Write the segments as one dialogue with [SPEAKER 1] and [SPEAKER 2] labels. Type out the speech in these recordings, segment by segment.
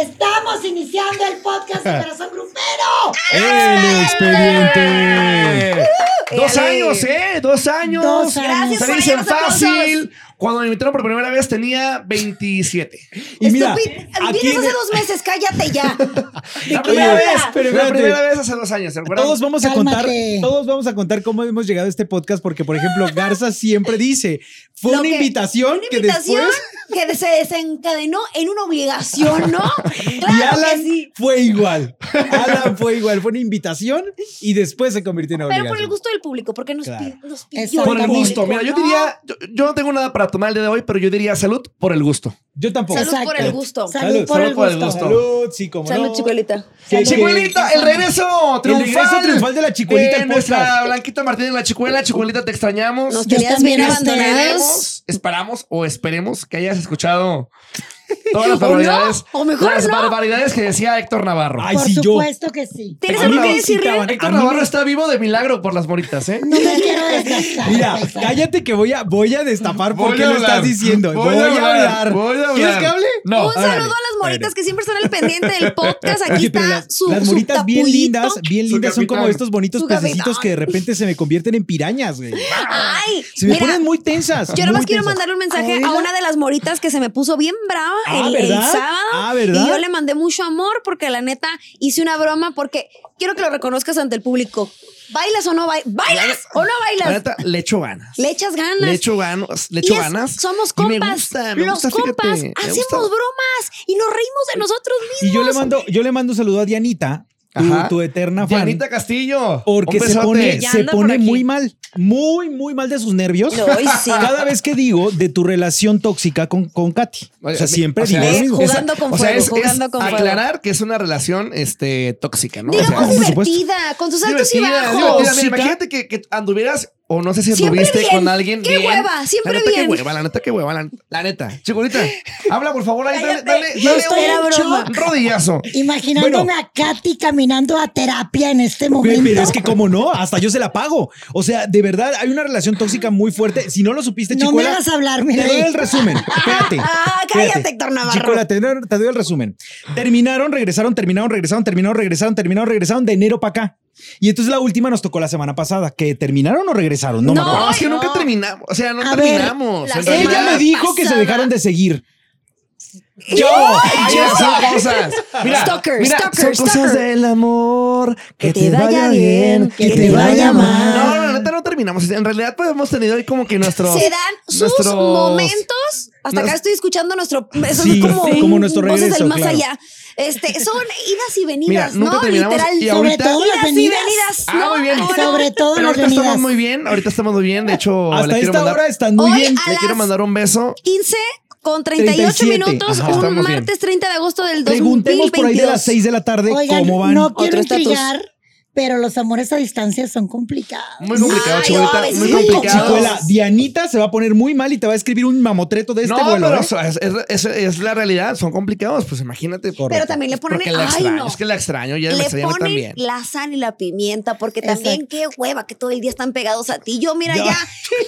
[SPEAKER 1] Estamos iniciando el podcast de Corazón Grupero.
[SPEAKER 2] ¡El
[SPEAKER 3] ¡Eh!
[SPEAKER 2] expediente! Dos
[SPEAKER 3] Éale.
[SPEAKER 2] años, ¿eh? Dos años.
[SPEAKER 1] Dos años.
[SPEAKER 2] Se
[SPEAKER 3] Gracias
[SPEAKER 2] le dicen
[SPEAKER 3] por ahí, los
[SPEAKER 2] fácil. Cuando me invitaron por primera vez tenía 27.
[SPEAKER 4] Y mira,
[SPEAKER 3] Estúpido.
[SPEAKER 4] aquí
[SPEAKER 3] Vienes hace
[SPEAKER 4] de-
[SPEAKER 3] dos meses, cállate ya.
[SPEAKER 2] La
[SPEAKER 4] qué
[SPEAKER 2] primera
[SPEAKER 4] hablas?
[SPEAKER 2] vez.
[SPEAKER 4] Pero
[SPEAKER 2] la
[SPEAKER 4] espérate.
[SPEAKER 2] primera vez hace dos años, ¿se acuerdan?
[SPEAKER 4] todos vamos a
[SPEAKER 1] Cálmate.
[SPEAKER 4] contar, todos vamos a contar cómo hemos llegado a este podcast, porque por ejemplo Garza siempre dice fue
[SPEAKER 3] Lo
[SPEAKER 4] una
[SPEAKER 3] que-
[SPEAKER 4] invitación
[SPEAKER 3] Una
[SPEAKER 4] que
[SPEAKER 3] invitación
[SPEAKER 4] después
[SPEAKER 3] que se desencadenó en una obligación, ¿no?
[SPEAKER 4] y
[SPEAKER 3] Claro que
[SPEAKER 4] Alan
[SPEAKER 3] sí.
[SPEAKER 4] fue igual. Alan fue igual, fue una invitación y después se convirtió en una
[SPEAKER 3] Pero por el
[SPEAKER 4] obligación.
[SPEAKER 3] gusto del público, porque nos,
[SPEAKER 4] Claro.
[SPEAKER 3] pi- nos pidió.
[SPEAKER 1] Exacto.
[SPEAKER 2] por el
[SPEAKER 1] Tampoco.
[SPEAKER 2] gusto. Oh, Mira, yo
[SPEAKER 3] ¿no?
[SPEAKER 2] diría, yo, yo no tengo nada para tomar el día de hoy, pero yo diría salud por el gusto.
[SPEAKER 4] Yo tampoco.
[SPEAKER 3] Salud por
[SPEAKER 1] Exacto.
[SPEAKER 3] el gusto.
[SPEAKER 1] Salud,
[SPEAKER 4] Salud,
[SPEAKER 1] por
[SPEAKER 2] salud
[SPEAKER 1] el
[SPEAKER 2] por el
[SPEAKER 1] gusto.
[SPEAKER 2] gusto.
[SPEAKER 4] Salud, sí, como
[SPEAKER 3] Salud,
[SPEAKER 4] no.
[SPEAKER 3] chicuelita.
[SPEAKER 4] Que- que-
[SPEAKER 2] Chicuelita, el regreso
[SPEAKER 4] El
[SPEAKER 2] triunfal.
[SPEAKER 4] regreso triunfal de la chicuelita
[SPEAKER 2] Eh,
[SPEAKER 4] al
[SPEAKER 2] Nuestra
[SPEAKER 4] podcast.
[SPEAKER 2] Blanquita Martínez, la chicuela. Chicuelita, te extrañamos.
[SPEAKER 3] Nos
[SPEAKER 1] Yo
[SPEAKER 3] tenías
[SPEAKER 1] también
[SPEAKER 3] bien
[SPEAKER 1] esperé.
[SPEAKER 3] abandonados.
[SPEAKER 2] Esperemos, esperamos o esperemos que hayas escuchado todas las
[SPEAKER 3] O no,
[SPEAKER 2] barbaridades.
[SPEAKER 3] o mejor
[SPEAKER 2] las
[SPEAKER 3] no.
[SPEAKER 2] barbaridades que decía Héctor Navarro.
[SPEAKER 4] Ay,
[SPEAKER 1] por
[SPEAKER 4] sí, yo.
[SPEAKER 1] supuesto que sí.
[SPEAKER 3] ¿Tienes
[SPEAKER 4] A mí
[SPEAKER 3] algo
[SPEAKER 4] me
[SPEAKER 3] que decirle?
[SPEAKER 4] incitaban,
[SPEAKER 2] Héctor
[SPEAKER 4] a mí
[SPEAKER 2] Navarro
[SPEAKER 4] me-
[SPEAKER 2] está vivo de milagro por las moritas, ¿eh?
[SPEAKER 1] No me quiero desgastar.
[SPEAKER 4] Mira,
[SPEAKER 1] paisano.
[SPEAKER 4] cállate que voy a, voy a destapar
[SPEAKER 2] Voy
[SPEAKER 4] por qué
[SPEAKER 2] a
[SPEAKER 4] lo
[SPEAKER 2] hablar,
[SPEAKER 4] estás diciendo.
[SPEAKER 2] voy
[SPEAKER 4] Voy,
[SPEAKER 2] a
[SPEAKER 4] a
[SPEAKER 2] hablar,
[SPEAKER 4] hablar.
[SPEAKER 2] voy a
[SPEAKER 4] ¿Quieres
[SPEAKER 2] hablar.
[SPEAKER 4] que hable?
[SPEAKER 2] No,
[SPEAKER 3] Un
[SPEAKER 2] órale,
[SPEAKER 3] saludo a las moritas
[SPEAKER 4] órale.
[SPEAKER 3] que siempre están al pendiente del podcast. Aquí
[SPEAKER 4] Oye, pero
[SPEAKER 3] está
[SPEAKER 4] las,
[SPEAKER 3] su,
[SPEAKER 4] las
[SPEAKER 3] su
[SPEAKER 4] moritas bien
[SPEAKER 3] tapullito.
[SPEAKER 4] lindas, bien
[SPEAKER 2] Su
[SPEAKER 4] lindas, son como
[SPEAKER 2] capitán.
[SPEAKER 4] estos bonitos
[SPEAKER 3] Su capitán.
[SPEAKER 4] pececitos que de repente se me convierten en pirañas, güey.
[SPEAKER 3] Ay,
[SPEAKER 4] Se me
[SPEAKER 3] mira,
[SPEAKER 4] ponen muy tensas.
[SPEAKER 3] Yo
[SPEAKER 4] muy
[SPEAKER 3] nomás quiero
[SPEAKER 4] tensas.
[SPEAKER 3] mandarle un mensaje
[SPEAKER 1] Hola.
[SPEAKER 3] a una de las moritas que se me puso bien brava
[SPEAKER 4] Ah,
[SPEAKER 3] el, el
[SPEAKER 4] ¿verdad?
[SPEAKER 3] sábado.
[SPEAKER 4] Ah, ¿verdad?
[SPEAKER 3] Y yo le mandé mucho amor porque la neta hice una broma porque quiero que lo reconozcas ante el público. ¿Bailas o no bailas? ¿Bailas o no
[SPEAKER 2] La
[SPEAKER 3] bailas?
[SPEAKER 2] neta, le echo ganas.
[SPEAKER 3] Le echas ganas.
[SPEAKER 2] Le echo ganas. Le
[SPEAKER 3] Y
[SPEAKER 2] echo
[SPEAKER 3] es-
[SPEAKER 2] ganas.
[SPEAKER 3] Somos
[SPEAKER 2] Y me
[SPEAKER 3] compas.
[SPEAKER 2] gusta, me
[SPEAKER 3] Los
[SPEAKER 2] gusta, fíjate,
[SPEAKER 3] compas
[SPEAKER 2] me gusta.
[SPEAKER 3] hacemos bromas y nos reímos de nosotros mismos.
[SPEAKER 4] Y yo le mando, yo le mando un saludo a Dianita, tu,
[SPEAKER 2] Ajá.
[SPEAKER 4] tu eterna fan.
[SPEAKER 2] Dianita Castillo.
[SPEAKER 4] porque
[SPEAKER 2] un
[SPEAKER 4] se
[SPEAKER 2] besote.
[SPEAKER 4] pone,
[SPEAKER 3] Ya
[SPEAKER 4] se
[SPEAKER 3] anda por
[SPEAKER 4] pone
[SPEAKER 3] aquí.
[SPEAKER 4] muy mal, muy, muy mal de sus nervios.
[SPEAKER 3] No, y sí.
[SPEAKER 4] Cada vez que digo de tu relación tóxica con, con Katy. O sea, siempre
[SPEAKER 2] o sea,
[SPEAKER 4] digo lo
[SPEAKER 3] es
[SPEAKER 4] mismo.
[SPEAKER 3] jugando con
[SPEAKER 2] o sea,
[SPEAKER 3] fuego,
[SPEAKER 2] es, es
[SPEAKER 3] jugando con fuego.
[SPEAKER 2] aclarar que es una relación este, tóxica, ¿no? O sea,
[SPEAKER 3] Digamos
[SPEAKER 4] por supuesto.
[SPEAKER 3] divertida, con sus altos y
[SPEAKER 2] Divertida,
[SPEAKER 3] bajos.
[SPEAKER 2] divertida. Mira,
[SPEAKER 4] Chica.
[SPEAKER 2] imagínate que, que anduvieras o no sé si
[SPEAKER 3] Siempre
[SPEAKER 2] anduviste
[SPEAKER 3] bien.
[SPEAKER 2] con alguien.
[SPEAKER 3] Qué
[SPEAKER 2] bien.
[SPEAKER 3] hueva, siempre
[SPEAKER 2] la neta,
[SPEAKER 3] bien.
[SPEAKER 2] Qué hueva, la neta, qué hueva, la, la neta. Chicolita, habla por favor, ahí, dale,
[SPEAKER 3] Cállate,
[SPEAKER 2] dale,
[SPEAKER 1] yo
[SPEAKER 2] dale
[SPEAKER 1] estoy- era broma.
[SPEAKER 2] un rodillazo.
[SPEAKER 1] Imaginándome
[SPEAKER 4] Bueno.
[SPEAKER 1] a Katy caminando a terapia en este
[SPEAKER 4] Güey,
[SPEAKER 1] momento.
[SPEAKER 4] Pero es que como no, hasta yo se la pago. O sea, de verdad, hay una relación tóxica muy fuerte. Si no lo supiste,
[SPEAKER 1] no me
[SPEAKER 4] Chicuela,
[SPEAKER 1] hagas hablar,
[SPEAKER 4] te
[SPEAKER 1] mira.
[SPEAKER 4] doy el resumen. Espérate.
[SPEAKER 3] Ah, cállate, Héctor Navarro.
[SPEAKER 4] Chicuela, te, doy- te doy el resumen. Terminaron, regresaron, terminaron, regresaron, terminaron, regresaron, terminaron, regresaron de enero para acá. Y entonces la última nos tocó la semana pasada. ¿Que terminaron o regresaron? No, me
[SPEAKER 3] No,
[SPEAKER 4] acuerdo.
[SPEAKER 2] No, es que
[SPEAKER 3] no.
[SPEAKER 2] nunca terminamos. O sea, no
[SPEAKER 1] A ver,
[SPEAKER 2] terminamos.
[SPEAKER 3] la
[SPEAKER 2] en
[SPEAKER 3] semana-
[SPEAKER 2] realidad.
[SPEAKER 4] Ella me dijo que se
[SPEAKER 3] pasada.
[SPEAKER 4] dejaron de seguir.
[SPEAKER 2] Yo, Ay,
[SPEAKER 3] yo.
[SPEAKER 2] son cosas. Mira,
[SPEAKER 3] Stalker,
[SPEAKER 2] mira,
[SPEAKER 3] stalker,
[SPEAKER 2] son cosas
[SPEAKER 3] stalker.
[SPEAKER 2] del amor.
[SPEAKER 3] Que te vaya bien,
[SPEAKER 1] que te vaya mal.
[SPEAKER 2] No, no, la neta no terminamos. En realidad, pues hemos tenido ahí como que nuestro.
[SPEAKER 3] se dan sus
[SPEAKER 2] nuestros-
[SPEAKER 3] momentos. Hasta
[SPEAKER 2] nos-
[SPEAKER 3] acá estoy escuchando nuestro. Eso
[SPEAKER 4] Sí,
[SPEAKER 3] es como,
[SPEAKER 4] sí. como nuestro
[SPEAKER 3] cosas
[SPEAKER 4] regreso,
[SPEAKER 3] del más
[SPEAKER 4] claro.
[SPEAKER 3] allá. Este, son idas y
[SPEAKER 2] Mira,
[SPEAKER 3] venidas,
[SPEAKER 2] nunca
[SPEAKER 3] ¿no?
[SPEAKER 2] terminamos.
[SPEAKER 3] Literal.
[SPEAKER 2] y
[SPEAKER 1] sobre
[SPEAKER 2] ahorita.
[SPEAKER 1] todo las
[SPEAKER 3] idas y
[SPEAKER 1] venidas.
[SPEAKER 3] venidas.
[SPEAKER 2] Ah,
[SPEAKER 3] ¿no?
[SPEAKER 2] muy bien.
[SPEAKER 3] Ahora,
[SPEAKER 1] Sobre todo
[SPEAKER 2] Pero
[SPEAKER 1] las
[SPEAKER 2] ahorita
[SPEAKER 1] venidas.
[SPEAKER 2] estamos muy bien. Ahorita estamos muy bien. De hecho, le
[SPEAKER 4] Hasta
[SPEAKER 2] Oh, quiero
[SPEAKER 4] esta
[SPEAKER 2] mandar,
[SPEAKER 4] hora están muy
[SPEAKER 3] Hoy
[SPEAKER 4] bien.
[SPEAKER 3] a
[SPEAKER 2] le
[SPEAKER 3] las
[SPEAKER 2] quiero mandar un beso.
[SPEAKER 3] 15 con 38
[SPEAKER 4] 37.
[SPEAKER 3] minutos,
[SPEAKER 4] Ajá.
[SPEAKER 3] un
[SPEAKER 2] Estamos bien.
[SPEAKER 3] martes 30 de agosto del
[SPEAKER 4] Preguntemos
[SPEAKER 3] 2022.
[SPEAKER 4] por ahí de las 6 de la tarde
[SPEAKER 1] Oigan,
[SPEAKER 4] cómo van.
[SPEAKER 1] no quiero
[SPEAKER 3] Otro estatus.
[SPEAKER 1] intrigar, pero los amores a distancia son complicados.
[SPEAKER 2] Muy complicado,
[SPEAKER 3] Ay,
[SPEAKER 2] chibolita,
[SPEAKER 3] no,
[SPEAKER 2] Muy
[SPEAKER 3] sí,
[SPEAKER 2] complicado.
[SPEAKER 4] Chicuela, Dianita se va a poner muy mal y te va a escribir un mamotreto de este
[SPEAKER 2] no,
[SPEAKER 4] vuelo.
[SPEAKER 2] pero
[SPEAKER 4] ¿eh?
[SPEAKER 2] eso es, es- es- es la realidad. Son complicados. Pues imagínate.
[SPEAKER 3] Pero también le ponen
[SPEAKER 2] Porque
[SPEAKER 3] el-
[SPEAKER 2] la
[SPEAKER 3] ay,
[SPEAKER 2] extraño.
[SPEAKER 3] no.
[SPEAKER 2] Es que la extraño. Ya me
[SPEAKER 3] Le
[SPEAKER 2] extrañaba
[SPEAKER 3] ponen
[SPEAKER 2] también.
[SPEAKER 3] la sal y la pimienta, porque
[SPEAKER 1] Exacto.
[SPEAKER 3] también qué hueva que todo el día están pegados a ti. Yo, mira,
[SPEAKER 4] Ya.
[SPEAKER 3] ya,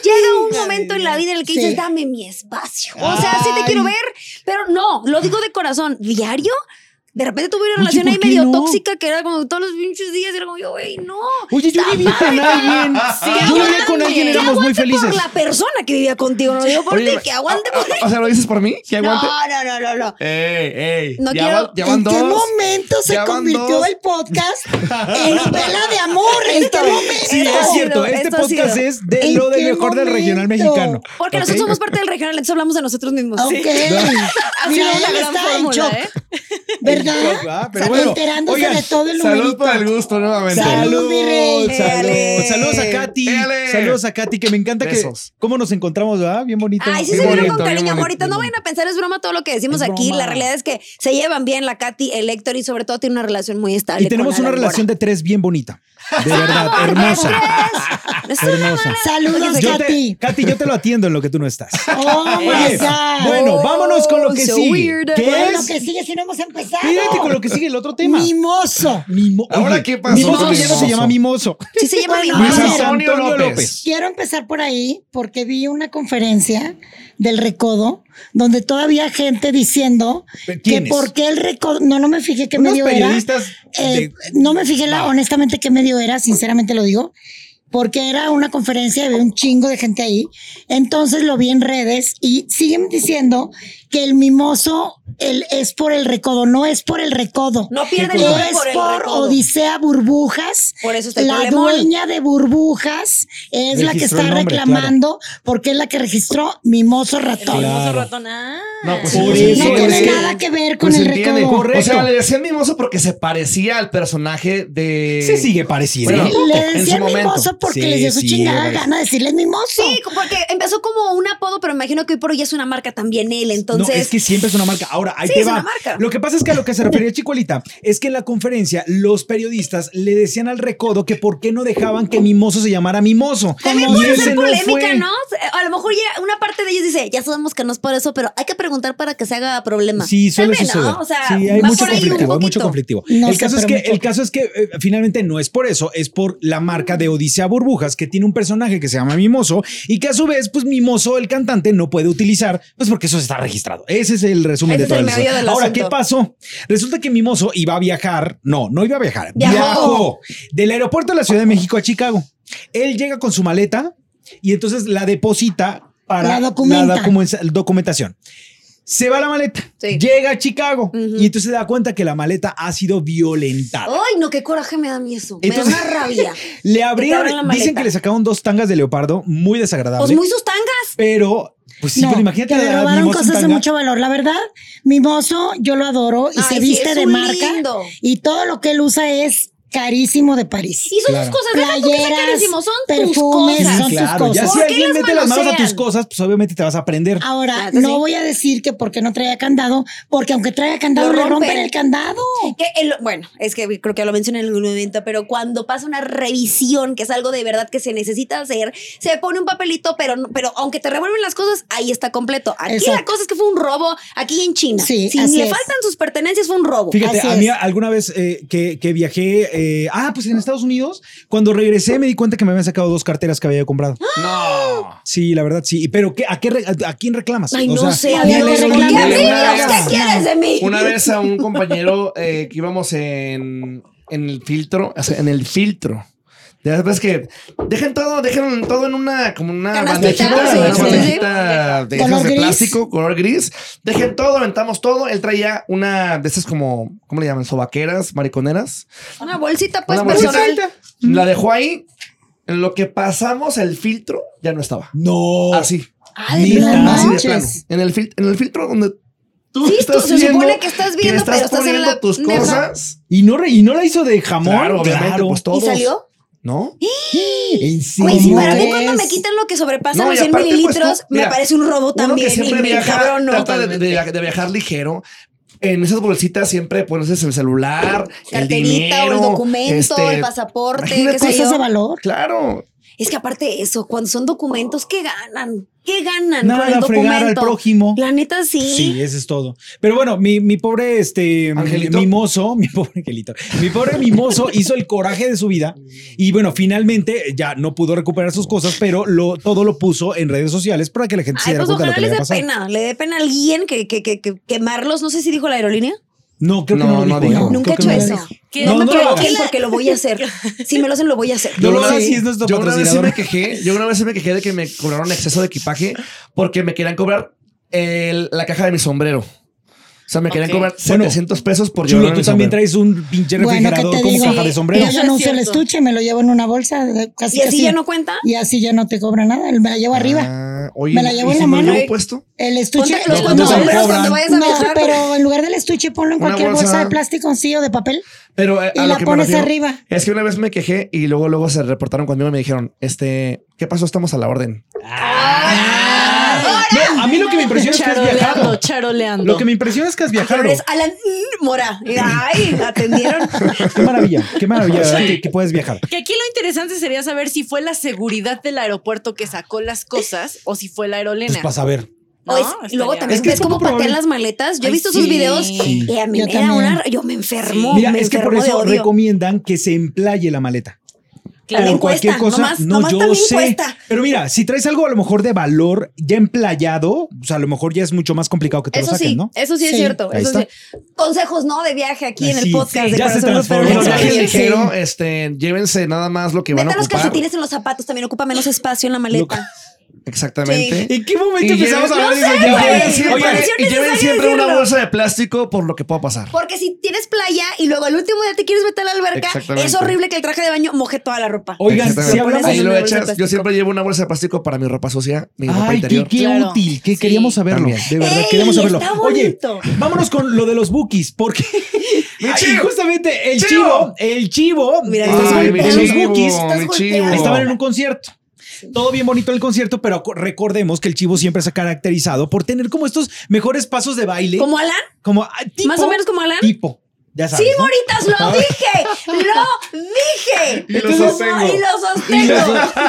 [SPEAKER 3] llega un momento en la vida en el que
[SPEAKER 1] Sí.
[SPEAKER 3] dices, dame mi espacio. O sea, sí te quiero
[SPEAKER 4] Ay.
[SPEAKER 3] ver, pero no, lo digo de corazón, diario. De repente tuve una
[SPEAKER 4] Oye,
[SPEAKER 3] relación
[SPEAKER 4] ¿por
[SPEAKER 3] ahí
[SPEAKER 4] qué
[SPEAKER 3] medio
[SPEAKER 4] no?
[SPEAKER 3] tóxica que era como todos los pinches días, era como yo, güey, no.
[SPEAKER 4] Oye, yo
[SPEAKER 3] está
[SPEAKER 4] vivía con
[SPEAKER 3] mal".
[SPEAKER 4] alguien.
[SPEAKER 3] Que
[SPEAKER 4] Ah, yo vivía con
[SPEAKER 3] aguante,
[SPEAKER 4] alguien,
[SPEAKER 3] que
[SPEAKER 4] éramos muy
[SPEAKER 3] aguante
[SPEAKER 4] felices.
[SPEAKER 3] Por la persona que vivía contigo, no digo por ti,
[SPEAKER 2] Oye,
[SPEAKER 3] que aguante
[SPEAKER 2] ah,
[SPEAKER 3] por
[SPEAKER 2] ah, O sea, ¿lo dices por mí? ¿Que
[SPEAKER 3] No,
[SPEAKER 2] aguante?
[SPEAKER 3] no, no, no, no.
[SPEAKER 2] Ey, ey.
[SPEAKER 3] No
[SPEAKER 2] ya
[SPEAKER 3] quiero-
[SPEAKER 2] van- ya van
[SPEAKER 1] ¿En qué
[SPEAKER 2] dos.
[SPEAKER 1] momento se
[SPEAKER 2] Ya van
[SPEAKER 1] convirtió
[SPEAKER 2] dos.
[SPEAKER 1] el podcast en novela de amor? ¿En qué momento?
[SPEAKER 4] Sí,
[SPEAKER 3] Esto ha
[SPEAKER 4] es cierto.
[SPEAKER 3] sido,
[SPEAKER 4] Este
[SPEAKER 3] esto ha
[SPEAKER 4] podcast
[SPEAKER 3] sido.
[SPEAKER 4] es de
[SPEAKER 1] ¿En
[SPEAKER 4] lo del
[SPEAKER 1] qué
[SPEAKER 4] mejor del regional
[SPEAKER 1] momento?
[SPEAKER 4] mexicano.
[SPEAKER 3] Porque
[SPEAKER 4] ¿Ok?
[SPEAKER 3] nosotros somos parte del regional, entonces hablamos de nosotros mismos.
[SPEAKER 1] Ok. Mira,
[SPEAKER 3] es la
[SPEAKER 1] él
[SPEAKER 3] gran
[SPEAKER 1] está en
[SPEAKER 3] fórmula,
[SPEAKER 1] shock,
[SPEAKER 3] ¿eh?
[SPEAKER 4] Ah,
[SPEAKER 1] ¿verdad?
[SPEAKER 4] pero
[SPEAKER 1] Está
[SPEAKER 4] bueno,
[SPEAKER 1] enterándose
[SPEAKER 4] oigan,
[SPEAKER 1] de todo el
[SPEAKER 2] Salud
[SPEAKER 1] numerito.
[SPEAKER 2] por el gusto nuevamente.
[SPEAKER 1] Salud,
[SPEAKER 4] Salud,
[SPEAKER 1] mi rey.
[SPEAKER 4] salud.
[SPEAKER 3] Éale.
[SPEAKER 4] Saludos a Katy.
[SPEAKER 2] Éale.
[SPEAKER 4] Saludos a Katy, que me encanta
[SPEAKER 2] Besos.
[SPEAKER 4] que cómo nos encontramos, ¿verdad? Bien bonito.
[SPEAKER 3] Ay, sí
[SPEAKER 2] Muy
[SPEAKER 3] se vieron
[SPEAKER 2] bonito,
[SPEAKER 3] con
[SPEAKER 2] muy
[SPEAKER 3] cariño,
[SPEAKER 2] bonito,
[SPEAKER 3] amorita. No
[SPEAKER 2] muy
[SPEAKER 3] vayan a pensar, es broma todo lo que decimos
[SPEAKER 4] Es
[SPEAKER 3] aquí.
[SPEAKER 4] broma.
[SPEAKER 3] La realidad es que se llevan bien la Katy, el Héctor y sobre todo tiene una relación muy estable.
[SPEAKER 4] Y tenemos
[SPEAKER 3] con
[SPEAKER 4] una
[SPEAKER 3] Alan
[SPEAKER 4] relación de tres bien bonita. De verdad,
[SPEAKER 3] Bora.
[SPEAKER 4] hermosa.
[SPEAKER 3] Amor de tres. Es una
[SPEAKER 4] Hermosa.
[SPEAKER 1] Saludos,
[SPEAKER 4] Yo
[SPEAKER 1] Katy.
[SPEAKER 4] te, Katy, yo te lo atiendo en lo que tú no estás.
[SPEAKER 1] Oh
[SPEAKER 3] Ah,
[SPEAKER 1] my
[SPEAKER 4] Oye,
[SPEAKER 1] God.
[SPEAKER 4] Bueno, vámonos con lo que
[SPEAKER 3] Oh, so
[SPEAKER 4] sigue.
[SPEAKER 3] weird.
[SPEAKER 4] ¿Qué
[SPEAKER 1] Bueno,
[SPEAKER 4] es?
[SPEAKER 1] que sigue si no hemos empezado.
[SPEAKER 4] Fíjate con lo que sigue el otro tema.
[SPEAKER 1] Mimoso.
[SPEAKER 4] Mimo-
[SPEAKER 2] ¿Ahora
[SPEAKER 4] Oye,
[SPEAKER 2] qué pasó
[SPEAKER 4] Mimoso
[SPEAKER 2] con
[SPEAKER 4] que ya no
[SPEAKER 2] Mimoso?
[SPEAKER 4] se llama Mimoso.
[SPEAKER 3] Sí se llama
[SPEAKER 1] Bueno,
[SPEAKER 3] mi
[SPEAKER 1] a
[SPEAKER 4] Luis
[SPEAKER 1] ver.
[SPEAKER 3] madre.
[SPEAKER 4] Antonio
[SPEAKER 2] Antonio
[SPEAKER 4] López.
[SPEAKER 1] Quiero empezar por ahí porque vi una conferencia del recodo donde todavía gente diciendo
[SPEAKER 4] ¿Pero
[SPEAKER 1] que
[SPEAKER 4] quién es?
[SPEAKER 1] por qué el recodo. No, no me fijé qué
[SPEAKER 4] Unos
[SPEAKER 1] medio era.
[SPEAKER 4] periodistas.
[SPEAKER 1] Eh,
[SPEAKER 4] de-
[SPEAKER 1] no me fijé la, honestamente qué medio era, sinceramente lo digo, porque era una conferencia y había un chingo de gente ahí. Entonces lo vi en redes y siguen diciendo que el mimoso el, es por el recodo, no es por el recodo.
[SPEAKER 3] No pierde el
[SPEAKER 1] Es
[SPEAKER 3] nombre por el
[SPEAKER 1] por
[SPEAKER 3] recodo.
[SPEAKER 1] Odisea Burbujas.
[SPEAKER 3] Por eso está el
[SPEAKER 1] La
[SPEAKER 3] problemón.
[SPEAKER 1] dueña de Burbujas es la que
[SPEAKER 4] Registró
[SPEAKER 1] está
[SPEAKER 4] el nombre,
[SPEAKER 1] reclamando porque es la que registró Mimoso Ratón.
[SPEAKER 4] Claro.
[SPEAKER 2] No, pues
[SPEAKER 4] Por
[SPEAKER 2] entonces-
[SPEAKER 4] eso
[SPEAKER 1] No tiene
[SPEAKER 4] es que-
[SPEAKER 1] nada que ver con
[SPEAKER 2] Pues
[SPEAKER 1] el
[SPEAKER 2] entiende.
[SPEAKER 1] recodo.
[SPEAKER 2] O sea,
[SPEAKER 4] Correcto.
[SPEAKER 2] le decían mimoso porque se parecía al personaje
[SPEAKER 3] eh,
[SPEAKER 2] de.
[SPEAKER 4] Se sigue pareciendo.
[SPEAKER 2] Bueno,
[SPEAKER 1] Le
[SPEAKER 2] en su
[SPEAKER 1] decían
[SPEAKER 2] momento.
[SPEAKER 1] mimoso porque
[SPEAKER 4] Sí,
[SPEAKER 1] les dio su
[SPEAKER 4] sí,
[SPEAKER 1] chingada
[SPEAKER 4] era-
[SPEAKER 1] gana decirles mimoso.
[SPEAKER 3] Sí, porque empezó como un apodo, pero me imagino que hoy por hoy es una marca también él.
[SPEAKER 4] no,
[SPEAKER 3] Entonces,
[SPEAKER 4] es que siempre es una marca. Ahora, ahí
[SPEAKER 3] Sí,
[SPEAKER 4] te
[SPEAKER 3] es
[SPEAKER 4] va.
[SPEAKER 3] una marca.
[SPEAKER 4] Lo que pasa es que a lo que se refería Chicuelita es que en la conferencia los periodistas le decían al recodo que por qué no dejaban que Mimoso se llamara Mimoso.
[SPEAKER 3] también
[SPEAKER 4] Y
[SPEAKER 3] Pues puede
[SPEAKER 4] ese
[SPEAKER 3] ser
[SPEAKER 4] no
[SPEAKER 3] polémica,
[SPEAKER 4] fue.
[SPEAKER 3] ¿no? A lo mejor ya una parte de ellos dice, ya sabemos que no es por eso, pero hay que preguntar para que se haga problema.
[SPEAKER 4] Sí, suele
[SPEAKER 3] También,
[SPEAKER 4] suceder.
[SPEAKER 3] ¿no? O sea,
[SPEAKER 4] sí, hay
[SPEAKER 3] va
[SPEAKER 4] mucho
[SPEAKER 3] por ahí un
[SPEAKER 4] conflictivo, hay mucho
[SPEAKER 3] poquito.
[SPEAKER 4] conflictivo.
[SPEAKER 1] No
[SPEAKER 4] el,
[SPEAKER 1] sé,
[SPEAKER 4] caso es que,
[SPEAKER 1] pero mucho.
[SPEAKER 4] el caso es que eh, finalmente no es por eso, es por la marca de Odisea Burbujas, que tiene un personaje que se llama Mimoso y que a su vez, pues Mimoso, el cantante, no puede utilizar, pues porque eso está registrado. Ese es el resumen
[SPEAKER 3] Ese
[SPEAKER 4] de todo
[SPEAKER 3] es el
[SPEAKER 4] el
[SPEAKER 3] meollo del
[SPEAKER 4] Ahora,
[SPEAKER 3] asunto.
[SPEAKER 4] ¿qué pasó? Resulta que Mimoso iba a viajar, no, no iba a viajar,
[SPEAKER 3] Viajó.
[SPEAKER 4] viajó del aeropuerto de la Ciudad de México a Chicago. Él llega con su maleta y entonces la deposita para
[SPEAKER 1] La documenta.
[SPEAKER 4] documen- documentación. Se va la maleta,
[SPEAKER 3] Sí.
[SPEAKER 4] llega a Chicago
[SPEAKER 3] Ujú.
[SPEAKER 4] y entonces se da cuenta que la maleta ha sido violentada.
[SPEAKER 1] Oh,
[SPEAKER 3] Ay, no, qué coraje me da a mí eso.
[SPEAKER 4] Entonces-
[SPEAKER 3] me da una rabia.
[SPEAKER 4] Le
[SPEAKER 3] Que te abran
[SPEAKER 4] abrieron,
[SPEAKER 3] la
[SPEAKER 4] dicen
[SPEAKER 3] maleta.
[SPEAKER 4] que le sacaron dos tangas de leopardo, muy desagradable.
[SPEAKER 3] Pues muy sus tangas.
[SPEAKER 4] Pero, pues sí,
[SPEAKER 1] No,
[SPEAKER 4] pero imagínate
[SPEAKER 1] que
[SPEAKER 4] la
[SPEAKER 1] le
[SPEAKER 4] edad,
[SPEAKER 1] robaron
[SPEAKER 4] mimoso,
[SPEAKER 1] cosas de
[SPEAKER 4] tanga.
[SPEAKER 1] mucho valor. La verdad, Mimoso, yo lo adoro y
[SPEAKER 3] Ay,
[SPEAKER 1] se
[SPEAKER 3] sí,
[SPEAKER 1] viste
[SPEAKER 3] es
[SPEAKER 1] de
[SPEAKER 3] un
[SPEAKER 1] marca.
[SPEAKER 3] lindo.
[SPEAKER 1] Y todo lo que él usa es carísimo de París.
[SPEAKER 3] Y son
[SPEAKER 4] Claro.
[SPEAKER 3] sus cosas, deja tú que sea
[SPEAKER 1] Playeras,
[SPEAKER 3] carísimo, son tus
[SPEAKER 1] perfumes,
[SPEAKER 3] cosas.
[SPEAKER 1] son
[SPEAKER 4] Claro,
[SPEAKER 1] sus
[SPEAKER 4] ya
[SPEAKER 1] cosas.
[SPEAKER 4] si
[SPEAKER 3] ¿Por qué
[SPEAKER 4] alguien
[SPEAKER 3] las
[SPEAKER 4] mete las manos a
[SPEAKER 3] manosean?
[SPEAKER 4] tus cosas, pues obviamente te vas a prender.
[SPEAKER 1] Ahora, no
[SPEAKER 3] Claro, Ah, pues sí.
[SPEAKER 1] voy a decir que porque no traía candado, porque aunque traiga candado,
[SPEAKER 3] Lo
[SPEAKER 1] le
[SPEAKER 3] rompen.
[SPEAKER 1] rompen el candado.
[SPEAKER 3] Que el- bueno, es que creo que lo mencioné en algún momento, pero cuando pasa una revisión, que es algo de verdad que se necesita hacer, se pone un papelito, pero, no- pero aunque te revuelven las cosas, ahí está completo. Aquí la
[SPEAKER 1] Exacto.
[SPEAKER 3] cosa es que fue un robo, aquí en China.
[SPEAKER 1] Sí,
[SPEAKER 3] si
[SPEAKER 1] así
[SPEAKER 3] le
[SPEAKER 1] es.
[SPEAKER 3] faltan sus pertenencias, fue un robo.
[SPEAKER 4] Fíjate,
[SPEAKER 1] Así
[SPEAKER 4] a mí
[SPEAKER 1] es.
[SPEAKER 4] alguna vez eh, que, que viajé, eh, ah, pues en Estados Unidos, cuando regresé me di cuenta que me habían sacado dos carteras que había comprado.
[SPEAKER 1] Ah.
[SPEAKER 2] No.
[SPEAKER 4] Sí, la verdad, sí. ¿Pero qué, a, qué, re- a, a quién reclamas?
[SPEAKER 3] Ay,
[SPEAKER 4] O
[SPEAKER 3] no
[SPEAKER 4] sea,
[SPEAKER 3] sé,
[SPEAKER 4] ni
[SPEAKER 3] a ver,
[SPEAKER 4] a la
[SPEAKER 1] ¿qué
[SPEAKER 4] aerolínea,
[SPEAKER 1] reclamas?
[SPEAKER 4] ni a
[SPEAKER 1] Mira,
[SPEAKER 4] nada.
[SPEAKER 1] ¿qué
[SPEAKER 3] quieres de mí?
[SPEAKER 2] Una vez a un compañero eh, que íbamos en, en el filtro, o sea, en el filtro. De las veces que dejen todo, dejen todo en una, como una
[SPEAKER 3] Canastita,
[SPEAKER 2] bandejita,
[SPEAKER 1] sí,
[SPEAKER 2] una
[SPEAKER 1] sí,
[SPEAKER 2] bandejita de
[SPEAKER 1] Color
[SPEAKER 2] esas de
[SPEAKER 1] gris.
[SPEAKER 2] plástico, color gris. Dejen todo, aventamos todo. Él traía una de esas como, ¿cómo le llaman? Sobaqueras, mariconeras.
[SPEAKER 3] Una bolsita, pues,
[SPEAKER 2] Una bolsita.
[SPEAKER 3] personal.
[SPEAKER 2] La dejó ahí. En lo que pasamos el filtro, ya no estaba.
[SPEAKER 4] No.
[SPEAKER 2] Así.
[SPEAKER 1] Ah, de
[SPEAKER 4] Neta,
[SPEAKER 1] verdad,
[SPEAKER 2] Así de
[SPEAKER 1] manches.
[SPEAKER 2] plano. En el, fil- en el filtro donde tú
[SPEAKER 3] Sí, tú-
[SPEAKER 2] estás
[SPEAKER 3] se supone
[SPEAKER 2] viendo
[SPEAKER 3] que estás viendo,
[SPEAKER 2] estás
[SPEAKER 3] pero estás en
[SPEAKER 2] poniendo
[SPEAKER 3] la
[SPEAKER 2] tus
[SPEAKER 3] neta.
[SPEAKER 2] cosas.
[SPEAKER 4] Y no, re- y no la hizo de jamón.
[SPEAKER 2] Claro, obviamente, pues
[SPEAKER 3] ¿Y
[SPEAKER 2] todos.
[SPEAKER 3] salió?
[SPEAKER 2] ¿No?
[SPEAKER 4] En serio.
[SPEAKER 3] Güey, si
[SPEAKER 1] ¿Cómo
[SPEAKER 3] Pues, para mí
[SPEAKER 1] crees?
[SPEAKER 3] cuando me quitan lo que sobrepasa
[SPEAKER 2] No,
[SPEAKER 3] los
[SPEAKER 2] y
[SPEAKER 3] 100
[SPEAKER 2] aparte, pues,
[SPEAKER 3] mililitros,
[SPEAKER 2] tú-
[SPEAKER 3] me
[SPEAKER 2] mira,
[SPEAKER 3] parece un robo
[SPEAKER 2] Uno
[SPEAKER 3] también.
[SPEAKER 2] que siempre
[SPEAKER 3] y me
[SPEAKER 2] viaja,
[SPEAKER 3] encabrono.
[SPEAKER 2] trata de, de- de viajar ligero. En esas bolsitas siempre pones el celular, el
[SPEAKER 3] Carterita
[SPEAKER 2] dinero,
[SPEAKER 3] o el documento,
[SPEAKER 2] este,
[SPEAKER 3] el pasaporte,
[SPEAKER 2] imagínate pues,
[SPEAKER 3] qué sé
[SPEAKER 1] Cosas de
[SPEAKER 3] yo.
[SPEAKER 1] valor.
[SPEAKER 2] Claro.
[SPEAKER 3] Es que aparte eso, cuando son documentos, ¿qué ganan? ¿Qué ganan
[SPEAKER 4] Nada,
[SPEAKER 3] con el
[SPEAKER 4] fregar
[SPEAKER 3] documento?
[SPEAKER 4] al prójimo.
[SPEAKER 3] La neta sí.
[SPEAKER 4] Sí, eso es todo. Pero bueno, mi, mi pobre este
[SPEAKER 2] Angelito.
[SPEAKER 4] mimoso, mi pobre angelito, mi pobre mimoso hizo el coraje de su vida y bueno, finalmente ya no pudo recuperar sus cosas, pero lo, todo lo puso en redes sociales para que la gente se
[SPEAKER 3] Ay,
[SPEAKER 4] diera
[SPEAKER 3] pues
[SPEAKER 4] cuenta de lo
[SPEAKER 3] ojalá
[SPEAKER 4] que le
[SPEAKER 3] les
[SPEAKER 4] había
[SPEAKER 3] dé
[SPEAKER 4] pasado.
[SPEAKER 3] pena, le dé pena a alguien que, que, que, que quemarlos, no sé si dijo la aerolínea.
[SPEAKER 4] No, creo que no,
[SPEAKER 2] No, no
[SPEAKER 4] lo dijo.
[SPEAKER 2] dijo.
[SPEAKER 4] ¿no?
[SPEAKER 3] Nunca he
[SPEAKER 4] Creo que
[SPEAKER 3] hecho
[SPEAKER 4] no lo
[SPEAKER 3] eso.
[SPEAKER 4] dijo.
[SPEAKER 3] No,
[SPEAKER 4] No,
[SPEAKER 3] me
[SPEAKER 4] no lo
[SPEAKER 3] provoquen
[SPEAKER 4] hagas.
[SPEAKER 3] porque lo voy a hacer. Si me lo hacen, lo voy a hacer.
[SPEAKER 4] No lo
[SPEAKER 2] Yo
[SPEAKER 4] hagas
[SPEAKER 2] una-
[SPEAKER 4] si es nuestro
[SPEAKER 2] yo una vez sí
[SPEAKER 4] patrocinador.
[SPEAKER 2] me quejé, yo una vez sí me quejé de que me cobraron exceso de equipaje porque me querían cobrar el- la caja de mi sombrero. O sea, me querían
[SPEAKER 5] Ok.
[SPEAKER 2] cobrar
[SPEAKER 4] Bueno,
[SPEAKER 2] 700 pesos por
[SPEAKER 4] Chulo,
[SPEAKER 2] llevar
[SPEAKER 4] tú
[SPEAKER 2] mi
[SPEAKER 4] también
[SPEAKER 2] sombrero.
[SPEAKER 4] traes un pinche
[SPEAKER 1] Bueno, ¿qué
[SPEAKER 4] refrigerador
[SPEAKER 1] te
[SPEAKER 4] con
[SPEAKER 1] digo?
[SPEAKER 4] caja de sombrero.
[SPEAKER 1] Yo
[SPEAKER 5] Eso
[SPEAKER 1] ya
[SPEAKER 5] es
[SPEAKER 1] no uso el
[SPEAKER 5] cierto.
[SPEAKER 1] estuche, me lo llevo en una bolsa. de- Casi,
[SPEAKER 3] ¿Y así
[SPEAKER 1] casi.
[SPEAKER 3] ya no cuenta?
[SPEAKER 1] Y así ya no te cobra nada. Me la llevo arriba.
[SPEAKER 2] Ah, oye,
[SPEAKER 1] Me la llevo
[SPEAKER 2] ¿y
[SPEAKER 1] en la
[SPEAKER 2] si me
[SPEAKER 1] mano.
[SPEAKER 2] llevo puesto?
[SPEAKER 1] El estuche.
[SPEAKER 3] Ponte los
[SPEAKER 4] No, no te
[SPEAKER 3] sombreros
[SPEAKER 4] cobran.
[SPEAKER 3] cuando vayas a
[SPEAKER 1] No,
[SPEAKER 3] viajar.
[SPEAKER 1] pero en lugar del estuche ponlo en
[SPEAKER 2] Una
[SPEAKER 1] cualquier bolsa.
[SPEAKER 2] bolsa.
[SPEAKER 1] de plástico, sí, o de papel.
[SPEAKER 2] Pero eh,
[SPEAKER 1] Y
[SPEAKER 2] a lo
[SPEAKER 1] la
[SPEAKER 2] que me
[SPEAKER 1] pones
[SPEAKER 2] refiero
[SPEAKER 1] arriba.
[SPEAKER 2] Es que una vez me quejé y luego luego se reportaron conmigo y me dijeron, este, ¿qué pasó? Estamos a la orden.
[SPEAKER 3] ¡Ahora!
[SPEAKER 4] No, a mí lo que me impresiona es que has viajado.
[SPEAKER 5] Charoleando, charoleando.
[SPEAKER 4] Lo que me impresiona es que has viajado.
[SPEAKER 3] Flores Alan mm, Mora. Ay, atendieron.
[SPEAKER 4] Qué maravilla, qué maravilla ¿verdad? que, que puedes viajar.
[SPEAKER 5] Que aquí lo interesante sería saber si fue la seguridad del aeropuerto que sacó las cosas o si fue la
[SPEAKER 4] Pues
[SPEAKER 5] aerolínea.
[SPEAKER 4] para saber.
[SPEAKER 5] No,
[SPEAKER 3] O es-
[SPEAKER 5] estaría-
[SPEAKER 3] luego también
[SPEAKER 4] Es que es
[SPEAKER 3] ves cómo
[SPEAKER 4] poco probable.
[SPEAKER 3] patean las maletas. Yo he
[SPEAKER 5] Ay,
[SPEAKER 3] visto
[SPEAKER 5] sí.
[SPEAKER 3] sus videos
[SPEAKER 5] Sí.
[SPEAKER 3] y a mí
[SPEAKER 1] Yo
[SPEAKER 3] me da
[SPEAKER 1] también.
[SPEAKER 3] una. Yo me enfermo.
[SPEAKER 4] Mira,
[SPEAKER 3] Oh, me
[SPEAKER 4] es que por
[SPEAKER 3] enfermo de
[SPEAKER 4] eso
[SPEAKER 3] odio.
[SPEAKER 4] recomiendan que se emplaye la maleta.
[SPEAKER 5] Claro.
[SPEAKER 3] También
[SPEAKER 4] por cualquier
[SPEAKER 3] cuesta,
[SPEAKER 4] cosa,
[SPEAKER 3] nomás-
[SPEAKER 4] no,
[SPEAKER 3] nomás
[SPEAKER 4] yo
[SPEAKER 3] también
[SPEAKER 4] sé.
[SPEAKER 3] cuesta.
[SPEAKER 4] Pero mira, si traes algo a lo mejor de valor ya emplayado, o sea, a lo mejor ya es mucho más complicado que te
[SPEAKER 3] Eso
[SPEAKER 4] lo saquen,
[SPEAKER 3] sí,
[SPEAKER 4] ¿no?
[SPEAKER 3] eso sí es
[SPEAKER 1] Sí.
[SPEAKER 3] cierto.
[SPEAKER 4] Ahí
[SPEAKER 3] eso
[SPEAKER 4] está.
[SPEAKER 3] sí. Consejos, ¿no? De viaje aquí en
[SPEAKER 4] Sí,
[SPEAKER 3] el podcast.
[SPEAKER 4] sí,
[SPEAKER 3] de
[SPEAKER 4] ya se
[SPEAKER 3] Corazón Roto,
[SPEAKER 4] transformó.
[SPEAKER 2] Pero
[SPEAKER 3] Corazón
[SPEAKER 2] el viaje
[SPEAKER 3] Roto.
[SPEAKER 4] Sí.
[SPEAKER 2] ligero, este, llévense nada más lo que van a
[SPEAKER 3] Meta los
[SPEAKER 2] ocupar.
[SPEAKER 3] calcetines en los zapatos, también ocupa menos espacio en la maleta.
[SPEAKER 2] Exactamente.
[SPEAKER 4] ¿En qué momento
[SPEAKER 2] Y
[SPEAKER 4] empezamos a
[SPEAKER 2] lleven-
[SPEAKER 4] hablar de
[SPEAKER 2] y
[SPEAKER 4] maquillaje?
[SPEAKER 2] lleven
[SPEAKER 3] güey.
[SPEAKER 2] siempre-
[SPEAKER 3] Me pareció
[SPEAKER 2] y lleven
[SPEAKER 3] necesario
[SPEAKER 2] siempre una
[SPEAKER 3] decirlo.
[SPEAKER 2] bolsa de plástico por lo que pueda pasar.
[SPEAKER 3] Porque si tienes playa y luego el último día te quieres meter a la alberca,
[SPEAKER 2] Exactamente.
[SPEAKER 3] es horrible que el traje de baño moje toda la ropa.
[SPEAKER 4] Oigan,
[SPEAKER 2] Exactamente.
[SPEAKER 4] si hablamos
[SPEAKER 2] Ahí
[SPEAKER 3] en
[SPEAKER 2] lo
[SPEAKER 3] una bolsa de
[SPEAKER 2] echas. Yo
[SPEAKER 3] plástico.
[SPEAKER 2] siempre llevo una bolsa de plástico para mi ropa sucia, mi ropa
[SPEAKER 4] Ay, qué,
[SPEAKER 2] interior.
[SPEAKER 4] qué
[SPEAKER 5] Claro.
[SPEAKER 4] útil, que
[SPEAKER 5] Sí.
[SPEAKER 4] queríamos saberlo.
[SPEAKER 2] También.
[SPEAKER 4] De verdad,
[SPEAKER 3] Ey,
[SPEAKER 4] queríamos saberlo.
[SPEAKER 3] está
[SPEAKER 4] Oye,
[SPEAKER 3] bonito.
[SPEAKER 4] vámonos con lo de los bookies, porque Ay,
[SPEAKER 2] chivo.
[SPEAKER 4] justamente el
[SPEAKER 2] Chivo.
[SPEAKER 4] chivo, el chivo,
[SPEAKER 3] Mira,
[SPEAKER 4] eh,
[SPEAKER 3] estás
[SPEAKER 2] Ay, mi
[SPEAKER 4] de
[SPEAKER 3] golpeando.
[SPEAKER 4] los
[SPEAKER 2] chivo,
[SPEAKER 4] bookies
[SPEAKER 3] estás
[SPEAKER 2] mi
[SPEAKER 3] golpeando.
[SPEAKER 2] chivo.
[SPEAKER 4] estaban en un concierto. Todo bien bonito el concierto, pero co- recordemos que el chivo siempre se ha caracterizado por tener como estos mejores pasos de baile.
[SPEAKER 3] ¿Como Alan?
[SPEAKER 4] Como ah, tipo,
[SPEAKER 3] ¿Más o menos como Alan?
[SPEAKER 4] Tipo, ya sabes.
[SPEAKER 3] Sí,
[SPEAKER 4] ¿no?
[SPEAKER 3] moritas, lo dije. Lo dije.
[SPEAKER 2] Y lo
[SPEAKER 3] Entonces,
[SPEAKER 2] sostengo.
[SPEAKER 3] Y lo
[SPEAKER 4] Y
[SPEAKER 3] sostengo.
[SPEAKER 4] los dos-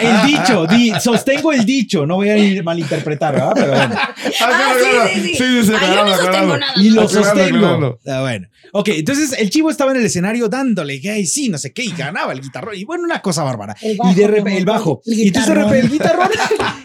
[SPEAKER 4] El dicho, di- sostengo el dicho, no voy a ir malinterpretar, ¿verdad? Pero bueno.
[SPEAKER 3] Ah, sí, sí, sí. Ah, yo no sostengo nada.
[SPEAKER 4] Y lo
[SPEAKER 2] Aclarando,
[SPEAKER 4] sostengo.
[SPEAKER 2] aclarando.
[SPEAKER 4] Ah, bueno. Ok, entonces el chivo estaba en el escenario dándole, que ay, sí, no sé qué, y ganaba el guitarrón. Y bueno, una cosa bárbara.
[SPEAKER 1] El bajo,
[SPEAKER 4] y de repente,
[SPEAKER 1] mi
[SPEAKER 4] el
[SPEAKER 1] amor,
[SPEAKER 4] bajo.
[SPEAKER 1] el
[SPEAKER 4] y entonces de repente, el guitarrón.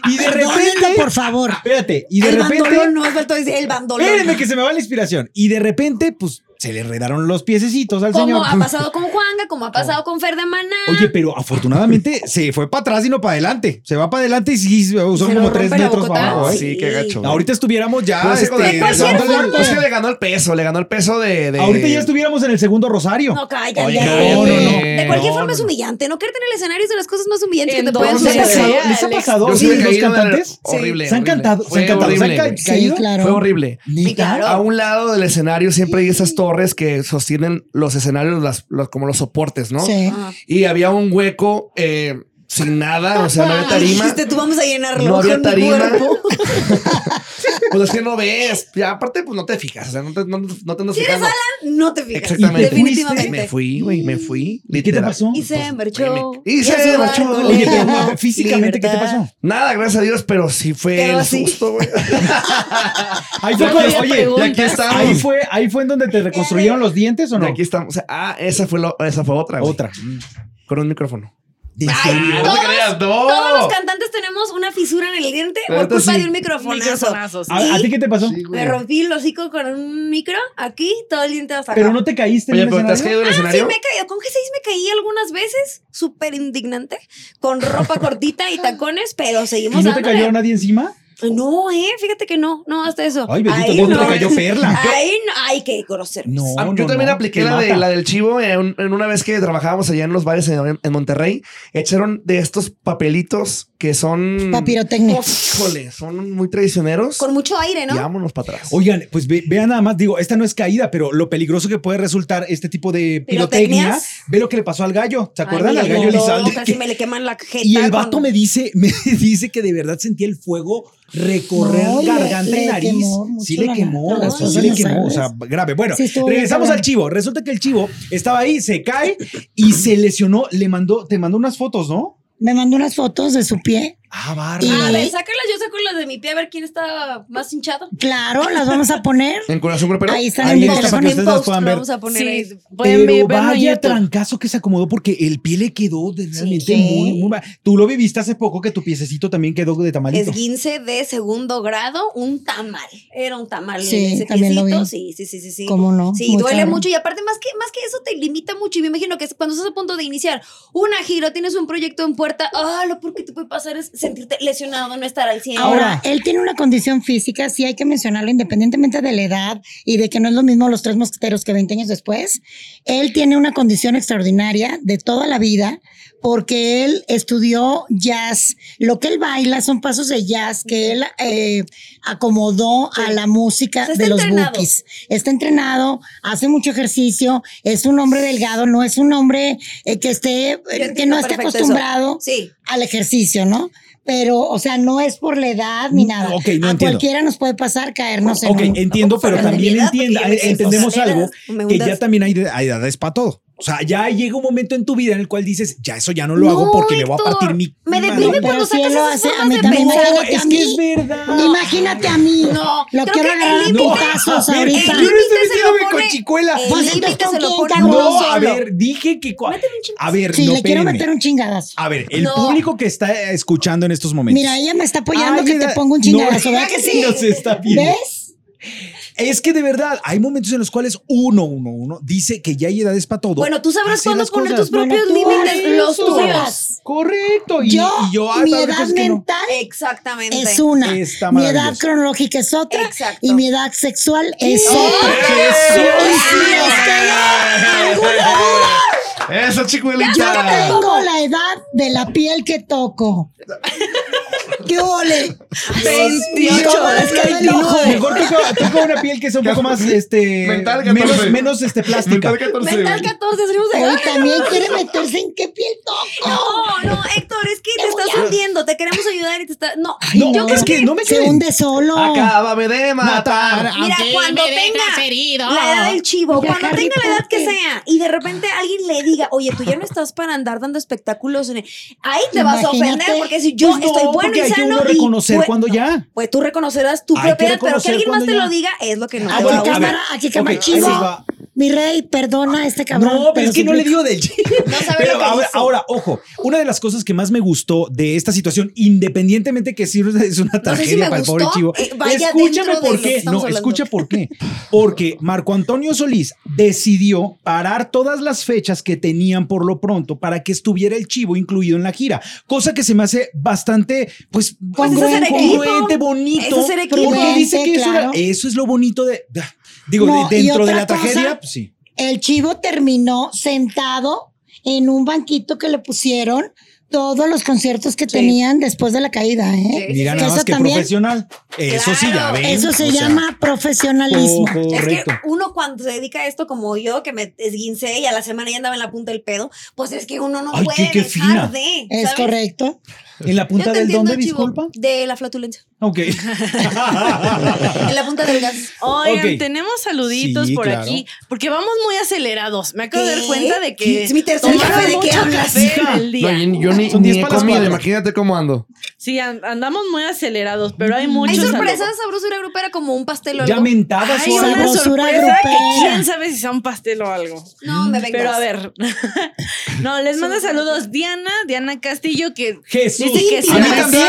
[SPEAKER 4] y de repente.
[SPEAKER 1] Perdónenlo, por favor.
[SPEAKER 4] Espérate, y de
[SPEAKER 3] El
[SPEAKER 4] repente.
[SPEAKER 3] bandolón no es faltó decir el bandolón.
[SPEAKER 4] Espérenme que se me va la inspiración. Y de repente, pues, se le enredaron los piececitos al
[SPEAKER 3] Como
[SPEAKER 4] señor.
[SPEAKER 3] ha pasado con Juanga, como ha pasado con Fer de Maná.
[SPEAKER 4] Oye, pero afortunadamente se fue para atrás y no para adelante. Se va para adelante y sí, son
[SPEAKER 3] Se
[SPEAKER 4] como
[SPEAKER 3] lo
[SPEAKER 4] tres
[SPEAKER 3] rompe la
[SPEAKER 4] metros
[SPEAKER 3] bocota.
[SPEAKER 4] para abajo. ¿eh?
[SPEAKER 2] Sí, qué gacho.
[SPEAKER 4] Ahorita estuviéramos ya.
[SPEAKER 2] Pero ese con el-
[SPEAKER 4] este,
[SPEAKER 3] Ah, De Pues cualquier
[SPEAKER 4] dándole-
[SPEAKER 3] forma.
[SPEAKER 2] Es que le ganó el peso, le ganó el peso de. de-
[SPEAKER 4] Ahorita ya estuviéramos en el segundo rosario.
[SPEAKER 3] No, cállate.
[SPEAKER 2] Oye,
[SPEAKER 4] no, no, no.
[SPEAKER 3] De cualquier
[SPEAKER 2] No,
[SPEAKER 3] forma
[SPEAKER 2] no.
[SPEAKER 3] es humillante. No quererte en el escenario es de las cosas más humillantes que te
[SPEAKER 5] Entonces,
[SPEAKER 3] pueden
[SPEAKER 4] ¿Les ha
[SPEAKER 5] Sí,
[SPEAKER 4] pasado?
[SPEAKER 3] suceder.
[SPEAKER 5] sí,
[SPEAKER 4] ¿Les ha
[SPEAKER 5] Alex.
[SPEAKER 4] pasado?
[SPEAKER 2] Yo sí
[SPEAKER 4] Sí,
[SPEAKER 2] me
[SPEAKER 4] los
[SPEAKER 2] caí en una-
[SPEAKER 4] cantantes.
[SPEAKER 2] Horrible.
[SPEAKER 4] ¿Se han
[SPEAKER 2] horrible.
[SPEAKER 4] cantado? ¿Se
[SPEAKER 2] Fue
[SPEAKER 4] han cantado? ¿Se han
[SPEAKER 2] horrible,
[SPEAKER 4] ca-
[SPEAKER 2] güey.
[SPEAKER 4] caído?
[SPEAKER 1] Sí, claro.
[SPEAKER 2] Fue horrible.
[SPEAKER 4] Neta.
[SPEAKER 3] claro.
[SPEAKER 2] A un lado del escenario siempre hay esas torres que sostienen los escenarios las- los- como los soportes, ¿no?
[SPEAKER 1] Sí.
[SPEAKER 3] Ah.
[SPEAKER 2] Y había un hueco eh, sin nada, o sea, no había tarima.
[SPEAKER 3] Dijiste, tú vamos a llenarlo
[SPEAKER 2] No había
[SPEAKER 3] con
[SPEAKER 2] tarima.
[SPEAKER 3] mi cuerpo.
[SPEAKER 2] Pues es que no ves. Ya, aparte, pues no te fijas, o sea, no te, no, no te andas
[SPEAKER 3] ¿Quieres
[SPEAKER 2] fijando.
[SPEAKER 3] Alan? No te fijas.
[SPEAKER 2] Exactamente.
[SPEAKER 3] Definitivamente.
[SPEAKER 2] Me fui, güey, me fui.
[SPEAKER 4] ¿Y ¿Qué te
[SPEAKER 2] literal.
[SPEAKER 4] pasó?
[SPEAKER 3] Y se embarchó.
[SPEAKER 2] Y se
[SPEAKER 3] a su
[SPEAKER 2] embarchó.
[SPEAKER 3] barco
[SPEAKER 2] Oye,
[SPEAKER 4] Oye,
[SPEAKER 3] le
[SPEAKER 4] pero
[SPEAKER 3] dio
[SPEAKER 4] no, físicamente, ¿qué te
[SPEAKER 3] libertad.
[SPEAKER 4] pasó?
[SPEAKER 2] Nada, gracias a Dios, pero sí fue
[SPEAKER 3] Quedó
[SPEAKER 2] el
[SPEAKER 3] así.
[SPEAKER 2] susto, güey.
[SPEAKER 4] Ahí fue,
[SPEAKER 5] fue cuando-
[SPEAKER 4] cuando-
[SPEAKER 5] había
[SPEAKER 4] oye,
[SPEAKER 5] preguntas.
[SPEAKER 2] Y aquí estamos.
[SPEAKER 4] ahí fue, ahí fue en donde te reconstruyeron los dientes o
[SPEAKER 2] Y
[SPEAKER 4] no?
[SPEAKER 2] aquí estamos. O sea, ah, esa fue, lo- esa fue otra. güey.
[SPEAKER 4] Otra.
[SPEAKER 2] Con un micrófono.
[SPEAKER 4] ¿De
[SPEAKER 3] Ay,
[SPEAKER 4] serio?
[SPEAKER 3] no.
[SPEAKER 2] No te creas, no.
[SPEAKER 3] Todos los cantantes tenemos una fisura en el diente
[SPEAKER 2] La
[SPEAKER 3] por
[SPEAKER 2] neta,
[SPEAKER 3] culpa
[SPEAKER 2] sí.
[SPEAKER 3] de un microfonazo.
[SPEAKER 5] Microfonazo, sí.
[SPEAKER 4] ¿A, a ti qué te pasó?
[SPEAKER 2] Sí, güey.
[SPEAKER 3] Me rompí el hocico con un micro aquí, todo el diente hasta acá.
[SPEAKER 4] Pero no te caíste
[SPEAKER 2] Oye,
[SPEAKER 4] en el
[SPEAKER 2] pero te has
[SPEAKER 4] escenario?
[SPEAKER 2] caído del
[SPEAKER 3] Sí,
[SPEAKER 2] escenario.
[SPEAKER 3] me he caído. Con G6 me caí algunas veces, súper indignante, con ropa cortita y tacones, pero seguimos
[SPEAKER 4] ¿Y no te
[SPEAKER 3] dándole.
[SPEAKER 4] cayó nadie encima?
[SPEAKER 3] No, eh, fíjate que no, no, hasta eso.
[SPEAKER 4] Ay, bendito
[SPEAKER 3] Ahí
[SPEAKER 4] Dios, no
[SPEAKER 3] no.
[SPEAKER 4] te cayó perla.
[SPEAKER 3] Ahí no, ay, qué grosero.
[SPEAKER 4] No,
[SPEAKER 2] Ah,
[SPEAKER 4] no,
[SPEAKER 2] Yo también
[SPEAKER 4] no,
[SPEAKER 2] apliqué
[SPEAKER 4] te
[SPEAKER 2] la, de,
[SPEAKER 4] mata.
[SPEAKER 2] la del chivo en, en una vez que trabajábamos allá en los bares en, en Monterrey. Echaron de estos papelitos que son.
[SPEAKER 1] Papirotecnia.
[SPEAKER 2] Híjole, son muy traicioneros.
[SPEAKER 3] Con mucho aire,
[SPEAKER 2] Y
[SPEAKER 3] ¿no?
[SPEAKER 2] vámonos para atrás.
[SPEAKER 4] Oigan, pues ve- vean nada más, digo, esta no es caída, pero lo peligroso que puede resultar este tipo de pirotecnia.
[SPEAKER 3] ¿Pirotecnias?
[SPEAKER 4] Ve lo que le pasó al gallo, ¿se acuerdan?
[SPEAKER 3] Ay,
[SPEAKER 4] al
[SPEAKER 3] mira,
[SPEAKER 4] gallo
[SPEAKER 3] no,
[SPEAKER 4] Elizalde.
[SPEAKER 3] Casi
[SPEAKER 4] que-
[SPEAKER 3] me le queman la jeta.
[SPEAKER 4] Y el
[SPEAKER 3] con-
[SPEAKER 4] vato me dice, me dice que de verdad sentía el fuego recorrer
[SPEAKER 1] No, le-
[SPEAKER 4] garganta y
[SPEAKER 1] le
[SPEAKER 4] nariz.
[SPEAKER 1] quemó mucho
[SPEAKER 4] Sí le
[SPEAKER 1] la
[SPEAKER 4] quemó,
[SPEAKER 1] garganta,
[SPEAKER 4] o sea,
[SPEAKER 1] las
[SPEAKER 4] sí le
[SPEAKER 1] cosas,
[SPEAKER 4] quemó, o
[SPEAKER 1] ¿sabes?
[SPEAKER 4] sea, grave. Bueno,
[SPEAKER 1] Sí, estuvo bien
[SPEAKER 4] regresamos
[SPEAKER 1] cabrón.
[SPEAKER 4] al chivo. Resulta que el chivo estaba ahí, se cae y se lesionó, le mandó, te mandó unas fotos, ¿no?
[SPEAKER 1] Me mandó unas fotos de su pie.
[SPEAKER 4] Ah,
[SPEAKER 3] A
[SPEAKER 1] Y-
[SPEAKER 4] bárbaro.
[SPEAKER 3] ver, sácalas, yo saco las de mi pie a ver quién está más hinchado.
[SPEAKER 1] Claro, las vamos a poner.
[SPEAKER 2] En corazón grupero.
[SPEAKER 1] Ahí están
[SPEAKER 4] Ahí
[SPEAKER 1] en mi
[SPEAKER 4] está,
[SPEAKER 1] teléfono.
[SPEAKER 4] para que ustedes las
[SPEAKER 3] post
[SPEAKER 4] puedan
[SPEAKER 3] lo
[SPEAKER 4] ver.
[SPEAKER 3] vamos a poner ahí.
[SPEAKER 5] Sí, pueden ver-
[SPEAKER 4] Pero
[SPEAKER 5] verlo en
[SPEAKER 4] vaya
[SPEAKER 5] YouTube.
[SPEAKER 4] trancazo que se acomodó porque el pie le quedó de- realmente
[SPEAKER 1] Sí.
[SPEAKER 4] muy, muy mal. Tú lo viviste hace poco que tu piececito también quedó de tamalito.
[SPEAKER 3] Esguince de segundo grado, un tamal. Era un tamal.
[SPEAKER 1] Sí,
[SPEAKER 3] ese
[SPEAKER 1] también lo
[SPEAKER 3] piecito.
[SPEAKER 1] vi.
[SPEAKER 3] Sí, sí, sí, sí, sí.
[SPEAKER 1] ¿Cómo no?
[SPEAKER 3] Sí,
[SPEAKER 1] Muy
[SPEAKER 3] duele
[SPEAKER 1] cabrón.
[SPEAKER 3] mucho y aparte más que, más que eso te limita mucho y me imagino que es cuando estás a punto de iniciar una gira, tienes un proyecto en puerta, ah, lo peor que te puede pasar es sentirte lesionado, no estar al
[SPEAKER 4] Ah,
[SPEAKER 3] 100.
[SPEAKER 1] Ahora, él tiene una condición física, sí hay que mencionarlo, independientemente de la edad y de que no es lo mismo los tres mosqueteros que 20 años después. Él tiene una condición extraordinaria de toda la vida porque él estudió jazz. Lo que él baila son pasos de jazz que él eh, acomodó a la música
[SPEAKER 3] O sea, está
[SPEAKER 1] de los
[SPEAKER 3] entrenado.
[SPEAKER 1] bookies. Está entrenado, hace mucho ejercicio, es un hombre delgado, no es un hombre eh, que esté, eh,
[SPEAKER 3] Yo
[SPEAKER 1] que no
[SPEAKER 3] entiendo
[SPEAKER 1] esté
[SPEAKER 3] perfecto eso.
[SPEAKER 1] acostumbrado
[SPEAKER 3] sí.
[SPEAKER 1] al ejercicio, ¿no? pero, o sea, no es por la edad ni
[SPEAKER 4] No,
[SPEAKER 1] nada.
[SPEAKER 4] Mm, ok, no
[SPEAKER 1] a
[SPEAKER 4] entiendo.
[SPEAKER 1] cualquiera nos puede pasar caernos en
[SPEAKER 4] ok,
[SPEAKER 1] un-
[SPEAKER 4] entiendo, pero
[SPEAKER 3] Pero
[SPEAKER 4] también
[SPEAKER 3] realidad, porque
[SPEAKER 4] entienda,
[SPEAKER 3] yo me siento
[SPEAKER 4] entendemos
[SPEAKER 3] soledad,
[SPEAKER 4] algo
[SPEAKER 3] me
[SPEAKER 4] que
[SPEAKER 3] hundas.
[SPEAKER 4] ya también hay, de- hay edades para todo. O sea, ya llega un momento en tu vida en el cual dices, ya eso ya no lo hago porque me voy a
[SPEAKER 3] Héctor,
[SPEAKER 4] partir mi.
[SPEAKER 3] Me
[SPEAKER 4] madre".
[SPEAKER 3] deprime
[SPEAKER 1] Pero
[SPEAKER 3] cuando
[SPEAKER 1] si él
[SPEAKER 3] sacas
[SPEAKER 1] lo
[SPEAKER 3] esas
[SPEAKER 1] hace, a
[SPEAKER 3] formas
[SPEAKER 1] mí
[SPEAKER 3] de
[SPEAKER 1] también me
[SPEAKER 3] pensar.
[SPEAKER 1] da-
[SPEAKER 4] No, es
[SPEAKER 1] a
[SPEAKER 4] que
[SPEAKER 1] mí-
[SPEAKER 4] es verdad.
[SPEAKER 1] Imagínate a mí.
[SPEAKER 3] No,
[SPEAKER 1] lo
[SPEAKER 3] creo
[SPEAKER 1] quiero
[SPEAKER 3] que
[SPEAKER 1] agarrar a
[SPEAKER 3] el límite-
[SPEAKER 1] putazos
[SPEAKER 4] a ver,
[SPEAKER 1] ahorita.
[SPEAKER 4] el límite
[SPEAKER 3] se
[SPEAKER 4] metido
[SPEAKER 3] lo
[SPEAKER 4] mi
[SPEAKER 3] pone-
[SPEAKER 4] cochicuela.
[SPEAKER 3] el
[SPEAKER 1] Pues
[SPEAKER 3] límite
[SPEAKER 1] entonces,
[SPEAKER 3] se
[SPEAKER 1] ¿con
[SPEAKER 3] lo
[SPEAKER 1] quién,
[SPEAKER 3] pone
[SPEAKER 1] cabrón?
[SPEAKER 3] uno
[SPEAKER 4] No, a
[SPEAKER 3] solo.
[SPEAKER 4] ver, dije que. cua- A ver,
[SPEAKER 1] Sí,
[SPEAKER 4] no,
[SPEAKER 1] le quiero
[SPEAKER 4] espérenme. Ah,
[SPEAKER 1] meter un chingadazo.
[SPEAKER 4] A ver, el
[SPEAKER 3] No.
[SPEAKER 4] público que está escuchando en estos momentos.
[SPEAKER 1] Mira, ella me está apoyando
[SPEAKER 4] Ay,
[SPEAKER 1] que
[SPEAKER 4] Ah, mira,
[SPEAKER 1] te pongo un
[SPEAKER 4] no,
[SPEAKER 1] chingadazo, ¿verdad que
[SPEAKER 4] sí
[SPEAKER 1] sí?
[SPEAKER 4] nos está viendo.
[SPEAKER 1] ¿Ves?
[SPEAKER 4] Es que de verdad, hay momentos en los cuales uno, uno, uno dice que ya hay edades para todo.
[SPEAKER 3] Bueno, tú sabrás
[SPEAKER 4] Hace
[SPEAKER 3] cuándo
[SPEAKER 4] las
[SPEAKER 3] poner
[SPEAKER 4] cosas.
[SPEAKER 3] tus propios
[SPEAKER 1] Bueno, tú
[SPEAKER 3] límites,
[SPEAKER 1] haz
[SPEAKER 3] los
[SPEAKER 1] eso.
[SPEAKER 3] tuyos.
[SPEAKER 4] Correcto. Y
[SPEAKER 1] Yo,
[SPEAKER 4] y yo, ah,
[SPEAKER 1] mi
[SPEAKER 4] tal vez
[SPEAKER 1] edad
[SPEAKER 4] es que no.
[SPEAKER 1] mental
[SPEAKER 3] Exactamente.
[SPEAKER 1] es una.
[SPEAKER 4] Está
[SPEAKER 1] Mi edad
[SPEAKER 4] maravilloso.
[SPEAKER 1] cronológica es otra.
[SPEAKER 3] Exacto.
[SPEAKER 1] Y mi edad sexual es
[SPEAKER 4] ¡Oh,
[SPEAKER 1] otra.
[SPEAKER 2] ¡Eso!
[SPEAKER 1] Y si les queda alguna duda,
[SPEAKER 2] ¡Eso,
[SPEAKER 1] yo
[SPEAKER 4] Ah.
[SPEAKER 2] chicuelita!
[SPEAKER 1] tengo la edad de la piel que toco. ¡Qué ole!
[SPEAKER 5] 28,
[SPEAKER 1] ¿Cómo les
[SPEAKER 5] es
[SPEAKER 1] queda el ojo?
[SPEAKER 4] Mejor toca, toca una piel que sea un poco más este
[SPEAKER 2] Mental que
[SPEAKER 4] menos,
[SPEAKER 2] torce.
[SPEAKER 4] menos este plástica.
[SPEAKER 2] Mental 14.
[SPEAKER 3] Mental 14, salimos de
[SPEAKER 1] Hoy también quiere meterse en qué piel toco.
[SPEAKER 3] No, no, Héctor, es que te
[SPEAKER 1] Te voy
[SPEAKER 3] estás
[SPEAKER 1] a-
[SPEAKER 3] hundiendo, te queremos ayudar y te estás. No,
[SPEAKER 4] No,
[SPEAKER 3] yo creo
[SPEAKER 4] es que no me
[SPEAKER 1] Se
[SPEAKER 4] creen.
[SPEAKER 1] hunde solo.
[SPEAKER 2] Acábame de matar.
[SPEAKER 3] Mira, cuando tenga la edad del chivo,
[SPEAKER 1] Ya,
[SPEAKER 3] cuando
[SPEAKER 1] Harry
[SPEAKER 3] tenga la edad que
[SPEAKER 1] Potter.
[SPEAKER 3] sea, y de repente alguien le diga, oye, tú ya no estás para andar dando espectáculos, en el-". ahí te vas a
[SPEAKER 1] Imagínate.
[SPEAKER 3] ofender porque si yo
[SPEAKER 4] Pues no,
[SPEAKER 3] estoy bueno
[SPEAKER 4] porque
[SPEAKER 3] y
[SPEAKER 4] hay que
[SPEAKER 3] sano.
[SPEAKER 4] uno
[SPEAKER 3] y
[SPEAKER 4] reconocer
[SPEAKER 3] pues-
[SPEAKER 4] cuando ya.
[SPEAKER 3] Pues tú reconocerás tu
[SPEAKER 4] Hay que
[SPEAKER 3] propia edad, pero que
[SPEAKER 4] reconocer
[SPEAKER 3] alguien más te
[SPEAKER 4] cuando
[SPEAKER 3] lo
[SPEAKER 4] ya.
[SPEAKER 3] diga es lo que no te
[SPEAKER 1] Aquí
[SPEAKER 3] va a
[SPEAKER 4] bueno, a ver.
[SPEAKER 1] cámara, aquí cámara
[SPEAKER 4] Ok,
[SPEAKER 1] chivo.
[SPEAKER 4] ahí les va.
[SPEAKER 1] Mi rey, perdona a este cabrón.
[SPEAKER 4] No, pero es que no le
[SPEAKER 1] suplico.
[SPEAKER 4] digo del
[SPEAKER 3] No sabe
[SPEAKER 4] Pero
[SPEAKER 3] lo que
[SPEAKER 4] a ver,
[SPEAKER 3] hizo.
[SPEAKER 4] ahora, ojo, una de las cosas que más me gustó de esta situación, independientemente que sí es una
[SPEAKER 3] sé si
[SPEAKER 4] tragedia
[SPEAKER 3] me
[SPEAKER 4] para el
[SPEAKER 3] gustó,
[SPEAKER 4] pobre chivo,
[SPEAKER 3] eh, vaya
[SPEAKER 4] escúchame
[SPEAKER 3] dentro de lo
[SPEAKER 4] por
[SPEAKER 3] que
[SPEAKER 4] qué.
[SPEAKER 3] estamos
[SPEAKER 4] No,
[SPEAKER 3] hablando.
[SPEAKER 4] escucha por qué. Porque Marco Antonio Solís decidió parar todas las fechas que tenían por lo pronto para que estuviera el chivo incluido en la gira, cosa que se me hace bastante, pues,
[SPEAKER 1] Pues
[SPEAKER 3] es hacer equipo.
[SPEAKER 4] congruente, bonito.
[SPEAKER 3] Es hacer equipo.
[SPEAKER 4] Porque dice que eso, era-
[SPEAKER 1] Claro.
[SPEAKER 4] eso es lo bonito de. Digo,
[SPEAKER 1] No,
[SPEAKER 4] de-
[SPEAKER 1] y
[SPEAKER 4] dentro de
[SPEAKER 1] otra
[SPEAKER 4] la tragedia,
[SPEAKER 1] cosa-
[SPEAKER 4] pues sí.
[SPEAKER 1] El chivo terminó sentado en un banquito que le pusieron todos los conciertos que tenían después de la caída. ¿eh?
[SPEAKER 3] Sí.
[SPEAKER 4] Mira
[SPEAKER 1] Que
[SPEAKER 4] nada
[SPEAKER 1] eso
[SPEAKER 4] más que
[SPEAKER 1] también-
[SPEAKER 4] profesional. Eso sí, ya
[SPEAKER 3] Claro,
[SPEAKER 4] ven.
[SPEAKER 1] Eso se
[SPEAKER 4] o sea,
[SPEAKER 1] llama profesionalismo.
[SPEAKER 4] co-
[SPEAKER 3] Es que
[SPEAKER 4] correcto.
[SPEAKER 3] uno cuando se dedica a esto como yo, que me esguincé y a la semana ya andaba en la punta del pedo, pues es que uno no
[SPEAKER 4] Ay,
[SPEAKER 3] puede
[SPEAKER 4] qué- qué
[SPEAKER 3] dejar
[SPEAKER 4] fina.
[SPEAKER 3] de.
[SPEAKER 1] Es
[SPEAKER 3] ¿sabes?
[SPEAKER 1] correcto.
[SPEAKER 4] ¿En la
[SPEAKER 3] Yo
[SPEAKER 4] punta
[SPEAKER 3] te
[SPEAKER 4] del
[SPEAKER 3] entiendo,
[SPEAKER 4] dónde,
[SPEAKER 3] chivo,
[SPEAKER 4] disculpa?
[SPEAKER 3] De la flatulencia.
[SPEAKER 4] Ok.
[SPEAKER 3] En la punta del gas.
[SPEAKER 5] Oigan,
[SPEAKER 4] Ok.
[SPEAKER 5] tenemos saluditos
[SPEAKER 4] Sí,
[SPEAKER 5] por
[SPEAKER 4] claro.
[SPEAKER 5] aquí, porque vamos muy acelerados. Me acabo de dar
[SPEAKER 3] ¿Qué?
[SPEAKER 5] cuenta de
[SPEAKER 3] ¿Qué?
[SPEAKER 5] que
[SPEAKER 3] Es mi tercer
[SPEAKER 5] tomaba
[SPEAKER 3] café, ¿de qué
[SPEAKER 5] mucho
[SPEAKER 3] hablas,
[SPEAKER 5] café
[SPEAKER 4] hija?
[SPEAKER 5] en el
[SPEAKER 2] No,
[SPEAKER 5] día.
[SPEAKER 2] yo- yo ni,
[SPEAKER 4] Son
[SPEAKER 2] ni
[SPEAKER 4] diez
[SPEAKER 2] he
[SPEAKER 4] para las
[SPEAKER 2] comido,
[SPEAKER 4] cuatro.
[SPEAKER 2] imagínate cómo ando.
[SPEAKER 5] Sí, an- andamos muy acelerados, pero hay muchos
[SPEAKER 3] Hay
[SPEAKER 5] saludos.
[SPEAKER 3] sorpresas, sabrosura grupera como un pastel o algo.
[SPEAKER 4] ya mentadas
[SPEAKER 5] Hay
[SPEAKER 4] o
[SPEAKER 5] una
[SPEAKER 4] algo.
[SPEAKER 1] sabrosura
[SPEAKER 5] sorpresa que
[SPEAKER 1] grupera.
[SPEAKER 5] quién sabe si sea un pastel o algo.
[SPEAKER 3] No, me vengas.
[SPEAKER 5] Pero a ver, no, les manda saludos Diana, Diana Castillo, que
[SPEAKER 4] Jesús.
[SPEAKER 5] dice que,
[SPEAKER 3] Sí,
[SPEAKER 5] sepas-
[SPEAKER 2] Diana también.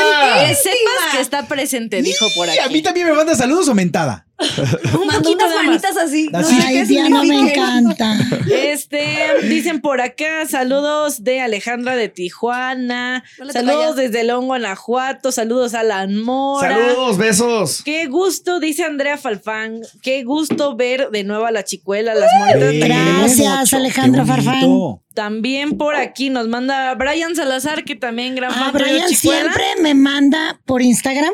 [SPEAKER 5] que sepas que está presente, dijo por
[SPEAKER 4] Y a mí
[SPEAKER 5] aquí.
[SPEAKER 4] también me manda saludos o mentada.
[SPEAKER 5] Un
[SPEAKER 3] Mandó
[SPEAKER 5] poquito
[SPEAKER 3] unas
[SPEAKER 5] de más.
[SPEAKER 3] manitas así. No
[SPEAKER 4] Así.
[SPEAKER 3] sé
[SPEAKER 1] Ay,
[SPEAKER 3] qué
[SPEAKER 1] Diana, me
[SPEAKER 3] significa.
[SPEAKER 1] encanta.
[SPEAKER 5] Este, dicen por acá, saludos de Alejandra de Tijuana,
[SPEAKER 3] Hola,
[SPEAKER 5] saludos
[SPEAKER 3] Tocaya.
[SPEAKER 5] desde León, Guanajuato, saludos a Alan Mora.
[SPEAKER 2] Saludos, besos.
[SPEAKER 5] Qué gusto, dice Andrea Falfán, qué gusto ver de nuevo a la chicuela, las moritas.
[SPEAKER 4] Ven,
[SPEAKER 1] Gracias,
[SPEAKER 4] ocho,
[SPEAKER 1] Alejandra
[SPEAKER 4] qué bonito.
[SPEAKER 1] Farfán.
[SPEAKER 5] También por aquí nos manda Brian Salazar, que también gran
[SPEAKER 1] Ah,
[SPEAKER 5] fan de la
[SPEAKER 1] Brian
[SPEAKER 5] chicuela.
[SPEAKER 1] siempre me manda por Instagram.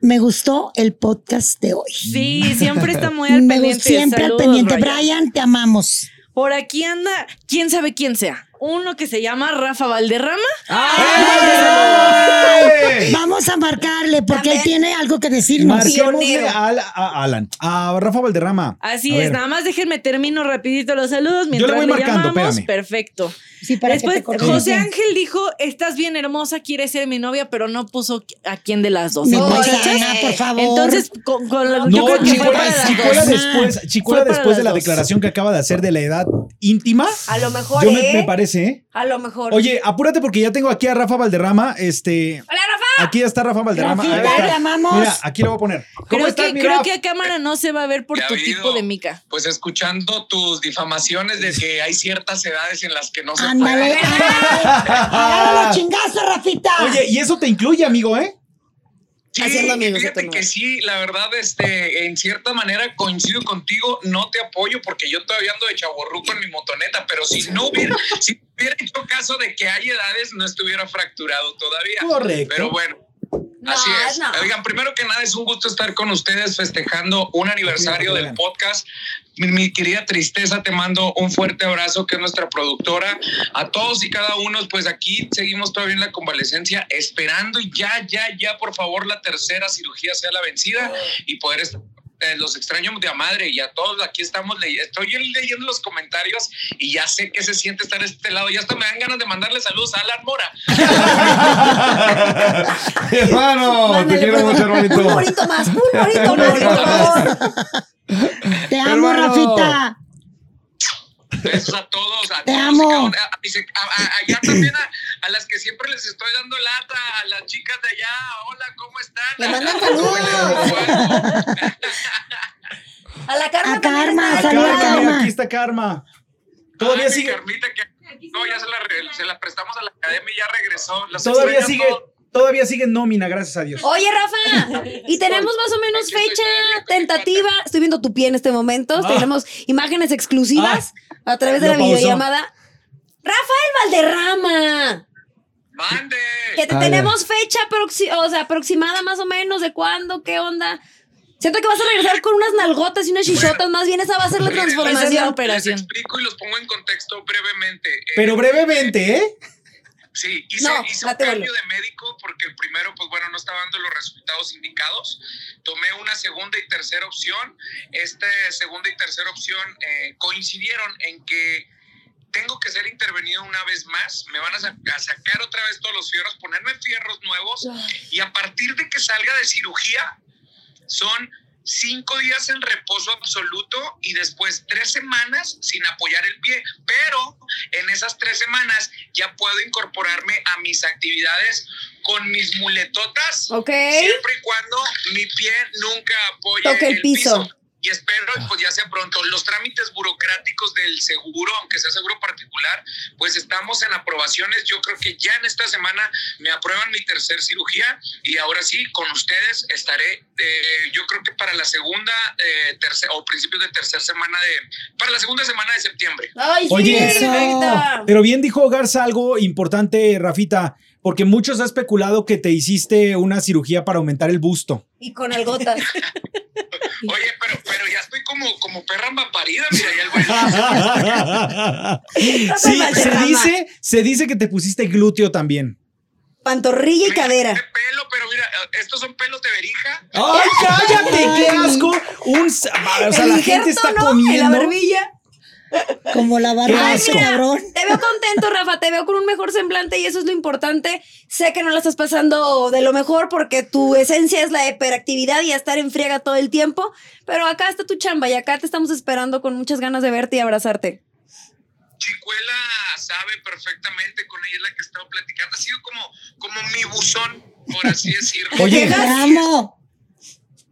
[SPEAKER 1] Me gustó el podcast de hoy.
[SPEAKER 5] Sí, siempre está muy al
[SPEAKER 1] Me gustó
[SPEAKER 5] pendiente.
[SPEAKER 1] siempre al
[SPEAKER 5] Saludos,
[SPEAKER 1] pendiente.
[SPEAKER 5] Brian.
[SPEAKER 1] Brian, te amamos.
[SPEAKER 5] Por aquí anda, quién sabe quién sea. Uno que se llama Rafa Valderrama.
[SPEAKER 2] ¡Ey!
[SPEAKER 1] Vamos a marcarle porque él
[SPEAKER 3] También-
[SPEAKER 1] tiene algo que decirnos.
[SPEAKER 4] Marquémosle
[SPEAKER 3] Pionero.
[SPEAKER 4] a, Al- a Alan, a Rafa Valderrama.
[SPEAKER 5] Así
[SPEAKER 4] A
[SPEAKER 5] es,
[SPEAKER 4] ver.
[SPEAKER 5] nada más déjenme termino rapidito los saludos mientras
[SPEAKER 4] voy
[SPEAKER 5] le
[SPEAKER 4] marcando,
[SPEAKER 5] llamamos.
[SPEAKER 4] espérame.
[SPEAKER 5] Perfecto.
[SPEAKER 1] Sí, para que
[SPEAKER 5] Después,
[SPEAKER 1] te coordines
[SPEAKER 5] José
[SPEAKER 1] bien.
[SPEAKER 5] Ángel dijo: Estás bien hermosa, quieres ser mi novia, pero no puso a quién de las dos.
[SPEAKER 1] Mi
[SPEAKER 3] Oye.
[SPEAKER 1] muchacha, por favor.
[SPEAKER 5] Eh, Entonces, con, con la- yo
[SPEAKER 4] No,
[SPEAKER 5] creo que fue
[SPEAKER 4] Chicuela,
[SPEAKER 5] para las
[SPEAKER 4] Chicuela
[SPEAKER 5] dos.
[SPEAKER 4] después, Chicuela
[SPEAKER 5] Fue para
[SPEAKER 4] después de
[SPEAKER 5] las
[SPEAKER 4] la
[SPEAKER 5] dos.
[SPEAKER 4] declaración que acaba de hacer de la edad íntima.
[SPEAKER 3] A lo mejor,
[SPEAKER 4] Yo me,
[SPEAKER 3] ¿eh?
[SPEAKER 4] me parece, ¿eh?
[SPEAKER 3] A lo mejor.
[SPEAKER 4] Oye, apúrate porque ya tengo aquí a Rafa Valderrama. Este,
[SPEAKER 3] Hola, Rafa.
[SPEAKER 4] aquí está Rafa Valderrama.
[SPEAKER 1] Rafita,
[SPEAKER 4] Ahí está.
[SPEAKER 1] te amamos.
[SPEAKER 4] Mira, aquí lo voy a poner.
[SPEAKER 5] Creo, que,
[SPEAKER 4] mi
[SPEAKER 5] creo
[SPEAKER 4] Raf?
[SPEAKER 5] que a cámara no se va a ver por
[SPEAKER 6] ¿Qué ha
[SPEAKER 5] tu
[SPEAKER 6] habido?
[SPEAKER 5] tipo de mica.
[SPEAKER 6] Pues escuchando tus difamaciones de que hay ciertas edades en las que no se
[SPEAKER 1] Ándale.
[SPEAKER 6] puede.
[SPEAKER 1] Ándale, chingazo, Rafita.
[SPEAKER 4] Oye, y eso te incluye, amigo, ¿eh?
[SPEAKER 6] Sí,
[SPEAKER 3] Haciendo amigos,
[SPEAKER 6] fíjate
[SPEAKER 3] Antonio.
[SPEAKER 6] que sí, la verdad, este, en cierta manera coincido contigo, no te apoyo porque yo todavía ando de chaborruco en mi motoneta, pero si no hubiera, si hubiera hecho caso de que hay edades, no estuviera fracturado todavía.
[SPEAKER 4] Correcto.
[SPEAKER 6] Pero bueno,
[SPEAKER 3] No,
[SPEAKER 6] Así es.
[SPEAKER 3] no.
[SPEAKER 6] Oigan, primero que nada es un gusto estar con ustedes festejando un aniversario del podcast. Mi, mi querida Tristeza, te mando un fuerte abrazo, que es nuestra productora. A todos y cada uno, pues aquí seguimos todavía en la convalecencia, esperando y ya, ya, ya, por favor, la tercera cirugía sea la vencida y poder estar. eh, Los extraño de a madre y a todos aquí estamos leyendo. Estoy leyendo los comentarios y ya sé que se siente estar de este lado. Ya hasta me dan ganas de mandarle saludos a Alan Mora.
[SPEAKER 2] Hermano, te
[SPEAKER 3] Mándale,
[SPEAKER 2] quiero
[SPEAKER 3] por
[SPEAKER 2] mucho,
[SPEAKER 3] favor.
[SPEAKER 2] hermanito.
[SPEAKER 3] Un bonito más, un bonito más, por favor.
[SPEAKER 1] Te amo,
[SPEAKER 2] Hermano.
[SPEAKER 1] Rafita.
[SPEAKER 6] Besos a todos, a
[SPEAKER 1] Te
[SPEAKER 6] todos,
[SPEAKER 1] amo.
[SPEAKER 6] cabrón, a- a mis- a- a- allá también a, a las que siempre les estoy dando lata, a las chicas de allá, hola, ¿cómo están?
[SPEAKER 3] Le mandan
[SPEAKER 6] saludos.
[SPEAKER 3] A la Karma.
[SPEAKER 1] A
[SPEAKER 3] también
[SPEAKER 1] Karma,
[SPEAKER 3] está
[SPEAKER 1] saluda a
[SPEAKER 3] allá.
[SPEAKER 1] Karma.
[SPEAKER 4] Aquí está Karma. Todavía
[SPEAKER 6] Todavía
[SPEAKER 4] sigue-
[SPEAKER 6] sigue. que, no, ya se la, re- se la prestamos a la academia y ya regresó. Los
[SPEAKER 4] Todavía
[SPEAKER 6] extraño
[SPEAKER 4] sigue,
[SPEAKER 6] a todos.
[SPEAKER 4] todavía sigue en nómina, gracias a Dios.
[SPEAKER 3] Oye, Rafa, y tenemos más o menos fecha tentativa. Estoy viendo tu pie en este momento.
[SPEAKER 4] Ah.
[SPEAKER 3] Tenemos imágenes exclusivas
[SPEAKER 1] Ah.
[SPEAKER 3] a través de
[SPEAKER 4] Lo
[SPEAKER 3] la
[SPEAKER 4] pausó.
[SPEAKER 3] videollamada. Rafael Valderrama,
[SPEAKER 6] Mande.
[SPEAKER 3] que te
[SPEAKER 4] Ah, ya.
[SPEAKER 3] tenemos fecha proxi- o sea, aproximada más o menos de cuándo, qué onda. Siento que vas a regresar con unas nalgotas y unas chichotas, más bien esa va a ser la
[SPEAKER 6] Esa es
[SPEAKER 5] Esa
[SPEAKER 6] la
[SPEAKER 5] es la
[SPEAKER 3] transformación.
[SPEAKER 6] Les
[SPEAKER 5] operación.
[SPEAKER 6] explico y los pongo en contexto brevemente. Eh,
[SPEAKER 4] Pero brevemente, ¿eh?
[SPEAKER 6] Sí, hice,
[SPEAKER 3] No,
[SPEAKER 6] hice un
[SPEAKER 3] date
[SPEAKER 6] cambio de médico porque el primero, pues bueno, no estaba dando los resultados indicados. Tomé una segunda y tercera opción. Esta segunda y tercera opción eh, coincidieron en que tengo que ser intervenido una vez más. Me van a, sa- a sacar otra vez todos los fierros, ponerme fierros nuevos. Y a partir de que salga de cirugía, son cinco días en reposo absoluto y después tres semanas sin apoyar el pie. Pero en esas tres semanas ya puedo incorporarme a mis actividades con mis muletotas.
[SPEAKER 3] Ok.
[SPEAKER 6] Siempre y cuando mi pie nunca apoye
[SPEAKER 3] Toque el
[SPEAKER 6] el, piso.
[SPEAKER 3] piso.
[SPEAKER 6] Y espero, pues ya sea pronto, los trámites burocráticos del seguro, aunque sea seguro particular, pues estamos en aprobaciones. Yo creo que ya en esta semana me aprueban mi tercer cirugía y ahora sí, con ustedes estaré, eh, yo creo que para la segunda, eh, terce- o principios de tercera semana de, para la segunda semana de septiembre.
[SPEAKER 3] Ay, sí,
[SPEAKER 4] Oye,
[SPEAKER 3] perfecta.
[SPEAKER 4] Pero bien dijo Garza algo importante, Rafita, porque muchos han especulado que te hiciste una cirugía para aumentar el busto.
[SPEAKER 3] Y con nalgotas.
[SPEAKER 6] Oye, pero, pero ya estoy como, como perra parida, mira, ya el güey.
[SPEAKER 4] sí, se dice, se dice que te pusiste glúteo también.
[SPEAKER 3] Pantorrilla y
[SPEAKER 6] Mira,
[SPEAKER 3] cadera.
[SPEAKER 6] este pelo, pero mira, estos son pelos de verija.
[SPEAKER 4] ¡Ay, cállate! ¡Qué asco! Un, o sea,
[SPEAKER 3] El
[SPEAKER 4] la
[SPEAKER 3] injerto,
[SPEAKER 4] gente está
[SPEAKER 3] ¿no? En la
[SPEAKER 4] comiendo.
[SPEAKER 3] barbilla.
[SPEAKER 1] Como la
[SPEAKER 4] Qué
[SPEAKER 1] barba de ese
[SPEAKER 4] asco.
[SPEAKER 1] cabrón.
[SPEAKER 3] Te veo contento, Rafa, te veo con un mejor semblante y eso es lo importante. Sé que no la estás pasando de lo mejor porque tu esencia es la hiperactividad y estar en friega todo el tiempo, pero acá está tu chamba y acá te estamos esperando con muchas ganas de verte y abrazarte.
[SPEAKER 6] Chicuela sabe perfectamente, con ella es la que he estado platicando. Ha sido como, como mi buzón, por así decirlo.
[SPEAKER 4] Oye.
[SPEAKER 1] Te amo.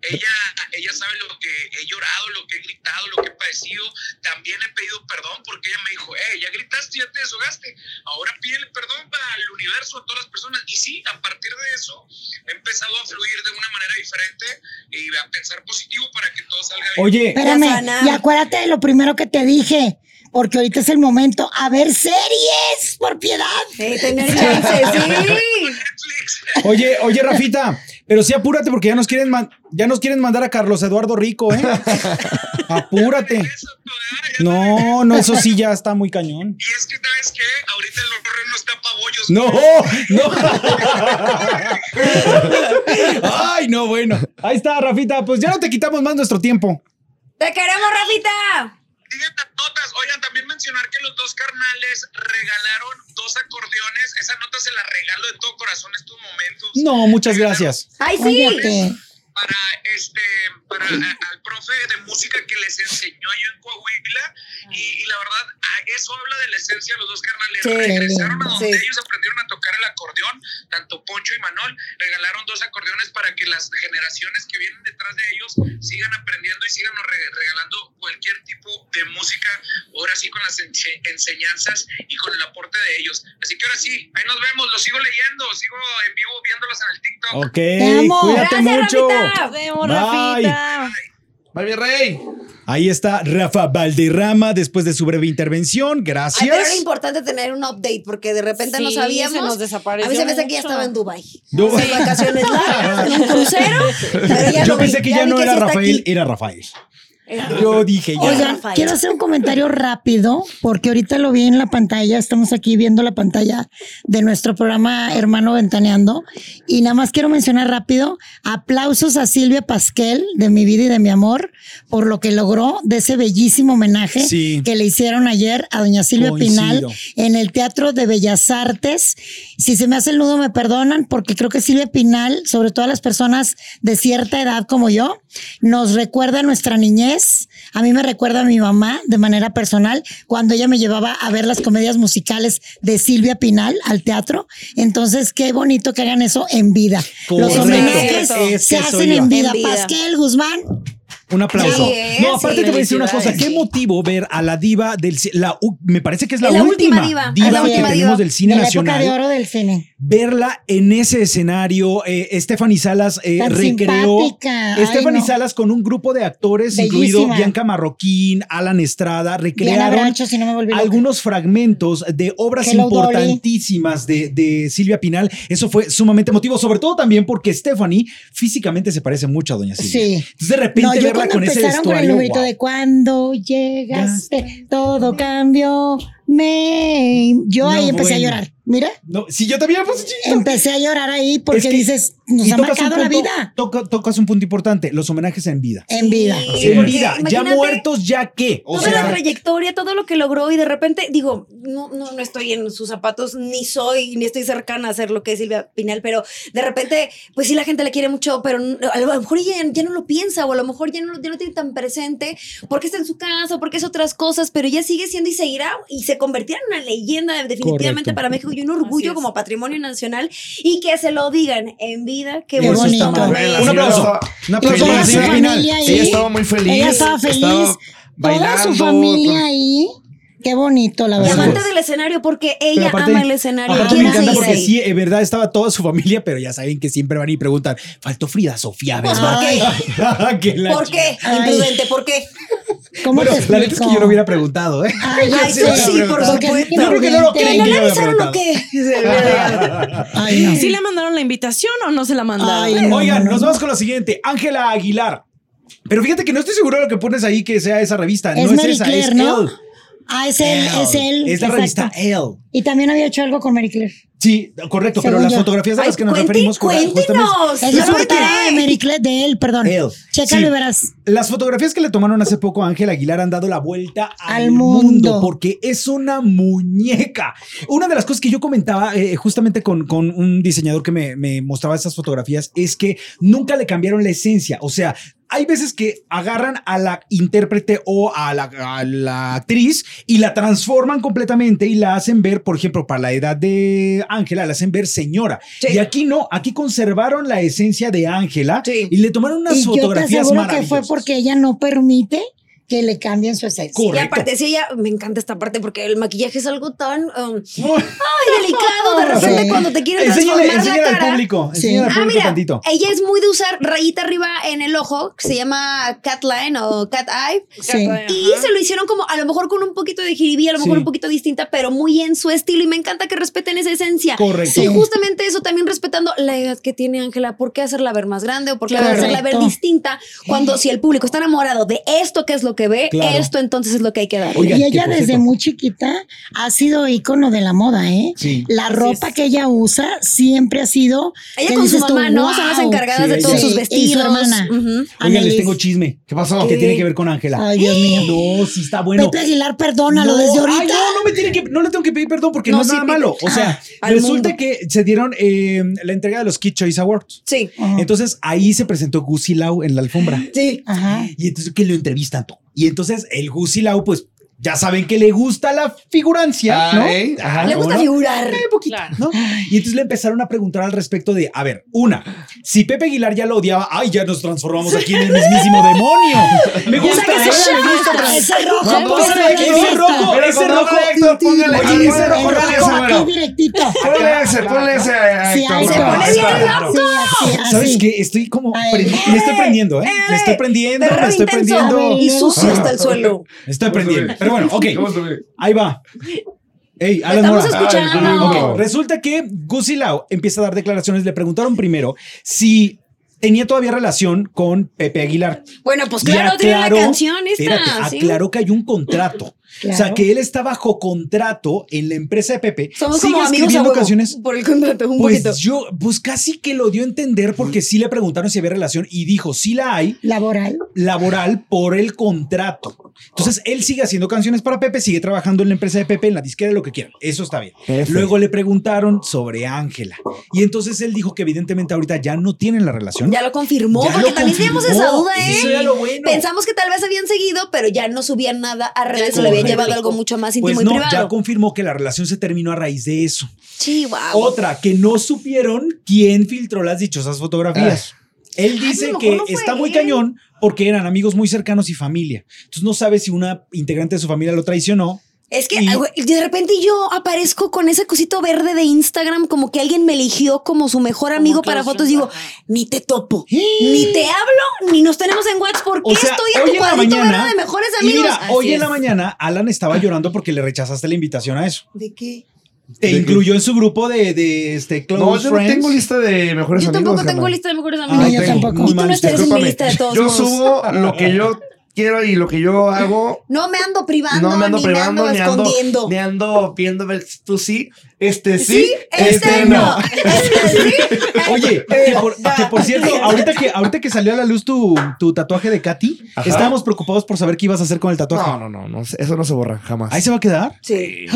[SPEAKER 6] Ella, ella sabe lo que he llorado, lo que he gritado, lo que he padecido. También he pedido perdón porque ella me dijo, eh, ya gritaste, ya te deshogaste. Ahora pídele perdón al universo, a todas las personas. Y sí, a partir de eso he empezado a fluir de una manera diferente y a pensar positivo para que todo salga bien.
[SPEAKER 4] Oye,
[SPEAKER 1] Espérame.
[SPEAKER 3] Ya sana.
[SPEAKER 1] Y acuérdate de lo primero que te dije. Porque ahorita es el momento. A ver series, por piedad.
[SPEAKER 3] Sí, tener chance, sí.
[SPEAKER 6] Netflix.
[SPEAKER 4] oye, oye, Rafita, pero sí apúrate porque ya nos quieren, man- ya nos quieren mandar a Carlos Eduardo Rico, ¿eh? Apúrate.
[SPEAKER 6] Eso, ¿verdad? Ya
[SPEAKER 4] No, no, eso sí ya está muy cañón.
[SPEAKER 6] Y es que, ¿sabes qué? Ahorita el horror no está pa'
[SPEAKER 4] No,
[SPEAKER 6] bollos.
[SPEAKER 4] no. Ay, no, bueno. Ahí está, Rafita. Pues ya no te quitamos más nuestro tiempo.
[SPEAKER 3] Te queremos, Rafita.
[SPEAKER 6] Sigue las notas. Oigan, también mencionar que los dos carnales regalaron dos acordeones. Esa nota se la regalo de todo corazón en estos momentos.
[SPEAKER 4] No, muchas gracias.
[SPEAKER 3] Ay, sí.
[SPEAKER 1] Cállate.
[SPEAKER 6] Para este, para a- al profe de música que les enseñó yo en Coahuila. Y, y la verdad, a- eso habla de la esencia de los dos carnales.
[SPEAKER 3] Sí,
[SPEAKER 6] Regresaron a donde
[SPEAKER 3] sí.
[SPEAKER 6] ellos aprendieron a tocar el acordeón, tanto Poncho y Manol. Regalaron dos acordeones para que las generaciones que vienen detrás de ellos sigan aprendiendo y sigan re- regalando cualquier tipo de música. Ahora sí, con las ense- enseñanzas y con el aporte de ellos. Así que ahora sí, ahí nos vemos. Los sigo leyendo, sigo en vivo viéndolos en el TikTok.
[SPEAKER 4] Ok,
[SPEAKER 1] amo.
[SPEAKER 4] cuídate
[SPEAKER 3] Gracias,
[SPEAKER 4] mucho.
[SPEAKER 3] Rafita.
[SPEAKER 5] Nos vemos,
[SPEAKER 4] Bye.
[SPEAKER 5] Rafita.
[SPEAKER 2] Bye, mi rey.
[SPEAKER 4] Ahí está Rafa Valderrama después de su breve intervención.
[SPEAKER 3] Ay, pero era
[SPEAKER 4] Gracias.
[SPEAKER 3] importante tener un update porque de repente no
[SPEAKER 5] Sí,
[SPEAKER 3] sabíamos.
[SPEAKER 5] se nos desapareció
[SPEAKER 3] A mí se me hace que ya
[SPEAKER 5] mucho.
[SPEAKER 3] estaba en Dubai.
[SPEAKER 4] Dubái.
[SPEAKER 3] Unas vacaciones largas, en un crucero. pero ya
[SPEAKER 4] Yo
[SPEAKER 3] lo vi,
[SPEAKER 4] pensé que ya
[SPEAKER 3] vi
[SPEAKER 4] no
[SPEAKER 3] sí
[SPEAKER 4] era
[SPEAKER 3] está
[SPEAKER 4] Rafael,
[SPEAKER 3] aquí.
[SPEAKER 4] era Rafael. Yo dije ya.
[SPEAKER 3] Oiga,
[SPEAKER 1] Oigan,
[SPEAKER 3] Rafael.
[SPEAKER 1] quiero hacer un comentario rápido porque ahorita lo vi en la pantalla, estamos aquí viendo la pantalla de nuestro programa Hermano Ventaneando y nada más quiero mencionar rápido aplausos a Silvia Pasquel de Mi Vida y de Mi Amor por lo que logró de ese bellísimo homenaje
[SPEAKER 4] Sí.
[SPEAKER 1] que le hicieron ayer a doña Silvia
[SPEAKER 4] Coincido.
[SPEAKER 1] Pinal en el Teatro de Bellas Artes. Si se me hace el nudo, me perdonan, porque creo que Silvia Pinal, sobre todo a las personas de cierta edad como yo, nos recuerda a nuestra niñez. A mí me recuerda a mi mamá de manera personal, cuando ella me llevaba a ver las comedias musicales de Silvia Pinal al teatro. Entonces, qué bonito que hagan eso en vida. Los
[SPEAKER 4] Correcto.
[SPEAKER 1] homenajes
[SPEAKER 4] Es
[SPEAKER 1] se
[SPEAKER 4] que soy
[SPEAKER 1] hacen
[SPEAKER 4] yo.
[SPEAKER 1] en vida.
[SPEAKER 3] En vida.
[SPEAKER 1] Pasquel Guzmán,
[SPEAKER 4] Un aplauso.
[SPEAKER 3] Sí, eh,
[SPEAKER 4] no, aparte
[SPEAKER 3] sí,
[SPEAKER 4] te voy a decir una cosa.
[SPEAKER 5] felicidades.
[SPEAKER 4] Qué motivo ver a la diva del ci- la u- me parece que es la,
[SPEAKER 3] Es la
[SPEAKER 4] última,
[SPEAKER 3] última
[SPEAKER 4] diva,
[SPEAKER 3] diva, es la
[SPEAKER 4] que
[SPEAKER 3] última
[SPEAKER 4] tenemos
[SPEAKER 3] diva.
[SPEAKER 4] del cine
[SPEAKER 1] de la época
[SPEAKER 4] nacional.
[SPEAKER 1] de oro del cine.
[SPEAKER 4] Verla en ese escenario, eh, Stephanie Salas eh,
[SPEAKER 1] Tan
[SPEAKER 4] recreó.
[SPEAKER 1] simpática. Ay,
[SPEAKER 4] Stephanie
[SPEAKER 1] no.
[SPEAKER 4] Salas con un grupo de actores, incluido
[SPEAKER 1] Bellísima.
[SPEAKER 4] Bianca Marroquín, Alan Estrada,
[SPEAKER 1] Diana
[SPEAKER 4] recrearon
[SPEAKER 1] Brancho, si no me volví loca.
[SPEAKER 4] algunos fragmentos de obras
[SPEAKER 1] Hello, Dolly.
[SPEAKER 4] importantísimas de, de Silvia Pinal. Eso fue sumamente emotivo, sobre todo también porque Stephanie físicamente se parece mucho a Doña Silvia.
[SPEAKER 1] Sí.
[SPEAKER 4] Entonces de repente
[SPEAKER 1] No, yo
[SPEAKER 4] verla
[SPEAKER 1] cuando
[SPEAKER 4] con ese
[SPEAKER 1] empezaron con el
[SPEAKER 4] vestuario.
[SPEAKER 1] numerito
[SPEAKER 4] guau.
[SPEAKER 1] de cuando llegaste, todo cambió, me... Yo
[SPEAKER 4] No,
[SPEAKER 1] ahí empecé a
[SPEAKER 4] bueno.
[SPEAKER 1] llorar, mira,
[SPEAKER 4] No, sí, yo también pues, sí,
[SPEAKER 1] empecé a llorar ahí porque
[SPEAKER 4] Es que-
[SPEAKER 1] dices, nos
[SPEAKER 4] y
[SPEAKER 1] ha
[SPEAKER 4] tocas un
[SPEAKER 1] marcado la
[SPEAKER 4] punto-
[SPEAKER 1] vida
[SPEAKER 4] toca- tocas un punto importante, los homenajes en vida.
[SPEAKER 1] en vida.
[SPEAKER 3] Sí,
[SPEAKER 4] En
[SPEAKER 3] porque
[SPEAKER 4] vida, ya
[SPEAKER 3] imagínate
[SPEAKER 4] muertos, ya qué. O
[SPEAKER 3] toda la
[SPEAKER 4] sea,
[SPEAKER 3] trayectoria, todo lo que logró y de repente digo, no, no, no estoy en sus zapatos, ni soy, ni estoy cercana a ser lo que es Silvia Pinal, pero de repente, pues sí, la gente la quiere mucho, pero n- a lo mejor ella ya no lo piensa o a lo mejor ya no lo, ya no tiene tan presente porque está en su casa, porque es otras cosas, pero ella sigue siendo y seguirá y se convertirá en una leyenda definitivamente
[SPEAKER 4] Correcto.
[SPEAKER 3] para México y un orgullo
[SPEAKER 5] es.
[SPEAKER 3] como patrimonio nacional y que se lo digan en vida, qué,
[SPEAKER 1] Qué
[SPEAKER 3] bonito.
[SPEAKER 1] bonito.
[SPEAKER 3] está,
[SPEAKER 2] Bueno,
[SPEAKER 3] Manuel.
[SPEAKER 2] la
[SPEAKER 4] un
[SPEAKER 2] señora
[SPEAKER 4] aplauso.
[SPEAKER 2] estaba-
[SPEAKER 4] Un
[SPEAKER 2] Y
[SPEAKER 4] aplauso.
[SPEAKER 2] toda
[SPEAKER 4] para la
[SPEAKER 2] su
[SPEAKER 4] señora
[SPEAKER 2] familia
[SPEAKER 4] Pinal.
[SPEAKER 1] ahí.
[SPEAKER 2] Ella estaba muy feliz.
[SPEAKER 1] Ella estaba feliz,
[SPEAKER 2] estaba
[SPEAKER 1] Toda su
[SPEAKER 2] bailando,
[SPEAKER 1] familia ahí, qué bonito la
[SPEAKER 3] Y
[SPEAKER 1] verdad.
[SPEAKER 3] amante del escenario porque ella
[SPEAKER 4] Pero aparte-
[SPEAKER 3] ama el escenario.
[SPEAKER 4] Aparte
[SPEAKER 1] ¿Quién
[SPEAKER 4] me
[SPEAKER 3] quiere
[SPEAKER 4] encanta
[SPEAKER 1] dice?
[SPEAKER 3] seguir
[SPEAKER 4] porque
[SPEAKER 3] ahí.
[SPEAKER 4] sí, en verdad estaba toda su familia, pero ya saben que siempre van y preguntan, faltó Frida Sofía,
[SPEAKER 3] Pues,
[SPEAKER 4] ¿verdad? Que la
[SPEAKER 3] ¿Por qué?
[SPEAKER 1] Ay.
[SPEAKER 3] Imprudente, ¿por qué?
[SPEAKER 1] ¿Cómo
[SPEAKER 4] Bueno,
[SPEAKER 1] te
[SPEAKER 4] la neta es que
[SPEAKER 1] explico?
[SPEAKER 4] yo no hubiera preguntado, ¿eh?
[SPEAKER 1] Ay,
[SPEAKER 3] Ay,
[SPEAKER 1] sí,
[SPEAKER 3] tú
[SPEAKER 1] sí,
[SPEAKER 3] sí, por
[SPEAKER 1] porque
[SPEAKER 3] supuesto.
[SPEAKER 1] es muy
[SPEAKER 3] Yo
[SPEAKER 4] creo que no lo
[SPEAKER 1] prudente.
[SPEAKER 4] creen.
[SPEAKER 3] ¿No
[SPEAKER 4] que
[SPEAKER 3] le
[SPEAKER 4] yo
[SPEAKER 3] avisaron
[SPEAKER 4] había
[SPEAKER 3] o qué? Ay,
[SPEAKER 1] Ay, no.
[SPEAKER 5] ¿Sí le mandaron la invitación o no se la mandaron?
[SPEAKER 1] Ay, no,
[SPEAKER 4] Oigan,
[SPEAKER 1] no,
[SPEAKER 4] nos
[SPEAKER 1] no.
[SPEAKER 4] vamos con lo siguiente. Ángela Aguilar. Pero fíjate que no estoy seguro de lo que pones ahí que sea esa revista.
[SPEAKER 1] Es
[SPEAKER 4] no es
[SPEAKER 1] Marie
[SPEAKER 4] esa,
[SPEAKER 1] Claire,
[SPEAKER 4] es
[SPEAKER 1] ¿no?
[SPEAKER 4] Elle.
[SPEAKER 1] Ah, es él, es él.
[SPEAKER 4] Es la
[SPEAKER 1] exacto.
[SPEAKER 4] revista Elle.
[SPEAKER 1] Y también había hecho algo con Mary Claire.
[SPEAKER 4] Sí, correcto,
[SPEAKER 1] Según
[SPEAKER 4] pero las
[SPEAKER 1] yo.
[SPEAKER 4] fotografías a las que nos
[SPEAKER 3] cuenti-
[SPEAKER 4] referimos con-
[SPEAKER 3] cuéntenos.
[SPEAKER 1] Es la
[SPEAKER 4] Resulta Pues que-
[SPEAKER 1] portada de Mary Claire, de él, perdón.
[SPEAKER 4] Elle.
[SPEAKER 1] Chécalo
[SPEAKER 4] Sí.
[SPEAKER 1] y verás.
[SPEAKER 4] Las fotografías que le tomaron hace poco a Ángela Aguilar han dado la vuelta al,
[SPEAKER 1] Al
[SPEAKER 4] mundo.
[SPEAKER 1] mundo.
[SPEAKER 4] porque es una muñeca. Una de las cosas que yo comentaba eh, justamente con, con un diseñador que me, me mostraba esas fotografías es que nunca le cambiaron la esencia. O sea, hay veces que agarran a la intérprete o a la, a la actriz y la transforman completamente y la hacen ver, por ejemplo, para la edad de Ángela, la hacen ver señora.
[SPEAKER 3] Sí.
[SPEAKER 4] Y aquí no, aquí conservaron la esencia de Ángela
[SPEAKER 3] Sí.
[SPEAKER 4] y le tomaron unas
[SPEAKER 1] Y yo te
[SPEAKER 4] fotografías
[SPEAKER 1] aseguro que
[SPEAKER 4] maravillosas.
[SPEAKER 1] fue porque ella no permite que le cambien su esencia.
[SPEAKER 4] Correcto.
[SPEAKER 3] Y aparte, sí, ella, me encanta esta parte porque el maquillaje es algo tan um, ay, delicado. De repente,
[SPEAKER 1] Sí.
[SPEAKER 3] cuando te quieren transformar
[SPEAKER 4] Enséñale, enséñale
[SPEAKER 3] la
[SPEAKER 4] al
[SPEAKER 3] cara.
[SPEAKER 4] público,
[SPEAKER 1] Sí.
[SPEAKER 4] enséñale al
[SPEAKER 3] Ah,
[SPEAKER 4] público
[SPEAKER 3] mira,
[SPEAKER 4] tantito.
[SPEAKER 3] ella es muy de usar rayita arriba en el ojo, que se llama cat line o cat eye.
[SPEAKER 1] Sí.
[SPEAKER 3] Y se lo hicieron como, a lo mejor con un poquito de jiribilla, a lo mejor
[SPEAKER 4] Sí.
[SPEAKER 3] un poquito distinta, pero muy en su estilo. Y me encanta que respeten esa esencia.
[SPEAKER 4] Correcto.
[SPEAKER 3] Y justamente eso también respetando la edad que tiene Ángela, ¿por qué hacerla ver más grande o por qué
[SPEAKER 1] Correcto.
[SPEAKER 3] hacerla ver distinta? Cuando si el público está enamorado de esto que es lo que ve,
[SPEAKER 4] Claro.
[SPEAKER 3] esto entonces es lo que hay que dar.
[SPEAKER 4] Oigan,
[SPEAKER 1] y
[SPEAKER 4] que
[SPEAKER 1] ella
[SPEAKER 4] por
[SPEAKER 1] desde
[SPEAKER 4] cierto-
[SPEAKER 1] muy chiquita ha sido ícono de la moda, ¿eh?
[SPEAKER 4] Sí.
[SPEAKER 1] La ropa que ella usa siempre ha sido.
[SPEAKER 3] Ella
[SPEAKER 1] que
[SPEAKER 3] con su
[SPEAKER 1] dices tú,
[SPEAKER 3] mamá, ¿no? Son las
[SPEAKER 1] "Wow".
[SPEAKER 3] encargadas
[SPEAKER 4] Sí,
[SPEAKER 3] de todos
[SPEAKER 4] ella.
[SPEAKER 3] sus
[SPEAKER 1] Sí, y su
[SPEAKER 3] vestidos.
[SPEAKER 1] hermana.
[SPEAKER 3] Ujú.
[SPEAKER 4] Oigan, les
[SPEAKER 1] Annelies.
[SPEAKER 4] tengo chisme.
[SPEAKER 2] ¿Qué pasó?
[SPEAKER 4] Que tiene que ver con Ángela.
[SPEAKER 1] Ay, Dios mío.
[SPEAKER 4] No, sí está bueno.
[SPEAKER 1] Pepe Aguilar, perdónalo
[SPEAKER 4] No,
[SPEAKER 1] desde
[SPEAKER 4] ay,
[SPEAKER 1] ahorita.
[SPEAKER 4] no, no me tiene que, no le tengo que pedir perdón porque no,
[SPEAKER 3] No,
[SPEAKER 4] es
[SPEAKER 3] sí,
[SPEAKER 4] nada
[SPEAKER 3] pide-
[SPEAKER 4] malo. O sea,
[SPEAKER 3] al
[SPEAKER 4] resulta
[SPEAKER 3] mundo.
[SPEAKER 4] que se dieron eh, la entrega de los Kid Choice Awards.
[SPEAKER 3] Sí.
[SPEAKER 1] Ajá.
[SPEAKER 4] Entonces ahí se presentó Gucci Lau en la alfombra.
[SPEAKER 3] Sí.
[SPEAKER 1] Ajá.
[SPEAKER 4] Y entonces que lo entrevistan todo. Y entonces el Gucci Lau, pues ya saben que le gusta la figurancia, ¿no?
[SPEAKER 2] Ay, Ah, ¿eh? ajá,
[SPEAKER 3] Le gusta
[SPEAKER 2] ¿cómo no?
[SPEAKER 3] figurar.
[SPEAKER 4] Eh, poquito,
[SPEAKER 5] Claro.
[SPEAKER 4] ¿no? Y entonces le empezaron a preguntar al respecto de, a ver, una, si Pepe Aguilar ya lo odiaba, ay, ya nos transformamos aquí en el mismísimo demonio. Me gusta,
[SPEAKER 3] que se
[SPEAKER 4] ese me gusta,
[SPEAKER 3] llama.
[SPEAKER 1] Ese rojo,
[SPEAKER 2] Cuando
[SPEAKER 1] pues,
[SPEAKER 2] sale aquí,
[SPEAKER 1] ahí
[SPEAKER 4] ese
[SPEAKER 1] está.
[SPEAKER 4] rojo,
[SPEAKER 2] Pero
[SPEAKER 4] ese
[SPEAKER 2] cuando
[SPEAKER 4] rojo,
[SPEAKER 2] habla Héctor, póngale-
[SPEAKER 4] oye,
[SPEAKER 2] ponle-
[SPEAKER 4] ese rojo,
[SPEAKER 2] ponle
[SPEAKER 4] rojo,
[SPEAKER 1] El
[SPEAKER 2] ese,
[SPEAKER 1] rojo
[SPEAKER 2] bueno.
[SPEAKER 1] aquí directito.
[SPEAKER 2] Ponle ese, ponle ese. a
[SPEAKER 1] Sí,
[SPEAKER 2] Héctor,
[SPEAKER 1] ahí se
[SPEAKER 2] bueno.
[SPEAKER 1] pone
[SPEAKER 2] Ahí
[SPEAKER 1] bien
[SPEAKER 2] está.
[SPEAKER 1] Sí, así, así.
[SPEAKER 4] ¿Sabes qué? Estoy como,
[SPEAKER 1] Ay.
[SPEAKER 4] prendi- me estoy prendiendo, ¿eh? Me estoy prendiendo, me
[SPEAKER 3] Berreo
[SPEAKER 4] estoy
[SPEAKER 3] intenso
[SPEAKER 4] prendiendo.
[SPEAKER 3] Y sucio hasta el suelo.
[SPEAKER 4] Me estoy prendiendo. Pero bueno, ok,
[SPEAKER 2] ¿Cómo estuve?
[SPEAKER 4] ahí va. Ey, Alan
[SPEAKER 3] Estamos
[SPEAKER 4] Mora.
[SPEAKER 3] escuchando.
[SPEAKER 2] Ay,
[SPEAKER 4] Ok, Resulta que Gusi Lau empieza a dar declaraciones. Le preguntaron primero si tenía todavía relación con Pepe Aguilar.
[SPEAKER 3] Bueno, pues
[SPEAKER 4] Y
[SPEAKER 3] claro, tiene
[SPEAKER 4] aclaró-
[SPEAKER 3] la canción esta.
[SPEAKER 4] espérate,
[SPEAKER 3] ¿sí?
[SPEAKER 4] aclaró que hay un contrato. O sea,
[SPEAKER 1] Claro.
[SPEAKER 4] que él está bajo contrato en la empresa de Pepe.
[SPEAKER 3] Somos
[SPEAKER 4] Sigue
[SPEAKER 3] como amigos a
[SPEAKER 4] escribiendo
[SPEAKER 3] huevo,
[SPEAKER 4] canciones.
[SPEAKER 3] Por el contrato, un
[SPEAKER 4] Pues
[SPEAKER 3] poquito.
[SPEAKER 4] yo, pues casi que lo dio a entender porque sí le preguntaron si había relación y dijo, sí la hay,
[SPEAKER 1] Laboral.
[SPEAKER 4] laboral por el contrato. Entonces, él sigue haciendo canciones para Pepe, sigue trabajando en la empresa de Pepe, en la disquera, lo que quiera. Eso está bien.
[SPEAKER 2] Jefe.
[SPEAKER 4] Luego le preguntaron sobre Ángela. Y entonces él dijo que evidentemente ahorita ya no tienen la relación.
[SPEAKER 3] Ya lo confirmó,
[SPEAKER 4] Ya
[SPEAKER 3] porque
[SPEAKER 4] lo
[SPEAKER 3] también teníamos
[SPEAKER 4] confirmó.
[SPEAKER 3] esa duda, ¿eh?
[SPEAKER 4] Eso era lo bueno.
[SPEAKER 3] Pensamos que tal vez habían seguido, pero ya no subían nada a redes o le
[SPEAKER 4] Correcto.
[SPEAKER 3] habían llevado algo mucho más íntimo
[SPEAKER 4] Pues no,
[SPEAKER 3] y
[SPEAKER 4] ya
[SPEAKER 3] privado.
[SPEAKER 4] confirmó que la relación se terminó a raíz de eso.
[SPEAKER 3] Chihuahua.
[SPEAKER 4] Otra, que no supieron quién filtró las dichosas fotografías. Él dice
[SPEAKER 3] mejor
[SPEAKER 4] que
[SPEAKER 3] no fue
[SPEAKER 4] está muy
[SPEAKER 3] él.
[SPEAKER 4] cañón porque eran amigos muy cercanos y familia. Entonces no sabe si una integrante de su familia lo traicionó.
[SPEAKER 3] Es que
[SPEAKER 4] Y-
[SPEAKER 3] ah, güey, de repente yo aparezco con ese cosito verde de Instagram, como que alguien me eligió como su mejor amigo para
[SPEAKER 5] close
[SPEAKER 3] fotos.
[SPEAKER 5] friend,
[SPEAKER 3] Digo,
[SPEAKER 5] ajá.
[SPEAKER 3] ni te topo, ni te hablo, ni nos tenemos en WhatsApp. ¿Por qué
[SPEAKER 4] O sea,
[SPEAKER 3] estoy en
[SPEAKER 4] hoy
[SPEAKER 3] tu
[SPEAKER 4] en la
[SPEAKER 3] cuadrito
[SPEAKER 4] mañana-
[SPEAKER 3] verde de mejores
[SPEAKER 4] Y
[SPEAKER 3] amigos? Ah.
[SPEAKER 4] mira,
[SPEAKER 5] Así
[SPEAKER 4] hoy en
[SPEAKER 5] es.
[SPEAKER 4] la mañana Alan estaba llorando porque le rechazaste la invitación a eso.
[SPEAKER 3] ¿De qué?
[SPEAKER 4] Te
[SPEAKER 2] ¿De qué?
[SPEAKER 4] incluyó en su grupo de, de, este close
[SPEAKER 2] No, yo no
[SPEAKER 4] friends.
[SPEAKER 2] tengo lista de mejores
[SPEAKER 5] Yo
[SPEAKER 2] amigos.
[SPEAKER 5] tampoco tengo
[SPEAKER 2] carnal.
[SPEAKER 5] lista de mejores
[SPEAKER 4] Ay,
[SPEAKER 5] amigos.
[SPEAKER 1] yo
[SPEAKER 4] tengo
[SPEAKER 1] tampoco.
[SPEAKER 4] muy
[SPEAKER 3] Y tú no
[SPEAKER 4] mal
[SPEAKER 3] estás en mi
[SPEAKER 2] Discúlpame,
[SPEAKER 3] lista de todos
[SPEAKER 2] Yo
[SPEAKER 3] modos.
[SPEAKER 2] subo lo que yo quiero y lo que yo hago.
[SPEAKER 3] No me ando privando,
[SPEAKER 2] No me ando
[SPEAKER 3] ni
[SPEAKER 2] privando,
[SPEAKER 3] me
[SPEAKER 2] ni
[SPEAKER 3] ando
[SPEAKER 2] ando,
[SPEAKER 3] escondiendo.
[SPEAKER 2] ni ando viendo ver si tú sí, este sí,
[SPEAKER 3] Sí, este no. Este sí.
[SPEAKER 4] Oye, que por, que por cierto, ahorita que, ahorita que salió a la luz tu, tu tatuaje de Katy,
[SPEAKER 2] Ajá.
[SPEAKER 4] estábamos preocupados por saber qué ibas a hacer con el tatuaje.
[SPEAKER 2] No, no, no, no, eso no se borra jamás.
[SPEAKER 4] ¿Ahí se va a quedar?
[SPEAKER 3] Sí.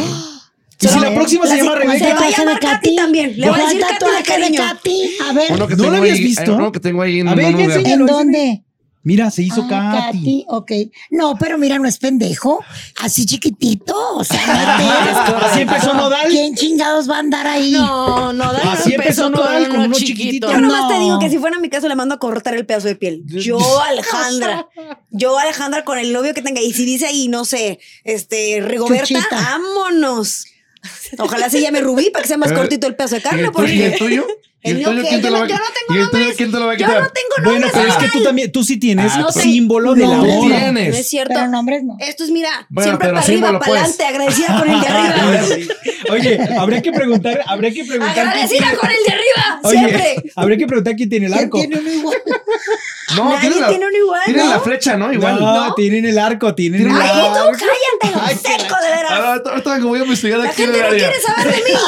[SPEAKER 4] Y si
[SPEAKER 1] Solo-
[SPEAKER 4] la próxima
[SPEAKER 1] la-
[SPEAKER 4] se llama
[SPEAKER 1] la-
[SPEAKER 4] Rebeca,
[SPEAKER 1] tatuaje
[SPEAKER 3] Se va a llamar Katy también. Le va a
[SPEAKER 1] ¿Cuál
[SPEAKER 3] decir Katy de
[SPEAKER 1] tatuaje de
[SPEAKER 3] cariño.
[SPEAKER 1] Katy? A ver,
[SPEAKER 2] Uno
[SPEAKER 4] ¿No
[SPEAKER 2] que
[SPEAKER 4] lo
[SPEAKER 2] tengo
[SPEAKER 4] habías
[SPEAKER 2] ahí-
[SPEAKER 4] visto?
[SPEAKER 2] Uno que tengo ahí en
[SPEAKER 4] A ver,
[SPEAKER 2] un
[SPEAKER 4] ya
[SPEAKER 2] lugar.
[SPEAKER 4] enseña.
[SPEAKER 1] ¿en dónde?
[SPEAKER 4] mira, se hizo
[SPEAKER 1] Ah,
[SPEAKER 4] Katy.
[SPEAKER 1] Katy, ok. No, pero mira, no es pendejo. Así chiquitito. O sea, no te-
[SPEAKER 4] Así empezó Nodal.
[SPEAKER 1] ¿Quién chingados va a andar ahí?
[SPEAKER 5] No, no, dale
[SPEAKER 4] Así
[SPEAKER 5] un
[SPEAKER 4] empezó
[SPEAKER 5] peso
[SPEAKER 4] Nodal,
[SPEAKER 5] con
[SPEAKER 4] con
[SPEAKER 5] uno
[SPEAKER 4] uno
[SPEAKER 5] chiquito.
[SPEAKER 4] chiquitito.
[SPEAKER 3] Yo nomás
[SPEAKER 1] No.
[SPEAKER 3] te digo que si fuera mi caso le mando a cortar el pedazo de piel. Yo, Alejandra. Yo, Alejandra, con el novio que tenga. Y si dice ahí, no sé, este, Rigoberta,
[SPEAKER 1] Chuchita.
[SPEAKER 3] vámonos. Ojalá se llame Rubí para que sea más
[SPEAKER 2] Eh,
[SPEAKER 3] cortito el pedazo de
[SPEAKER 2] ¿Y
[SPEAKER 3] carne.
[SPEAKER 2] el tuyo? ¿Y el
[SPEAKER 3] Porque
[SPEAKER 2] tuyo? ¿Y
[SPEAKER 3] El
[SPEAKER 2] el
[SPEAKER 3] mío
[SPEAKER 2] tuyo
[SPEAKER 3] que-
[SPEAKER 2] quién te
[SPEAKER 3] yo
[SPEAKER 2] lo va
[SPEAKER 3] no-
[SPEAKER 2] a
[SPEAKER 3] yo no
[SPEAKER 2] quitar?
[SPEAKER 3] tengo
[SPEAKER 2] ¿Y el tuyo
[SPEAKER 3] nombres.
[SPEAKER 2] quién te lo va a
[SPEAKER 3] yo
[SPEAKER 2] quitar?
[SPEAKER 3] no tengo
[SPEAKER 4] Bueno,
[SPEAKER 3] nombres.
[SPEAKER 4] pero es que
[SPEAKER 3] Adal.
[SPEAKER 4] tú también, tú sí tienes
[SPEAKER 2] Ah, sí.
[SPEAKER 4] símbolo del
[SPEAKER 1] No,
[SPEAKER 4] amor.
[SPEAKER 1] no.
[SPEAKER 3] No es
[SPEAKER 2] tienes?
[SPEAKER 3] cierto.
[SPEAKER 1] Pero nombres no.
[SPEAKER 3] Esto es, mira,
[SPEAKER 2] Bueno,
[SPEAKER 3] siempre
[SPEAKER 2] pero
[SPEAKER 3] para arriba,
[SPEAKER 2] símbolo,
[SPEAKER 3] para adelante,
[SPEAKER 2] pues.
[SPEAKER 3] agradecida con el de
[SPEAKER 4] Ah,
[SPEAKER 3] arriba.
[SPEAKER 4] sí. Oye, habría que preguntar, habría que preguntar. quién
[SPEAKER 3] agradecida con el de arriba,
[SPEAKER 4] tiene- Oye,
[SPEAKER 3] siempre.
[SPEAKER 4] habría que preguntar quién tiene el
[SPEAKER 1] ¿Quién
[SPEAKER 4] arco.
[SPEAKER 1] tiene un igual?
[SPEAKER 2] No,
[SPEAKER 3] Nadie
[SPEAKER 2] tiene la-
[SPEAKER 3] tiene uno igual,
[SPEAKER 2] Tienen
[SPEAKER 3] ¿no?
[SPEAKER 2] la flecha, ¿no? Igual.
[SPEAKER 4] No, tienen el arco, tienen el
[SPEAKER 2] Tienen
[SPEAKER 3] Ay,
[SPEAKER 4] arco.
[SPEAKER 2] la-
[SPEAKER 3] tú cállate, seco de veras.
[SPEAKER 2] Ahora, ahora, ahora que voy a investigar
[SPEAKER 3] La
[SPEAKER 2] aquí en
[SPEAKER 3] gente
[SPEAKER 2] el
[SPEAKER 3] no
[SPEAKER 2] área.
[SPEAKER 3] quiere saber de mí.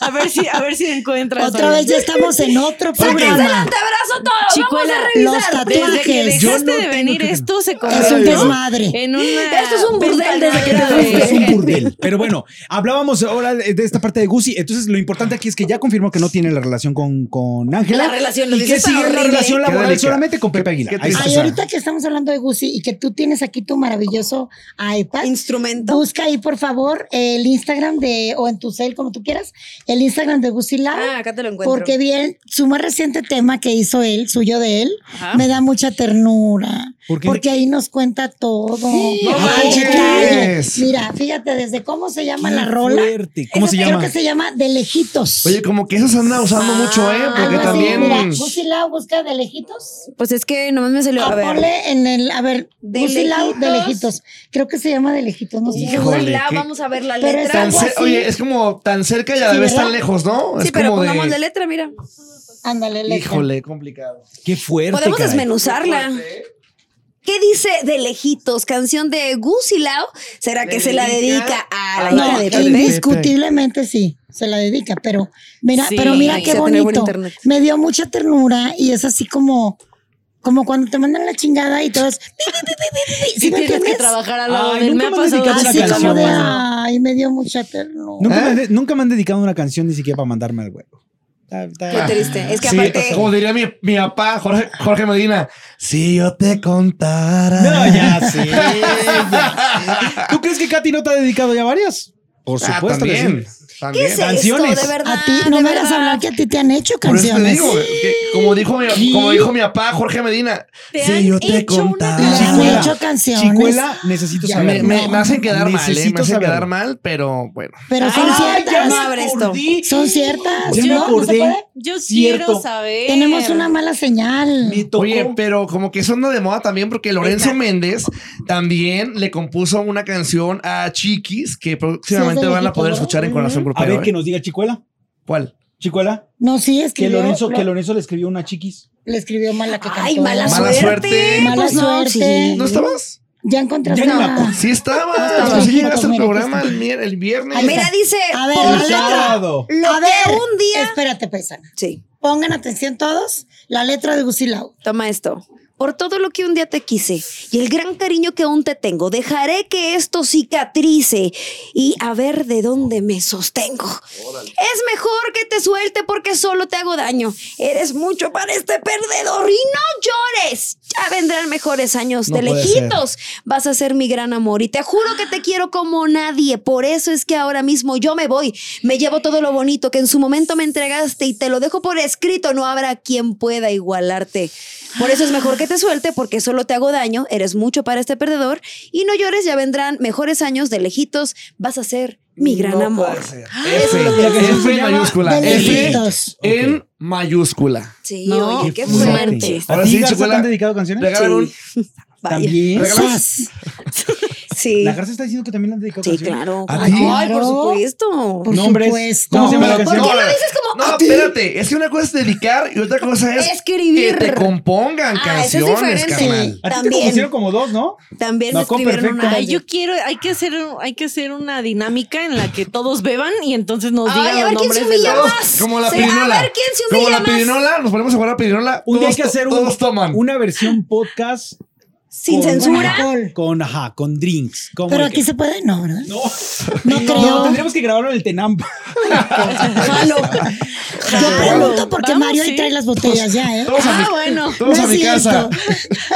[SPEAKER 5] A ver si, a ver si encuentras.
[SPEAKER 1] Otra vez ya estamos en otro programa.
[SPEAKER 4] Ah.
[SPEAKER 3] Te abrazo todo.
[SPEAKER 5] Chicuela,
[SPEAKER 3] Vamos a
[SPEAKER 1] Los
[SPEAKER 3] revisar.
[SPEAKER 5] Desde que
[SPEAKER 1] tatuajes.
[SPEAKER 4] Yo
[SPEAKER 5] dejaste
[SPEAKER 4] no
[SPEAKER 5] de
[SPEAKER 4] tengo
[SPEAKER 5] venir,
[SPEAKER 4] que-
[SPEAKER 5] esto se convirtió
[SPEAKER 1] Es un
[SPEAKER 4] Eh,
[SPEAKER 1] desmadre.
[SPEAKER 5] En una
[SPEAKER 3] Esto es un burdel desde que te
[SPEAKER 5] ventana
[SPEAKER 3] fuiste.
[SPEAKER 4] Es
[SPEAKER 5] de-
[SPEAKER 4] un burdel. Pero bueno, hablábamos ahora de de esta parte de Gucci. Entonces, lo importante aquí es que ya confirmó que no tiene la relación con con Ángela.
[SPEAKER 3] La relación, lo
[SPEAKER 4] Y
[SPEAKER 3] dice
[SPEAKER 4] que
[SPEAKER 3] tan
[SPEAKER 4] sigue la
[SPEAKER 3] horrible.
[SPEAKER 4] relación
[SPEAKER 2] Qué
[SPEAKER 4] laboral
[SPEAKER 2] delicado.
[SPEAKER 4] solamente con Pepe Aguilar.
[SPEAKER 2] Qué
[SPEAKER 4] Ahí está.
[SPEAKER 1] Ay,
[SPEAKER 2] Sara.
[SPEAKER 1] ahorita que estamos hablando de Gucci y que tú tienes aquí tu maravilloso iPad.
[SPEAKER 3] Instrumento.
[SPEAKER 1] Busca ahí, por favor, el Instagram de, o en tu cel, como tú quieras, el Instagram de Gucci Lau.
[SPEAKER 3] Ah, acá te lo encuentro.
[SPEAKER 1] Porque bien, su más reciente tema que hizo él, suyo de él,
[SPEAKER 5] Ajá.
[SPEAKER 1] me da mucha ternura.
[SPEAKER 4] ¿Por qué?
[SPEAKER 1] Porque ahí nos cuenta todo. Al
[SPEAKER 2] manches.
[SPEAKER 1] detalle. Mira, fíjate, desde cómo se llama la rola.
[SPEAKER 4] Fuerte. ¿Cómo
[SPEAKER 1] Esa
[SPEAKER 4] se
[SPEAKER 1] creo
[SPEAKER 4] llama?
[SPEAKER 1] que se llama De Lejitos.
[SPEAKER 2] Oye, como que eso se anda usando mucho, ¿eh?
[SPEAKER 1] Algo
[SPEAKER 2] Porque
[SPEAKER 1] así,
[SPEAKER 2] también.
[SPEAKER 1] Mira, Gucci Lau busca De Lejitos.
[SPEAKER 3] Pues es que nomás me salió.
[SPEAKER 1] Ah,
[SPEAKER 3] A ver.
[SPEAKER 1] ponle en el, a ver,
[SPEAKER 3] De
[SPEAKER 1] Gucci Lau de
[SPEAKER 3] Lejitos.
[SPEAKER 1] lejitos. Creo que se llama de lejitos, no sé.
[SPEAKER 2] Híjole,
[SPEAKER 3] Hola,
[SPEAKER 2] qué-
[SPEAKER 3] vamos a ver la
[SPEAKER 1] Pero
[SPEAKER 3] letra.
[SPEAKER 2] tan
[SPEAKER 1] algo
[SPEAKER 2] cer-
[SPEAKER 1] así.
[SPEAKER 2] Oye, es como tan cerca y a la
[SPEAKER 1] Sí,
[SPEAKER 2] vez
[SPEAKER 1] ¿verdad?
[SPEAKER 2] tan lejos, ¿no?
[SPEAKER 3] Sí,
[SPEAKER 2] es
[SPEAKER 3] pero
[SPEAKER 2] como
[SPEAKER 3] pongamos
[SPEAKER 2] de.
[SPEAKER 3] la letra, mira.
[SPEAKER 1] Ándale, letra.
[SPEAKER 2] Híjole, complicado.
[SPEAKER 4] Qué fuerte.
[SPEAKER 3] Podemos
[SPEAKER 4] caray.
[SPEAKER 3] desmenuzarla. ¿Qué dice de lejitos? Canción de Gusilao. ¿Será que
[SPEAKER 2] Le
[SPEAKER 3] se la
[SPEAKER 2] dedica
[SPEAKER 3] dedica a la
[SPEAKER 2] a la
[SPEAKER 3] hija
[SPEAKER 1] No,
[SPEAKER 3] de
[SPEAKER 2] hija de
[SPEAKER 3] Pepe?
[SPEAKER 1] indiscutiblemente sí, se la dedica, pero mira,
[SPEAKER 5] Sí,
[SPEAKER 1] pero mira
[SPEAKER 3] sí,
[SPEAKER 1] qué
[SPEAKER 3] a tener buen
[SPEAKER 1] bonito.
[SPEAKER 3] internet.
[SPEAKER 1] Me dio mucha ternura y es así como, como cuando te mandan la chingada y todo es.
[SPEAKER 5] Si
[SPEAKER 1] ¿Sí me
[SPEAKER 5] tienes que
[SPEAKER 1] entiendes?
[SPEAKER 5] trabajar al lado
[SPEAKER 4] Ay,
[SPEAKER 5] de él. Me ha
[SPEAKER 4] nunca me han
[SPEAKER 5] pasado
[SPEAKER 4] dedicado una
[SPEAKER 1] Así
[SPEAKER 5] así
[SPEAKER 1] como
[SPEAKER 5] como
[SPEAKER 1] de, "Ah,
[SPEAKER 4] canción.
[SPEAKER 1] ay, me dio mucha ternura.
[SPEAKER 4] Nunca,
[SPEAKER 2] ¿Eh?
[SPEAKER 4] me han de- nunca me han dedicado una canción ni siquiera para mandarme al huevo. Está- está-
[SPEAKER 3] Qué triste. Es que
[SPEAKER 2] Sí,
[SPEAKER 3] aparte.
[SPEAKER 2] como diría mi, mi papá, Jorge, Jorge Medina, si yo te contara.
[SPEAKER 4] No, ya sé. ya. ¿Tú crees que Katy no te ha dedicado ya varias? Por
[SPEAKER 2] Ah,
[SPEAKER 4] supuesto que
[SPEAKER 2] también.
[SPEAKER 4] sí.
[SPEAKER 2] también.
[SPEAKER 3] ¿Qué es
[SPEAKER 4] Canciones.
[SPEAKER 3] esto? De verdad.
[SPEAKER 1] A ti no
[SPEAKER 3] Ah, de
[SPEAKER 1] me hagas
[SPEAKER 3] verdad.
[SPEAKER 1] hablar que a ti te han hecho
[SPEAKER 2] Por eso te
[SPEAKER 1] canciones.
[SPEAKER 2] digo, que como dijo mi, como dijo mi papá Jorge Medina,
[SPEAKER 3] Te
[SPEAKER 2] si
[SPEAKER 3] han
[SPEAKER 2] yo te
[SPEAKER 3] hecho una
[SPEAKER 2] contaba.
[SPEAKER 1] Le han
[SPEAKER 4] Chicuela.
[SPEAKER 1] hecho canciones.
[SPEAKER 4] Chicuela, necesito
[SPEAKER 2] Ya,
[SPEAKER 4] saber.
[SPEAKER 2] me, me- me hacen quedar mal, eh,
[SPEAKER 4] Necesito
[SPEAKER 2] me hacen
[SPEAKER 4] saberlo.
[SPEAKER 2] quedar mal, pero bueno.
[SPEAKER 1] Pero son
[SPEAKER 3] Ay, ya
[SPEAKER 1] ciertas.
[SPEAKER 3] me abre esto.
[SPEAKER 4] acordé.
[SPEAKER 1] Son ciertas.
[SPEAKER 4] Ya me
[SPEAKER 1] ¿no? ¿No se
[SPEAKER 4] acordé.
[SPEAKER 1] puede?
[SPEAKER 5] Yo
[SPEAKER 4] Cierto.
[SPEAKER 5] quiero saber.
[SPEAKER 1] Tenemos una mala señal.
[SPEAKER 4] Me tocó.
[SPEAKER 2] Oye, pero como que eso anda de moda también, porque Lorenzo Méndez también le compuso una canción a Chiquis que próximamente
[SPEAKER 1] Sí, es de
[SPEAKER 2] van a poder
[SPEAKER 1] México, ¿no?
[SPEAKER 2] escuchar en Corazón
[SPEAKER 4] a
[SPEAKER 2] Grupero.
[SPEAKER 4] ver que
[SPEAKER 2] ¿eh?
[SPEAKER 4] nos diga Chicuela.
[SPEAKER 2] ¿Cuál?
[SPEAKER 4] Chicuela,
[SPEAKER 1] No, sí, es
[SPEAKER 4] que Lorenzo, que Lorenzo le escribió una chiquis.
[SPEAKER 1] le escribió mal la que
[SPEAKER 3] Ay,
[SPEAKER 1] cantó.
[SPEAKER 3] mala,
[SPEAKER 2] Mala
[SPEAKER 3] suerte.
[SPEAKER 2] suerte.
[SPEAKER 1] Mala
[SPEAKER 3] Pues no,
[SPEAKER 1] suerte.
[SPEAKER 3] sí.
[SPEAKER 2] ¿No estabas?
[SPEAKER 1] Ya encontraste.
[SPEAKER 4] Ya ni me
[SPEAKER 1] una-
[SPEAKER 4] acuerdo.
[SPEAKER 2] Sí estaba.
[SPEAKER 1] estabas.
[SPEAKER 2] Sí llegaste al
[SPEAKER 1] Mira,
[SPEAKER 2] programa el, mier- el viernes.
[SPEAKER 1] Ahí está.
[SPEAKER 3] Ah, Mira, dice.
[SPEAKER 1] A ver,
[SPEAKER 3] por
[SPEAKER 1] la
[SPEAKER 3] la
[SPEAKER 1] letra.
[SPEAKER 4] Claro.
[SPEAKER 3] Lo
[SPEAKER 1] A
[SPEAKER 3] que
[SPEAKER 1] ver,
[SPEAKER 3] un día.
[SPEAKER 1] Espérate, paisana.
[SPEAKER 3] Sí,
[SPEAKER 1] Pongan atención todos. La letra de Gusilao.
[SPEAKER 3] toma esto. Por todo lo que un día te quise y el gran cariño que aún te tengo, dejaré que esto cicatrice y a ver de dónde me sostengo. Es mejor que te suelte porque solo te hago daño. Eres mucho para este perdedor y no llores. Ya vendrán mejores años
[SPEAKER 2] No
[SPEAKER 3] de
[SPEAKER 2] puede
[SPEAKER 3] lejitos. Vas a ser mi gran amor y te juro que te quiero como nadie. Por eso es que ahora mismo yo me voy. Me llevo todo lo bonito que en su momento me entregaste y te lo dejo por escrito. No habrá quien pueda igualarte. Por eso es mejor que te suelte porque solo te hago daño. Eres mucho para este perdedor y no llores. Ya vendrán mejores años de lejitos. Vas a ser mi gran
[SPEAKER 2] No
[SPEAKER 3] amor.
[SPEAKER 2] puede ser.
[SPEAKER 4] la
[SPEAKER 2] F,
[SPEAKER 4] canción se
[SPEAKER 2] F en
[SPEAKER 4] llama
[SPEAKER 2] mayúscula. F
[SPEAKER 1] Delitos.
[SPEAKER 2] en mayúscula.
[SPEAKER 3] Sí,
[SPEAKER 5] No,
[SPEAKER 3] oye, qué
[SPEAKER 5] pues,
[SPEAKER 3] fuerte.
[SPEAKER 2] Ahora
[SPEAKER 4] ¿A ti,
[SPEAKER 2] sí,
[SPEAKER 4] Garza,
[SPEAKER 2] Chicuela,
[SPEAKER 4] te han dedicado canciones?
[SPEAKER 2] Regálame un.
[SPEAKER 3] Vaya.
[SPEAKER 4] También.
[SPEAKER 1] Sas.
[SPEAKER 3] Sí.
[SPEAKER 4] La Garza está diciendo que también le han dedicado
[SPEAKER 3] Sí,
[SPEAKER 4] canciones.
[SPEAKER 3] claro.
[SPEAKER 2] ¿A
[SPEAKER 3] Ay,
[SPEAKER 2] ti?
[SPEAKER 3] por supuesto.
[SPEAKER 1] Por
[SPEAKER 4] Nombres.
[SPEAKER 1] supuesto.
[SPEAKER 4] ¿Cómo se llama la
[SPEAKER 2] pero-
[SPEAKER 4] canción?
[SPEAKER 3] ¿Por qué lo dices como
[SPEAKER 2] No,
[SPEAKER 3] a ti?
[SPEAKER 2] espérate. Es que una cosa es dedicar y otra cosa es
[SPEAKER 3] Escribir.
[SPEAKER 2] que te compongan
[SPEAKER 3] Ah, eso es
[SPEAKER 2] canciones,
[SPEAKER 3] diferente.
[SPEAKER 2] carnal.
[SPEAKER 4] A ti te
[SPEAKER 3] También.
[SPEAKER 4] compusieron como dos, ¿no?
[SPEAKER 3] También
[SPEAKER 4] No,
[SPEAKER 3] me
[SPEAKER 4] con
[SPEAKER 3] escribieron
[SPEAKER 4] perfecto.
[SPEAKER 3] una.
[SPEAKER 5] Ay, yo quiero, hay que hacer, hay que hacer una dinámica en la que todos beban y entonces nos
[SPEAKER 3] Ay,
[SPEAKER 5] digan
[SPEAKER 3] a ver
[SPEAKER 5] los
[SPEAKER 3] quién se
[SPEAKER 5] nombres de
[SPEAKER 3] humilla
[SPEAKER 5] los-
[SPEAKER 3] más.
[SPEAKER 2] Como la
[SPEAKER 3] Sí,
[SPEAKER 2] pirinola.
[SPEAKER 3] A ver quién se
[SPEAKER 2] Como
[SPEAKER 3] humilla
[SPEAKER 2] la
[SPEAKER 3] más.
[SPEAKER 2] pirinola, nos ponemos a jugar a la pirinola.
[SPEAKER 4] Un día hay
[SPEAKER 2] todos
[SPEAKER 4] que
[SPEAKER 2] to-
[SPEAKER 4] hacer un-
[SPEAKER 2] Todos toman.
[SPEAKER 4] una versión podcast
[SPEAKER 3] Sin
[SPEAKER 4] con-
[SPEAKER 3] censura.
[SPEAKER 4] Con, ajá, con drinks. ¿Cómo
[SPEAKER 1] Pero
[SPEAKER 4] de
[SPEAKER 1] aquí
[SPEAKER 4] que-
[SPEAKER 1] se puede. No, ¿verdad?
[SPEAKER 4] No,
[SPEAKER 1] No creo.
[SPEAKER 4] tendríamos que grabarlo en el Tenampa.
[SPEAKER 3] Jalo.
[SPEAKER 1] Yo
[SPEAKER 5] Claro.
[SPEAKER 1] pregunto porque
[SPEAKER 5] Vamos,
[SPEAKER 1] Mario ahí
[SPEAKER 5] sí.
[SPEAKER 1] trae las botellas ya, ¿eh?
[SPEAKER 2] Todos a
[SPEAKER 5] Ah,
[SPEAKER 2] mi,
[SPEAKER 5] bueno.
[SPEAKER 2] todos
[SPEAKER 1] No
[SPEAKER 2] a mi
[SPEAKER 1] es
[SPEAKER 2] casa.
[SPEAKER 1] cierto.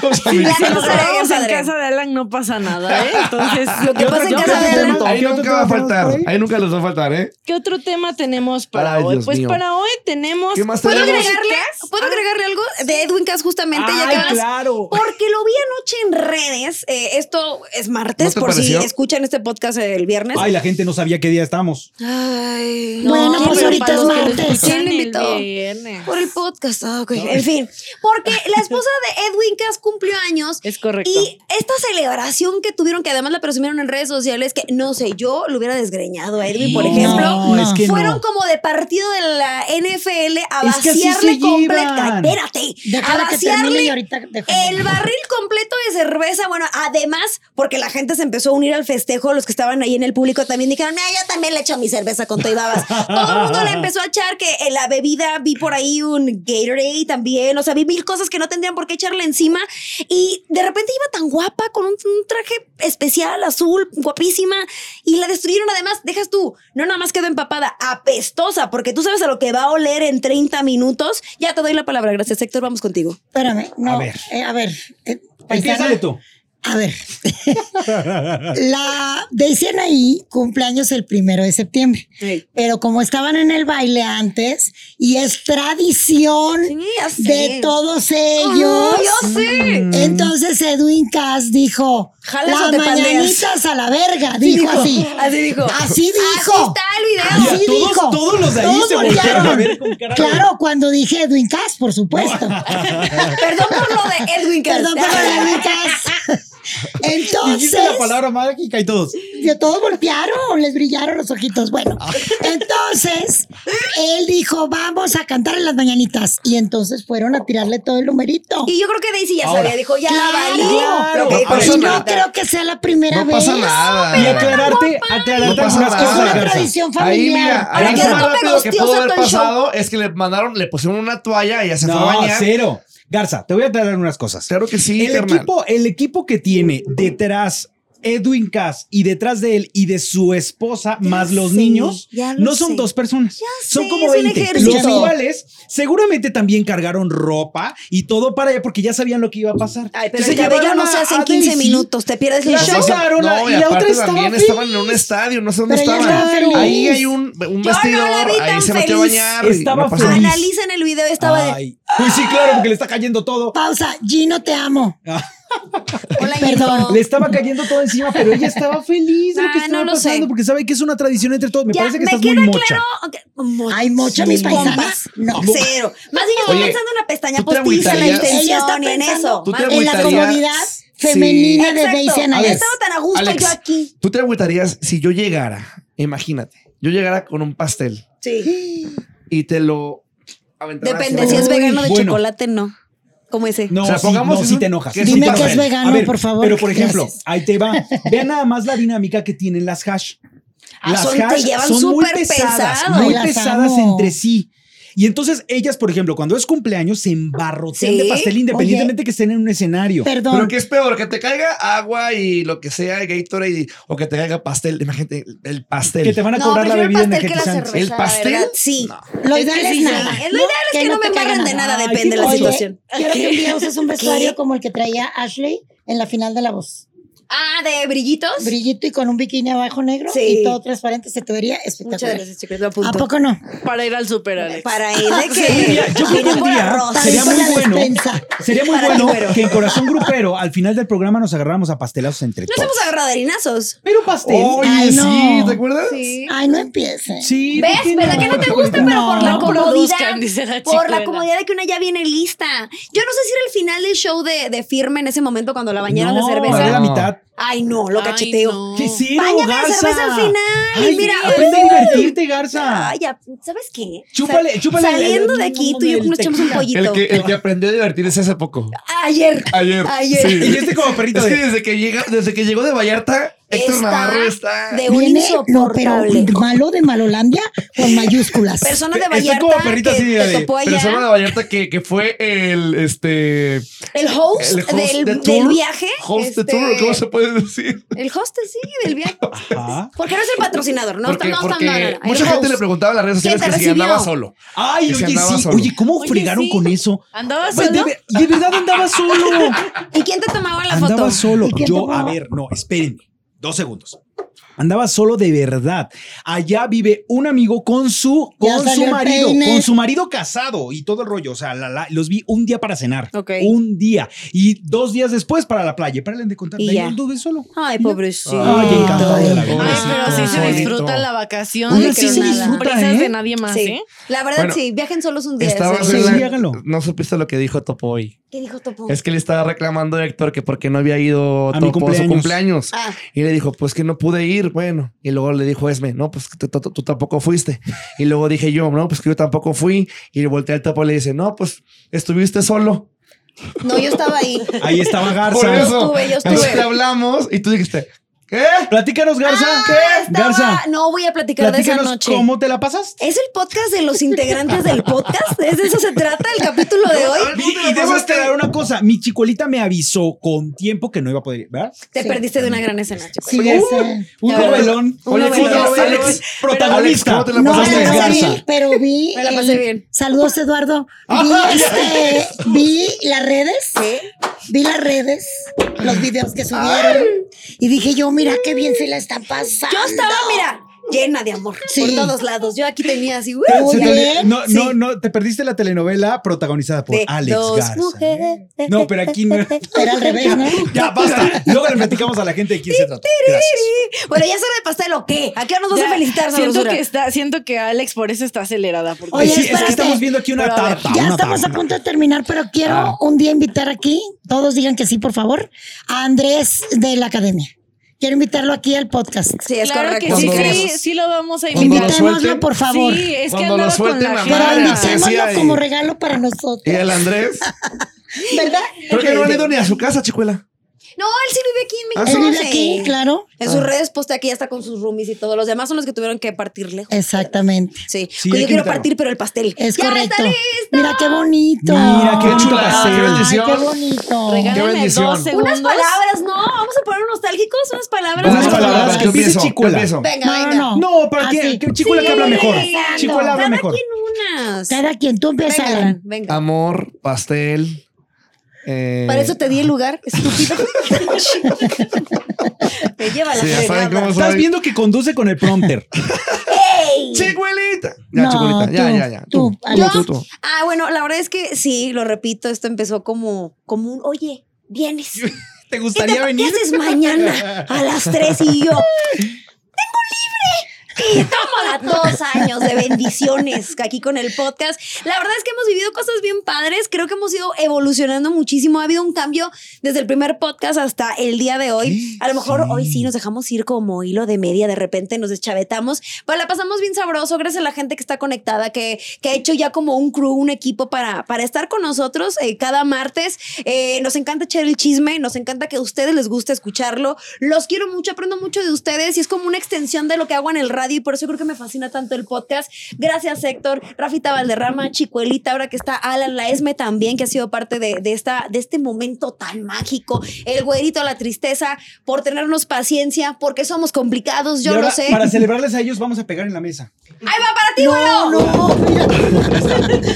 [SPEAKER 2] Todos a mi
[SPEAKER 3] La
[SPEAKER 5] Si
[SPEAKER 2] casa.
[SPEAKER 3] Estaría
[SPEAKER 5] nos
[SPEAKER 3] bien
[SPEAKER 5] grabamos en
[SPEAKER 3] padre.
[SPEAKER 5] casa de Alan no pasa nada, ¿eh? Entonces, lo
[SPEAKER 3] que pasa en casa de Alan-
[SPEAKER 2] Ahí
[SPEAKER 4] ¿Qué otro
[SPEAKER 2] nunca va a
[SPEAKER 4] tema tenemos
[SPEAKER 2] faltar.
[SPEAKER 4] por ahí?
[SPEAKER 2] Ahí nunca les va a faltar, ¿eh?
[SPEAKER 5] ¿Qué otro tema tenemos para
[SPEAKER 2] Ay,
[SPEAKER 5] hoy?
[SPEAKER 2] Dios
[SPEAKER 5] pues
[SPEAKER 2] mío.
[SPEAKER 5] para hoy tenemos.
[SPEAKER 2] ¿Qué más
[SPEAKER 3] ¿Puedo
[SPEAKER 2] tenemos?
[SPEAKER 3] agregarle, ¿Puedo agregarle algo de Edwin Cass justamente? ya
[SPEAKER 4] Ay,
[SPEAKER 3] que vas-
[SPEAKER 4] claro.
[SPEAKER 3] Porque lo vi anoche en redes. eh, esto es
[SPEAKER 2] ¿No
[SPEAKER 3] martes,
[SPEAKER 2] te
[SPEAKER 3] por
[SPEAKER 2] pareció?
[SPEAKER 3] si escuchan este podcast el viernes.
[SPEAKER 4] Ay, la gente no sabía qué día estamos.
[SPEAKER 3] Ay,
[SPEAKER 1] Bueno,
[SPEAKER 3] no,
[SPEAKER 1] pues
[SPEAKER 3] pero
[SPEAKER 1] ahorita
[SPEAKER 3] para
[SPEAKER 1] es
[SPEAKER 3] los que lo
[SPEAKER 1] martes.
[SPEAKER 3] escuchan
[SPEAKER 5] ¿Quién
[SPEAKER 3] el
[SPEAKER 5] le invitó?
[SPEAKER 3] viernes. Por el podcast. Ah, ok. En fin, porque la esposa de Edwin Cass cumplió años.
[SPEAKER 5] Es correcto.
[SPEAKER 3] Y esta celebración que tuvieron, que además la presumieron en redes sociales, que no sé, yo lo hubiera desgreñado a Edwin, por
[SPEAKER 1] No,
[SPEAKER 3] ejemplo.
[SPEAKER 1] no.
[SPEAKER 4] es que no.
[SPEAKER 3] Fueron como de partido de la NFL a
[SPEAKER 4] Es que así
[SPEAKER 3] vaciarle
[SPEAKER 4] se llevan.
[SPEAKER 3] completa. Espérate.
[SPEAKER 1] Déjala
[SPEAKER 3] a
[SPEAKER 1] que termine y
[SPEAKER 3] vaciarle
[SPEAKER 1] ahorita déjame.
[SPEAKER 3] el barril completo de cerveza. Bueno, además, porque la gente se empezó a unir al festejo, los que estaban ahí en el público también dijeron, "Ah, yo también le echo mi cerveza con todo y babas. todo el mundo le empezó a echar que en la bebida vi por ahí un Gatorade también. O sea, vi mil cosas que no tendrían por qué echarle encima. Y de repente iba tan guapa con un, un traje especial azul, guapísima. Y la destruyeron además. Dejas tú, no nada más quedó empapada, apestosa, porque tú sabes a lo que va a oler en 30 minutos. Ya te doy la palabra. Gracias, Héctor. Vamos contigo.
[SPEAKER 1] Espérame, no.
[SPEAKER 4] A
[SPEAKER 1] A
[SPEAKER 4] ver.
[SPEAKER 1] ver. a ver. eh,
[SPEAKER 4] Empieza
[SPEAKER 1] paisana,
[SPEAKER 4] de tú.
[SPEAKER 1] A ver. la Daisy ahí cumpleaños el primero de septiembre.
[SPEAKER 5] Ey.
[SPEAKER 1] Pero como estaban en el baile antes y es tradición
[SPEAKER 3] Sí, ya sé.
[SPEAKER 1] de todos ellos.
[SPEAKER 3] Ah, yo sé.
[SPEAKER 4] Mm.
[SPEAKER 1] Entonces Edwin Cass dijo,
[SPEAKER 3] ¿Jalas o
[SPEAKER 1] las
[SPEAKER 3] te pandeas?"
[SPEAKER 1] mañanitas a la verga, dijo así.
[SPEAKER 3] Así dijo.
[SPEAKER 1] Así
[SPEAKER 3] Así
[SPEAKER 1] dijo.
[SPEAKER 3] está el
[SPEAKER 1] Así
[SPEAKER 3] video.
[SPEAKER 4] Mira, todos-
[SPEAKER 1] dijo.
[SPEAKER 4] todos los de ahí se voltearon a ver con cara de-
[SPEAKER 1] Claro, cuando dije Edwin Cass, por supuesto.
[SPEAKER 3] Perdón por lo de Edwin Cass.
[SPEAKER 1] Perdón por lo de Edwin Cass. Entonces,
[SPEAKER 4] Dijiste la palabra mágica y todos.
[SPEAKER 1] de todos golpearon, les brillaron los ojitos. Bueno,
[SPEAKER 2] Ah.
[SPEAKER 1] entonces él dijo, vamos a cantar en las mañanitas. Y entonces fueron a tirarle todo el numerito.
[SPEAKER 3] Y yo creo que Daisy ya
[SPEAKER 4] Ahora.
[SPEAKER 3] sabía. Dijo, ya la
[SPEAKER 1] Claro.
[SPEAKER 3] valí. Lo que
[SPEAKER 2] No
[SPEAKER 3] dijo
[SPEAKER 2] pasa
[SPEAKER 1] Y
[SPEAKER 3] Edwin
[SPEAKER 1] no
[SPEAKER 2] nada.
[SPEAKER 3] Cass.
[SPEAKER 1] creo que sea la primera
[SPEAKER 2] No
[SPEAKER 1] vez.
[SPEAKER 2] pasa nada.
[SPEAKER 4] Y aclararte, aclararte
[SPEAKER 2] No pasa
[SPEAKER 4] algunas
[SPEAKER 2] nada.
[SPEAKER 4] cosas.
[SPEAKER 1] Es una
[SPEAKER 4] Garza.
[SPEAKER 1] tradición
[SPEAKER 2] Ahí,
[SPEAKER 1] familiar.
[SPEAKER 2] mira,
[SPEAKER 3] Ahora
[SPEAKER 2] ahí
[SPEAKER 3] quedó
[SPEAKER 2] lo más rápido
[SPEAKER 3] pegostioso
[SPEAKER 2] que pudo haber
[SPEAKER 3] todo el show.
[SPEAKER 2] pasado es que le mandaron, le pusieron una toalla y ya se fue a
[SPEAKER 4] No,
[SPEAKER 2] bañar.
[SPEAKER 4] cero. Garza, te voy a aclarar unas cosas.
[SPEAKER 2] Claro que sí,
[SPEAKER 4] el
[SPEAKER 2] carnal.
[SPEAKER 4] equipo, el equipo que tiene detrás Edwin Cass y detrás de él y de su esposa,
[SPEAKER 3] Ya
[SPEAKER 4] más los
[SPEAKER 3] sé,
[SPEAKER 4] niños,
[SPEAKER 3] ya lo
[SPEAKER 4] no son
[SPEAKER 3] sé.
[SPEAKER 4] dos personas.
[SPEAKER 3] Ya
[SPEAKER 4] son
[SPEAKER 3] sé,
[SPEAKER 4] como
[SPEAKER 3] es un
[SPEAKER 4] 20.
[SPEAKER 3] ejército.
[SPEAKER 4] Los cuales seguramente también cargaron ropa y todo para allá porque ya sabían lo que iba a pasar.
[SPEAKER 3] Ay, pero
[SPEAKER 4] Entonces
[SPEAKER 3] ya ve, ya
[SPEAKER 4] llevaron
[SPEAKER 3] no
[SPEAKER 4] a-
[SPEAKER 3] se
[SPEAKER 4] a
[SPEAKER 3] hacen 15
[SPEAKER 4] Daisy.
[SPEAKER 3] minutos, te pierdes el
[SPEAKER 4] La
[SPEAKER 3] show.
[SPEAKER 4] saca- Claro, la-
[SPEAKER 2] no,
[SPEAKER 4] y
[SPEAKER 2] y
[SPEAKER 4] la
[SPEAKER 2] aparte
[SPEAKER 4] otra estaba
[SPEAKER 2] también
[SPEAKER 4] feliz.
[SPEAKER 2] estaban en un estadio, no sé dónde
[SPEAKER 1] Pero ella
[SPEAKER 2] estaban.
[SPEAKER 1] estaba
[SPEAKER 2] Ahí
[SPEAKER 1] feliz.
[SPEAKER 2] hay un, un
[SPEAKER 3] Yo no la
[SPEAKER 2] vestidor,
[SPEAKER 3] vi
[SPEAKER 2] ahí
[SPEAKER 3] tan
[SPEAKER 2] se metió a
[SPEAKER 3] feliz.
[SPEAKER 2] bañar. y
[SPEAKER 4] Estaba
[SPEAKER 2] no pasó nada.
[SPEAKER 4] feliz.
[SPEAKER 3] Analicen el video, estaba de.
[SPEAKER 4] Ay, Pues sí, claro, porque le está cayendo todo.
[SPEAKER 1] Pausa. Gino, te amo.
[SPEAKER 3] Hola,
[SPEAKER 1] Perdón.
[SPEAKER 3] Gino.
[SPEAKER 4] Le estaba cayendo todo encima, pero ella estaba feliz de lo que
[SPEAKER 3] Ah,
[SPEAKER 4] estaba
[SPEAKER 3] no lo sé.
[SPEAKER 4] pasando porque sabe que es una tradición entre todos. Me
[SPEAKER 3] Ya,
[SPEAKER 4] parece que
[SPEAKER 3] me
[SPEAKER 4] estás
[SPEAKER 3] queda
[SPEAKER 4] muy mocha.
[SPEAKER 3] claro. que- mo-
[SPEAKER 1] Ay, mocha, mis paisanas. No.
[SPEAKER 3] Cero. Más bien yo estoy
[SPEAKER 2] Oye,
[SPEAKER 3] pensando en la pestaña
[SPEAKER 2] ¿tú te
[SPEAKER 3] postiza, en la
[SPEAKER 2] agüitarías?
[SPEAKER 3] intención
[SPEAKER 1] Ella está
[SPEAKER 3] y en
[SPEAKER 1] pensando-
[SPEAKER 3] eso.
[SPEAKER 2] ¿Tú te
[SPEAKER 3] Más-
[SPEAKER 1] En la
[SPEAKER 2] agüitarías?
[SPEAKER 1] comodidad
[SPEAKER 2] Sí.
[SPEAKER 1] femenina de
[SPEAKER 3] Exacto.
[SPEAKER 1] Daisy
[SPEAKER 3] Yo
[SPEAKER 1] Anaya.
[SPEAKER 2] Alex,
[SPEAKER 3] estaba tan a gusto
[SPEAKER 2] Alex.
[SPEAKER 3] yo aquí.
[SPEAKER 2] ¿Tú te agüitarías si yo llegara? Imagínate, yo llegara con un pastel
[SPEAKER 3] Sí.
[SPEAKER 2] y te lo aventara.
[SPEAKER 3] Depende,
[SPEAKER 2] hacia
[SPEAKER 3] si es
[SPEAKER 2] abajo.
[SPEAKER 3] vegano de
[SPEAKER 4] bueno.
[SPEAKER 3] chocolate, no. Como ese.
[SPEAKER 4] No,
[SPEAKER 2] O sea,
[SPEAKER 4] sí,
[SPEAKER 2] pongamos
[SPEAKER 4] no,
[SPEAKER 2] que
[SPEAKER 4] sí
[SPEAKER 2] es
[SPEAKER 4] te
[SPEAKER 2] un-
[SPEAKER 4] enojas.
[SPEAKER 2] que es
[SPEAKER 4] sí
[SPEAKER 2] un
[SPEAKER 4] te
[SPEAKER 2] Dime que
[SPEAKER 4] enojas.
[SPEAKER 2] es
[SPEAKER 1] vegano, por favor.
[SPEAKER 4] Pero, por ejemplo,
[SPEAKER 1] Gracias.
[SPEAKER 4] ahí te va. Vean nada más la dinámica que tienen las hash.
[SPEAKER 3] Ah, son- te llevan súper pesado.
[SPEAKER 4] muy
[SPEAKER 1] Ay, las
[SPEAKER 4] pesadas
[SPEAKER 1] amo.
[SPEAKER 4] entre sí. Y entonces ellas, por ejemplo, cuando es cumpleaños, se embarrotean
[SPEAKER 3] Sí.
[SPEAKER 4] de pastel independientemente que estén en un escenario.
[SPEAKER 1] Perdón.
[SPEAKER 2] Pero que es peor, que te caiga agua y lo que sea, Gatorade, y- o que te caiga pastel. Imagínate, el pastel.
[SPEAKER 4] que te van a
[SPEAKER 3] No,
[SPEAKER 4] cobrar la
[SPEAKER 3] prefiero el
[SPEAKER 4] bebida
[SPEAKER 3] pastel que la
[SPEAKER 4] energizante.
[SPEAKER 3] cerveza.
[SPEAKER 2] ¿El
[SPEAKER 3] la
[SPEAKER 2] pastel?
[SPEAKER 3] verdad, Sí.
[SPEAKER 1] Lo
[SPEAKER 5] Es que
[SPEAKER 1] ideal es,
[SPEAKER 5] sí,
[SPEAKER 1] nada.
[SPEAKER 3] sí. Lo ideal es que no me
[SPEAKER 1] te
[SPEAKER 3] embarren
[SPEAKER 1] caiga
[SPEAKER 3] de nada,
[SPEAKER 4] Ay,
[SPEAKER 3] depende de la
[SPEAKER 4] qué-
[SPEAKER 1] Oye,
[SPEAKER 3] situación.
[SPEAKER 1] Quiero que un día uses un vestuario
[SPEAKER 3] ¿Qué?
[SPEAKER 1] como el que traía Ashley en la final de la voz.
[SPEAKER 3] Ah, de brillitos.
[SPEAKER 1] Pues, Brillito y con un bikini abajo negro
[SPEAKER 3] Sí.
[SPEAKER 1] y todo transparente se te vería
[SPEAKER 3] Muchas
[SPEAKER 1] espectacular.
[SPEAKER 3] gracias, chicos. Lo
[SPEAKER 1] ¿A
[SPEAKER 3] apunto.
[SPEAKER 1] poco no?
[SPEAKER 5] Para ir al súper, Alex.
[SPEAKER 3] Para él de
[SPEAKER 4] Mira,
[SPEAKER 3] que.
[SPEAKER 4] yo creo que un
[SPEAKER 3] por
[SPEAKER 4] día
[SPEAKER 3] arroz.
[SPEAKER 4] sería
[SPEAKER 1] Para
[SPEAKER 4] muy
[SPEAKER 1] ir por la
[SPEAKER 4] bueno,
[SPEAKER 1] despensa.
[SPEAKER 4] sería muy
[SPEAKER 3] Para
[SPEAKER 4] bueno
[SPEAKER 3] el güero.
[SPEAKER 4] que en Corazón Grupero al final del programa nos agarráramos a pastelazos entre
[SPEAKER 3] Nos
[SPEAKER 4] todos.
[SPEAKER 3] hemos agarrado a harinazos.
[SPEAKER 4] Pero pastel.
[SPEAKER 2] Oye,
[SPEAKER 1] Ay, no.
[SPEAKER 2] sí, ¿te acuerdas?
[SPEAKER 1] Ay, no empieces.
[SPEAKER 4] Sí, ¿por qué
[SPEAKER 3] ¿Ves? ¿Verdad que no te gusta? Pero por la
[SPEAKER 1] No,
[SPEAKER 3] comodidad.
[SPEAKER 5] produzcan, dice la
[SPEAKER 3] Por la
[SPEAKER 5] chicuela.
[SPEAKER 3] comodidad de que una ya viene lista. Yo no sé si era el final del show de, de Firme en ese momento cuando la bañaron
[SPEAKER 4] No,
[SPEAKER 3] de
[SPEAKER 4] era la
[SPEAKER 3] cerveza.
[SPEAKER 2] No.
[SPEAKER 4] mitad.
[SPEAKER 3] Ay, no, lo
[SPEAKER 5] Ay,
[SPEAKER 3] cacheteo.
[SPEAKER 5] no.
[SPEAKER 4] ¿Qué sí, no,
[SPEAKER 3] Báñame de
[SPEAKER 4] Garza?
[SPEAKER 3] cerveza al final,
[SPEAKER 4] Ay,
[SPEAKER 3] mira.
[SPEAKER 4] aprende a divertirte, Garza.
[SPEAKER 3] Ay, ya, ¿sabes qué?
[SPEAKER 4] Chúpale,
[SPEAKER 3] Sa-
[SPEAKER 4] chúpale el-
[SPEAKER 3] Saliendo de
[SPEAKER 4] el-
[SPEAKER 3] aquí,
[SPEAKER 4] el-
[SPEAKER 3] tú y yo
[SPEAKER 4] el
[SPEAKER 3] nos echamos un
[SPEAKER 4] tequila.
[SPEAKER 3] pollito.
[SPEAKER 2] El que, el que aprendió a divertirse hace poco.
[SPEAKER 3] Ayer.
[SPEAKER 2] Ayer.
[SPEAKER 3] Ayer.
[SPEAKER 2] Sí.
[SPEAKER 4] Y este como perrito
[SPEAKER 2] Es que
[SPEAKER 4] de...
[SPEAKER 2] desde que, llega, desde que llegó de Vallarta, Héctor
[SPEAKER 3] Está
[SPEAKER 2] Navarro está.
[SPEAKER 3] de un
[SPEAKER 1] Viene, no, pero
[SPEAKER 3] insoportable.
[SPEAKER 1] malo de Malolandia con mayúsculas.
[SPEAKER 3] Persona de
[SPEAKER 4] Está
[SPEAKER 3] Vallarta
[SPEAKER 4] como perrito
[SPEAKER 3] que
[SPEAKER 4] así
[SPEAKER 3] te
[SPEAKER 4] de...
[SPEAKER 3] topó allá.
[SPEAKER 2] Persona de Vallarta que, que fue el este
[SPEAKER 3] El host,
[SPEAKER 2] el host
[SPEAKER 3] del,
[SPEAKER 2] de
[SPEAKER 3] del
[SPEAKER 2] tour.
[SPEAKER 3] viaje.
[SPEAKER 2] host de
[SPEAKER 3] este,
[SPEAKER 2] tour, ¿cómo se puede decir?
[SPEAKER 3] El host, sí, del viaje.
[SPEAKER 4] Ajá.
[SPEAKER 3] Porque no es el patrocinador, no
[SPEAKER 2] porque
[SPEAKER 3] está, no está,
[SPEAKER 2] porque
[SPEAKER 3] no, no, no, el
[SPEAKER 2] mucha gente
[SPEAKER 3] host.
[SPEAKER 2] le preguntaba en las redes
[SPEAKER 3] ¿Quién
[SPEAKER 2] sociales
[SPEAKER 3] te
[SPEAKER 2] que si
[SPEAKER 3] recibió?
[SPEAKER 2] andaba solo.
[SPEAKER 4] Ay,
[SPEAKER 2] Que se
[SPEAKER 4] oye,
[SPEAKER 2] andaba
[SPEAKER 4] sí.
[SPEAKER 2] solo.
[SPEAKER 4] Oye, ¿cómo
[SPEAKER 5] Oye,
[SPEAKER 4] fregaron
[SPEAKER 5] sí.
[SPEAKER 4] con eso?
[SPEAKER 5] ¿Andabas
[SPEAKER 4] Pues,
[SPEAKER 5] solo?
[SPEAKER 4] De, ver- de verdad andaba solo.
[SPEAKER 3] ¿Y quién te tomaba la
[SPEAKER 4] andaba
[SPEAKER 3] foto?
[SPEAKER 4] solo.
[SPEAKER 1] ¿Y quién
[SPEAKER 4] Yo,
[SPEAKER 1] tomaba?
[SPEAKER 4] a ver, no, espérenme. Dos segundos. Andaba solo de verdad. Allá vive un amigo con su,
[SPEAKER 1] Ya
[SPEAKER 4] con
[SPEAKER 1] salió
[SPEAKER 4] su
[SPEAKER 1] el
[SPEAKER 4] marido,
[SPEAKER 1] peine.
[SPEAKER 4] con su marido casado y todo el rollo. O sea, la- la- los vi un día para cenar.
[SPEAKER 3] Ok.
[SPEAKER 4] Un día. Y dos días después para la playa. Páralen de contar.
[SPEAKER 3] Y
[SPEAKER 4] De ahí
[SPEAKER 3] ya.
[SPEAKER 4] anduve solo.
[SPEAKER 3] Ay, pobrecito.
[SPEAKER 4] Ay, Ah, encantado de la
[SPEAKER 1] Ay,
[SPEAKER 4] vida.
[SPEAKER 5] Ay, pero sí se
[SPEAKER 2] Solito.
[SPEAKER 5] disfruta la vacación.
[SPEAKER 4] Oigan,
[SPEAKER 5] no
[SPEAKER 4] sí
[SPEAKER 5] creo
[SPEAKER 4] se
[SPEAKER 5] nada.
[SPEAKER 4] disfruta,
[SPEAKER 5] Prisas
[SPEAKER 4] ¿eh?
[SPEAKER 5] de nadie más,
[SPEAKER 3] Sí.
[SPEAKER 5] ¿eh?
[SPEAKER 3] La verdad,
[SPEAKER 2] Bueno,
[SPEAKER 3] sí, viajen solos un día.
[SPEAKER 2] Estabas
[SPEAKER 3] sí.
[SPEAKER 2] en la-
[SPEAKER 4] Sí, hágalo.
[SPEAKER 2] No supiste lo que dijo Topo hoy.
[SPEAKER 3] ¿Qué dijo Topo?
[SPEAKER 2] Es que le estaba reclamando a Héctor que porque no había ido
[SPEAKER 4] A mi
[SPEAKER 2] Topo a su
[SPEAKER 4] cumpleaños.
[SPEAKER 2] cumpleaños.
[SPEAKER 3] Ah,
[SPEAKER 2] Y le dijo, pues que no pude ir, bueno. Y luego le dijo Esme, no, pues que tú, tú- tú tampoco fuiste. Y luego dije yo, no, pues que yo tampoco fui. Y le volteé al topo y le dice, no, pues estuviste solo.
[SPEAKER 3] no, yo estaba ahí.
[SPEAKER 4] Ahí estaba Garza.
[SPEAKER 2] Por eso,
[SPEAKER 3] estuve, yo estuve.
[SPEAKER 2] entonces te hablamos y tú dijiste, ¿qué?
[SPEAKER 4] Platícanos, Garza.
[SPEAKER 3] Ah, estaba-
[SPEAKER 4] Garza,
[SPEAKER 3] No voy a platicar de esa
[SPEAKER 4] platícanos
[SPEAKER 3] noche.
[SPEAKER 4] cómo te la pasaste.
[SPEAKER 3] ¿Es el podcast de los integrantes del podcast? ¿Es de eso se trata el capítulo de hoy?
[SPEAKER 2] ¿Cómo te la
[SPEAKER 4] Y, y debo
[SPEAKER 2] pasaste?
[SPEAKER 4] aclarar una cosa. Mi chicuelita me avisó con tiempo que no iba a poder ir, ¿verdad?
[SPEAKER 3] Te perdiste de una gran escena, chicos.
[SPEAKER 1] Sí,
[SPEAKER 4] uh,
[SPEAKER 1] ya sé.
[SPEAKER 4] Un
[SPEAKER 3] Ya, ¿verdad?
[SPEAKER 4] novelón.
[SPEAKER 3] Un
[SPEAKER 4] Oye,
[SPEAKER 3] novelón.
[SPEAKER 4] Alex,
[SPEAKER 3] Pero-
[SPEAKER 4] Alex,
[SPEAKER 2] pero-
[SPEAKER 4] protagonista.
[SPEAKER 2] Alex, ¿cómo te la
[SPEAKER 1] No,
[SPEAKER 2] pasaste?
[SPEAKER 1] me la pasé
[SPEAKER 4] Garza.
[SPEAKER 1] bien, pero vi.
[SPEAKER 3] Me la pasé
[SPEAKER 1] el-
[SPEAKER 3] bien.
[SPEAKER 1] Saludos, Eduardo. Vi, este, vi las redes,
[SPEAKER 3] ¿Qué?
[SPEAKER 1] vi las redes, los videos que subieron. Y dije yo, mira qué bien se la están pasando.
[SPEAKER 3] Yo estaba, mira, llena de amor
[SPEAKER 1] Ah, Sí.
[SPEAKER 3] por todos lados. Yo aquí tenía así,
[SPEAKER 4] Se te
[SPEAKER 3] uy,
[SPEAKER 1] Muy
[SPEAKER 4] olvidó-
[SPEAKER 1] bien,
[SPEAKER 4] No,
[SPEAKER 3] sí.
[SPEAKER 4] no, no, te perdiste la telenovela protagonizada por
[SPEAKER 3] de
[SPEAKER 4] Alex
[SPEAKER 3] dos
[SPEAKER 4] Garza. ¿eh?
[SPEAKER 3] mujeres.
[SPEAKER 4] No, pero aquí no.
[SPEAKER 1] Era al revés, ¿no?
[SPEAKER 4] Ya, basta. Luego le platicamos a la gente de quién se trata. Gracias.
[SPEAKER 3] Bueno, ya es hora de pastel o qué? ¿A qué hora nos vas
[SPEAKER 5] Ya,
[SPEAKER 3] a felicitar,
[SPEAKER 5] siento
[SPEAKER 3] sabrosura?
[SPEAKER 5] que está, siento que Alex por eso está acelerada. Porque
[SPEAKER 1] Oye,
[SPEAKER 4] sí, es que
[SPEAKER 1] espérate.
[SPEAKER 4] estamos viendo aquí una
[SPEAKER 5] Pero a ver,
[SPEAKER 4] tarta.
[SPEAKER 1] Ya
[SPEAKER 4] una
[SPEAKER 1] estamos a
[SPEAKER 4] tarta.
[SPEAKER 1] punto de terminar, pero quiero
[SPEAKER 4] Ah.
[SPEAKER 1] un día invitar aquí, todos digan que sí, por favor, a Andrés de la Academia. Quiero invitarlo aquí al podcast.
[SPEAKER 3] Sí, es
[SPEAKER 5] claro
[SPEAKER 3] correcto.
[SPEAKER 5] que sí,
[SPEAKER 2] Cuando
[SPEAKER 5] sí,
[SPEAKER 2] los-
[SPEAKER 5] sí lo vamos a
[SPEAKER 2] cuando
[SPEAKER 5] invitar.
[SPEAKER 2] los
[SPEAKER 1] Invitémoslo,
[SPEAKER 2] suelten.
[SPEAKER 1] por favor.
[SPEAKER 5] Sí, es que
[SPEAKER 2] Cuando
[SPEAKER 5] andaba
[SPEAKER 2] lo
[SPEAKER 5] con
[SPEAKER 2] suelten,
[SPEAKER 5] la
[SPEAKER 1] Pero
[SPEAKER 2] mamá.
[SPEAKER 5] agenda.
[SPEAKER 2] sí, sí,
[SPEAKER 1] invitémoslo
[SPEAKER 2] ahí.
[SPEAKER 1] como regalo para
[SPEAKER 2] Y
[SPEAKER 1] nosotros.
[SPEAKER 2] el Andrés,
[SPEAKER 1] ¿Verdad?
[SPEAKER 2] creo que no han ido ni a su casa, chicuela.
[SPEAKER 3] No, él sí vive aquí en
[SPEAKER 2] Ah,
[SPEAKER 1] Él
[SPEAKER 3] México.
[SPEAKER 1] vive
[SPEAKER 3] sí.
[SPEAKER 1] aquí, claro.
[SPEAKER 3] En sus redes postea aquí ya está con sus roomies y todo. Los demás son los que tuvieron que partir lejos.
[SPEAKER 1] Exactamente.
[SPEAKER 3] Sí,
[SPEAKER 4] Sí, hay
[SPEAKER 3] Pues yo
[SPEAKER 4] que
[SPEAKER 3] quiero
[SPEAKER 4] invitarlo.
[SPEAKER 3] partir, pero el pastel.
[SPEAKER 1] Es
[SPEAKER 3] ¡Ya
[SPEAKER 1] correcto.
[SPEAKER 3] está listo!
[SPEAKER 1] Mira qué bonito.
[SPEAKER 4] Mira, qué
[SPEAKER 1] Ay,
[SPEAKER 2] chulada, qué
[SPEAKER 1] Ay,
[SPEAKER 2] bendición.
[SPEAKER 1] qué bonito.
[SPEAKER 2] Qué
[SPEAKER 5] Regálame
[SPEAKER 2] bendición.
[SPEAKER 5] dos
[SPEAKER 2] Unas
[SPEAKER 5] segundos.
[SPEAKER 3] Unas palabras, no, vamos a poner nostálgicos? Unas palabras.
[SPEAKER 2] Unas
[SPEAKER 4] Unas palabras
[SPEAKER 2] palabras
[SPEAKER 4] que
[SPEAKER 2] yo
[SPEAKER 4] empiece
[SPEAKER 2] empiezo, yo
[SPEAKER 4] Chicuela.
[SPEAKER 2] empiezo.
[SPEAKER 3] Venga,
[SPEAKER 1] No,
[SPEAKER 3] venga.
[SPEAKER 1] no, no.
[SPEAKER 4] No, para
[SPEAKER 1] Así.
[SPEAKER 4] que Chicuela que habla mejor. Chicuela habla
[SPEAKER 3] Cada
[SPEAKER 4] mejor.
[SPEAKER 3] quien unas.
[SPEAKER 1] Cada quien, tú empieza,
[SPEAKER 3] Venga,
[SPEAKER 1] Alan.
[SPEAKER 3] Alan, venga.
[SPEAKER 2] Amor, pastel. eh,
[SPEAKER 3] Para eso te di el lugar, estúpido. te lleva la
[SPEAKER 2] Sí, ya saben
[SPEAKER 3] fregada.
[SPEAKER 2] cómo
[SPEAKER 4] Estás
[SPEAKER 2] soy.
[SPEAKER 4] viendo que conduce con el prompter.
[SPEAKER 3] ¡Ey!
[SPEAKER 2] Chicuelita. Ya,
[SPEAKER 1] No,
[SPEAKER 2] chicuelita. Ya,
[SPEAKER 1] tú,
[SPEAKER 2] ya, ya.
[SPEAKER 1] tú,
[SPEAKER 3] Alex.
[SPEAKER 2] tú, tú.
[SPEAKER 3] Ah, bueno, la verdad es que sí, lo repito, esto empezó como, como un, oye, vienes. ¿Qué,
[SPEAKER 4] ¿Te
[SPEAKER 3] te-
[SPEAKER 4] gustaría
[SPEAKER 3] qué
[SPEAKER 4] venir?
[SPEAKER 3] haces mañana a las 3 y yo? ¡Tengo libre! Y tómala dos años de bendiciones aquí con el podcast. La verdad es que hemos vivido cosas bien padres. Creo que hemos ido evolucionando muchísimo. Ha habido un cambio desde el primer podcast hasta el día de hoy. A lo mejor hoy sí nos dejamos ir como hilo de media. De repente nos deschavetamos. Pero la pasamos bien sabroso. Gracias a la gente que está conectada, que, que ha hecho ya como un crew, un equipo para, para estar con nosotros eh, cada martes. Eh, nos encanta echar el chisme. Nos encanta que a ustedes les guste escucharlo. Los quiero mucho. Aprendo mucho de ustedes y es como una extensión de lo que hago en el radio. Y por eso creo que me fascina tanto el podcast. Gracias, Héctor, Rafita Valderrama, Chicuelita, ahora que está Alan Laesme también, que ha sido parte de, de esta, de este momento tan mágico. El güerito, la tristeza, por tenernos paciencia, porque somos complicados, yo
[SPEAKER 4] Y ahora,
[SPEAKER 3] lo sé.
[SPEAKER 4] Para celebrarles a ellos, vamos a pegar en la mesa.
[SPEAKER 3] ¡Ahí va para ti, güero!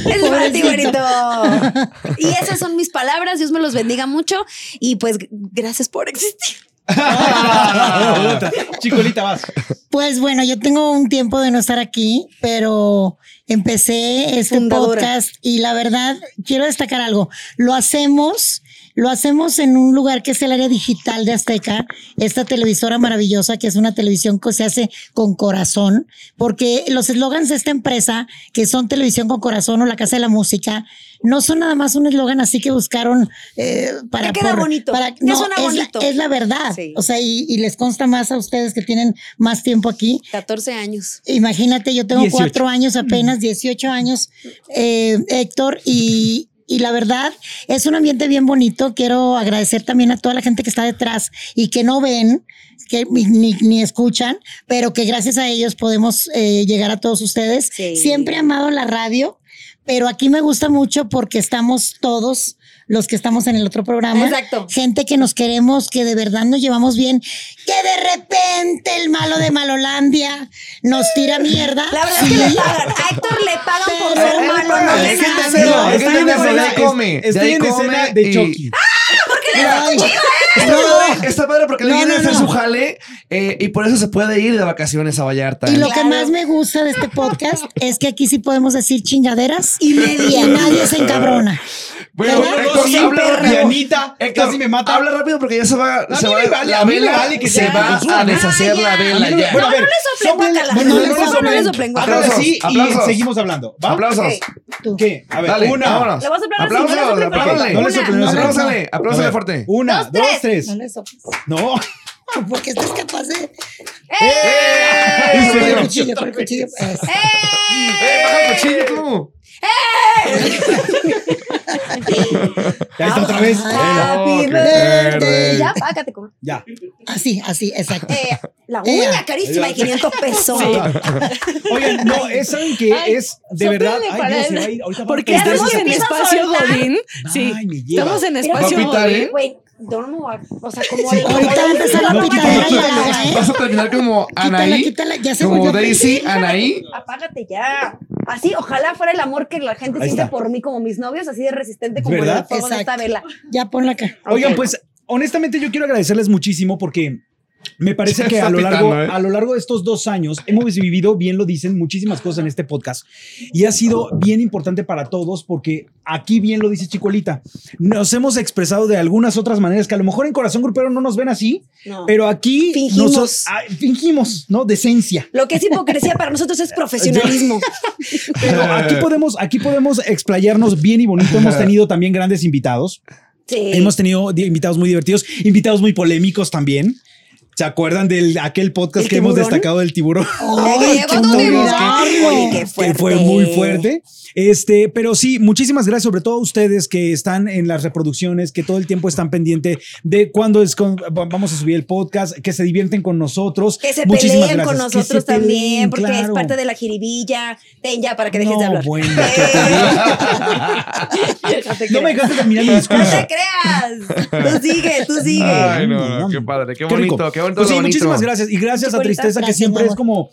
[SPEAKER 3] Eso es para ti,
[SPEAKER 1] Pobrecito.
[SPEAKER 3] güerito. Y esas son mis palabras. Dios me los bendiga mucho. Y pues, g- gracias por existir.
[SPEAKER 4] Chicuelita, vas.
[SPEAKER 1] Pues bueno, yo tengo un tiempo de no estar aquí, pero empecé este
[SPEAKER 3] Fundadora.
[SPEAKER 1] podcast y la verdad quiero destacar algo. Lo hacemos, lo hacemos en un lugar que es el área digital de Azteca, esta televisora maravillosa que es una televisión que se hace con corazón, porque los eslogans de esta empresa, que son Televisión con Corazón o La Casa de la Música, no son nada más un eslogan así que buscaron eh, para
[SPEAKER 3] Que queda bonito,
[SPEAKER 1] para-
[SPEAKER 3] que
[SPEAKER 1] no,
[SPEAKER 3] suena
[SPEAKER 1] es, la-
[SPEAKER 3] bonito.
[SPEAKER 1] es la verdad.
[SPEAKER 3] Sí.
[SPEAKER 1] O sea, y, y les consta más a ustedes que tienen más tiempo aquí.
[SPEAKER 3] 14 años.
[SPEAKER 1] Imagínate, yo tengo
[SPEAKER 4] 18.
[SPEAKER 1] cuatro años apenas, 18 años, eh, Héctor, y, y la verdad es un ambiente bien bonito. Quiero agradecer también a toda la gente que está detrás y que no ven, que ni, ni- ni escuchan, pero que gracias a ellos podemos eh, llegar a todos ustedes.
[SPEAKER 3] Sí.
[SPEAKER 1] Siempre he amado la radio, pero aquí me gusta mucho porque estamos todos los que estamos en el otro programa
[SPEAKER 3] Exacto.
[SPEAKER 1] gente que nos queremos, que de verdad nos llevamos bien, que de repente el malo de Malolandia nos tira mierda.
[SPEAKER 3] La verdad es que le pagan. A Héctor le pagan por
[SPEAKER 1] Pero
[SPEAKER 3] ser
[SPEAKER 1] él
[SPEAKER 3] malo.
[SPEAKER 1] paga,
[SPEAKER 3] No
[SPEAKER 1] hay
[SPEAKER 3] le
[SPEAKER 1] que
[SPEAKER 3] nada.
[SPEAKER 1] hacerlo,
[SPEAKER 2] hay que hacerlo,
[SPEAKER 4] escena-
[SPEAKER 2] ahí come,
[SPEAKER 4] es- Estoy
[SPEAKER 2] ahí
[SPEAKER 4] en
[SPEAKER 2] come
[SPEAKER 4] escena de
[SPEAKER 2] y-
[SPEAKER 4] Chucky.
[SPEAKER 1] Ay,
[SPEAKER 2] Está padre, está padre porque le
[SPEAKER 1] No,
[SPEAKER 2] viene
[SPEAKER 1] no,
[SPEAKER 2] a hacer
[SPEAKER 1] no.
[SPEAKER 2] su jale eh, y por eso se puede ir de vacaciones a Vallarta.
[SPEAKER 1] Y lo
[SPEAKER 3] Claro.
[SPEAKER 1] que más me gusta de este podcast es que aquí sí podemos decir chingaderas y media. Nadie se encabrona.
[SPEAKER 2] Bueno,
[SPEAKER 1] Pero
[SPEAKER 2] Héctor,
[SPEAKER 4] sí,
[SPEAKER 2] habla
[SPEAKER 4] perro.
[SPEAKER 2] rápido.
[SPEAKER 4] Dianita,
[SPEAKER 2] Héctor,
[SPEAKER 4] casi me mata.
[SPEAKER 2] Habla rápido porque ya se va,
[SPEAKER 4] A
[SPEAKER 2] se
[SPEAKER 4] mí
[SPEAKER 2] va
[SPEAKER 4] me vale, a
[SPEAKER 2] la
[SPEAKER 4] mí me
[SPEAKER 2] vela,
[SPEAKER 4] vale que
[SPEAKER 2] se
[SPEAKER 4] sea,
[SPEAKER 2] va
[SPEAKER 4] consuma.
[SPEAKER 2] a deshacer
[SPEAKER 3] Ah,
[SPEAKER 2] la
[SPEAKER 3] ya.
[SPEAKER 2] vela
[SPEAKER 4] No,
[SPEAKER 2] ya.
[SPEAKER 4] bueno, a ver,
[SPEAKER 3] No, no le soplen,
[SPEAKER 4] soplen-
[SPEAKER 3] guácala.
[SPEAKER 4] bueno, no le
[SPEAKER 3] No, no, no
[SPEAKER 4] soplen.
[SPEAKER 3] le soplen, guácala.
[SPEAKER 4] Háblale así
[SPEAKER 2] Aplausos.
[SPEAKER 4] y seguimos hablando. ¿va?
[SPEAKER 2] Aplausos.
[SPEAKER 3] Ok.
[SPEAKER 4] ¿Qué? A ver,
[SPEAKER 2] Dale,
[SPEAKER 4] una.
[SPEAKER 2] vámonos.
[SPEAKER 3] Le voy a soplar así,
[SPEAKER 2] Aplausos,
[SPEAKER 3] no le soplen,
[SPEAKER 2] aplausos.
[SPEAKER 4] no le
[SPEAKER 2] Aplausos.
[SPEAKER 4] soplen, no le soplen.
[SPEAKER 2] Apláusale, apláusale
[SPEAKER 4] A ver,
[SPEAKER 2] fuerte.
[SPEAKER 4] Una,
[SPEAKER 3] Dos,
[SPEAKER 4] dos,
[SPEAKER 3] tres.
[SPEAKER 4] tres.
[SPEAKER 1] No le soples.
[SPEAKER 4] No.
[SPEAKER 1] Porque estás capaz de.
[SPEAKER 3] ¡Eh!
[SPEAKER 2] ¡Eh!
[SPEAKER 1] Con el
[SPEAKER 2] Pero-
[SPEAKER 1] cuchillo, con el cuchillo. Eso.
[SPEAKER 2] ¡Eh,
[SPEAKER 3] ¡Eh!
[SPEAKER 2] baja el cuchillo tú!
[SPEAKER 4] Ya está otra
[SPEAKER 1] Ah,
[SPEAKER 4] vez.
[SPEAKER 3] Happy birthday.
[SPEAKER 2] Pues, qué
[SPEAKER 4] Eh.
[SPEAKER 2] verde.
[SPEAKER 3] Ya, págate, comadre.
[SPEAKER 4] Ya.
[SPEAKER 1] Así, así, exacto.
[SPEAKER 3] Eh, la
[SPEAKER 1] Eh,
[SPEAKER 3] uña carísima de 500 pesos.
[SPEAKER 4] Oigan, no, es saben que
[SPEAKER 5] Ay,
[SPEAKER 4] es de
[SPEAKER 5] soplenle
[SPEAKER 4] verdad. Ay,
[SPEAKER 5] para
[SPEAKER 4] Dios,
[SPEAKER 5] él.
[SPEAKER 4] se va a ir. Ahorita va a
[SPEAKER 5] Porque
[SPEAKER 4] pitar.
[SPEAKER 5] estamos
[SPEAKER 3] se
[SPEAKER 5] en
[SPEAKER 3] empieza a
[SPEAKER 5] espacio
[SPEAKER 3] soltar.
[SPEAKER 5] Godín. Sí.
[SPEAKER 4] Ay, me lleva.
[SPEAKER 5] Estamos en
[SPEAKER 3] Pero-
[SPEAKER 5] espacio
[SPEAKER 2] Va a pitar, ¿eh?
[SPEAKER 5] Godín.
[SPEAKER 3] Güey, yo no me voy a. O sea, como.
[SPEAKER 1] Ahorita va a empezar la
[SPEAKER 3] No,
[SPEAKER 1] pitadera y
[SPEAKER 3] no,
[SPEAKER 1] la
[SPEAKER 3] no,
[SPEAKER 1] haga, ¿eh?
[SPEAKER 2] Vas a terminar como
[SPEAKER 1] Quítala,
[SPEAKER 2] Anaí.
[SPEAKER 1] quítala, ya se
[SPEAKER 2] Como
[SPEAKER 1] volvió.
[SPEAKER 2] Daisy, Anaí.
[SPEAKER 3] Apágate ya. Así, ojalá fuera el amor que la gente
[SPEAKER 4] Ahí
[SPEAKER 3] siente
[SPEAKER 4] está.
[SPEAKER 3] por mí, como mis novios, así de resistente como el
[SPEAKER 4] ¿Verdad?
[SPEAKER 3] fuego de esta
[SPEAKER 1] Exacto.
[SPEAKER 3] vela.
[SPEAKER 1] Ya ponla acá.
[SPEAKER 4] Oigan, pues honestamente yo quiero agradecerles muchísimo porque me parece
[SPEAKER 2] Se
[SPEAKER 4] que
[SPEAKER 2] está
[SPEAKER 4] a lo, largo,
[SPEAKER 2] pitando, ¿eh?
[SPEAKER 4] a lo largo de estos dos años hemos vivido, bien lo dicen, muchísimas cosas en este podcast y ha sido bien importante para todos porque aquí bien lo dice Chicuelita, nos hemos expresado de algunas otras maneras que a lo mejor en Corazón Grupero no nos ven así,
[SPEAKER 3] No.
[SPEAKER 4] pero aquí
[SPEAKER 3] Fingimos.
[SPEAKER 4] nosos- ah, fingimos, ¿no? Decencia.
[SPEAKER 3] Lo que es hipocresía para nosotros es profesionalismo.
[SPEAKER 4] Pero aquí podemos, aquí podemos explayarnos bien y bonito. Hemos tenido también grandes invitados.
[SPEAKER 3] Sí.
[SPEAKER 4] Hemos tenido di- invitados muy divertidos, invitados muy polémicos también. ¿Se acuerdan de aquel podcast
[SPEAKER 3] ¿El
[SPEAKER 4] que hemos
[SPEAKER 3] tiburón?
[SPEAKER 4] destacado del tiburón?
[SPEAKER 1] Ay,
[SPEAKER 3] Llegó
[SPEAKER 1] qué
[SPEAKER 3] tu tiburón,
[SPEAKER 1] milagro.
[SPEAKER 3] oye, qué
[SPEAKER 4] que fue muy fuerte. Este, pero sí, muchísimas gracias, sobre todo a ustedes que están en las reproducciones, que todo el tiempo están pendiente de cuándo es con- vamos a subir el podcast, que se divierten con nosotros.
[SPEAKER 3] Que se
[SPEAKER 4] Muchísimas
[SPEAKER 3] peleen con
[SPEAKER 4] gracias. Que se
[SPEAKER 3] nosotros
[SPEAKER 4] peleen,
[SPEAKER 3] también, porque es
[SPEAKER 4] claro.
[SPEAKER 3] parte de la jiribilla. Ten ya para que dejes
[SPEAKER 4] No,
[SPEAKER 3] de hablar.
[SPEAKER 4] bueno,
[SPEAKER 3] Eh,
[SPEAKER 4] que
[SPEAKER 3] no te
[SPEAKER 4] No me
[SPEAKER 3] creas.
[SPEAKER 4] dejaste terminar mi
[SPEAKER 3] No
[SPEAKER 4] discurso.
[SPEAKER 3] te creas. Tú sigue, tú sigue.
[SPEAKER 2] Ay, no, no,
[SPEAKER 4] No,
[SPEAKER 2] qué
[SPEAKER 4] no.
[SPEAKER 2] padre, qué
[SPEAKER 4] Qué rico.
[SPEAKER 2] bonito, qué bonito.
[SPEAKER 4] Pues sí,
[SPEAKER 2] lo bonito.
[SPEAKER 4] muchísimas gracias. Y gracias a
[SPEAKER 3] Chibolita,
[SPEAKER 4] Tristeza, que
[SPEAKER 1] gracias,
[SPEAKER 4] siempre
[SPEAKER 1] mi
[SPEAKER 4] es
[SPEAKER 1] amor.
[SPEAKER 4] como.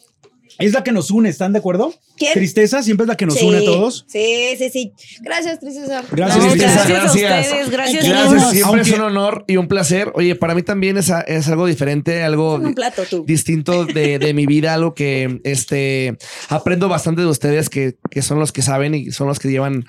[SPEAKER 4] Es la que nos une, ¿están de acuerdo?
[SPEAKER 3] ¿Quién?
[SPEAKER 4] Tristeza siempre es la que nos
[SPEAKER 3] Sí,
[SPEAKER 4] une a todos.
[SPEAKER 3] Sí, sí, sí. Gracias, Tristeza.
[SPEAKER 4] Gracias,
[SPEAKER 5] No,
[SPEAKER 4] Tristeza.
[SPEAKER 5] gracias, a
[SPEAKER 2] Gracias.
[SPEAKER 1] Ay,
[SPEAKER 5] ustedes, gracias, a
[SPEAKER 2] Gracias,
[SPEAKER 1] Queremos.
[SPEAKER 5] todos.
[SPEAKER 2] siempre es
[SPEAKER 4] Aunque-
[SPEAKER 2] un honor y un placer. Oye, para mí también es, a- es algo diferente, algo
[SPEAKER 3] Pon un plato tú.
[SPEAKER 2] distinto de, de mi vida, algo que este aprendo bastante de ustedes, que, que son los que saben y son los que llevan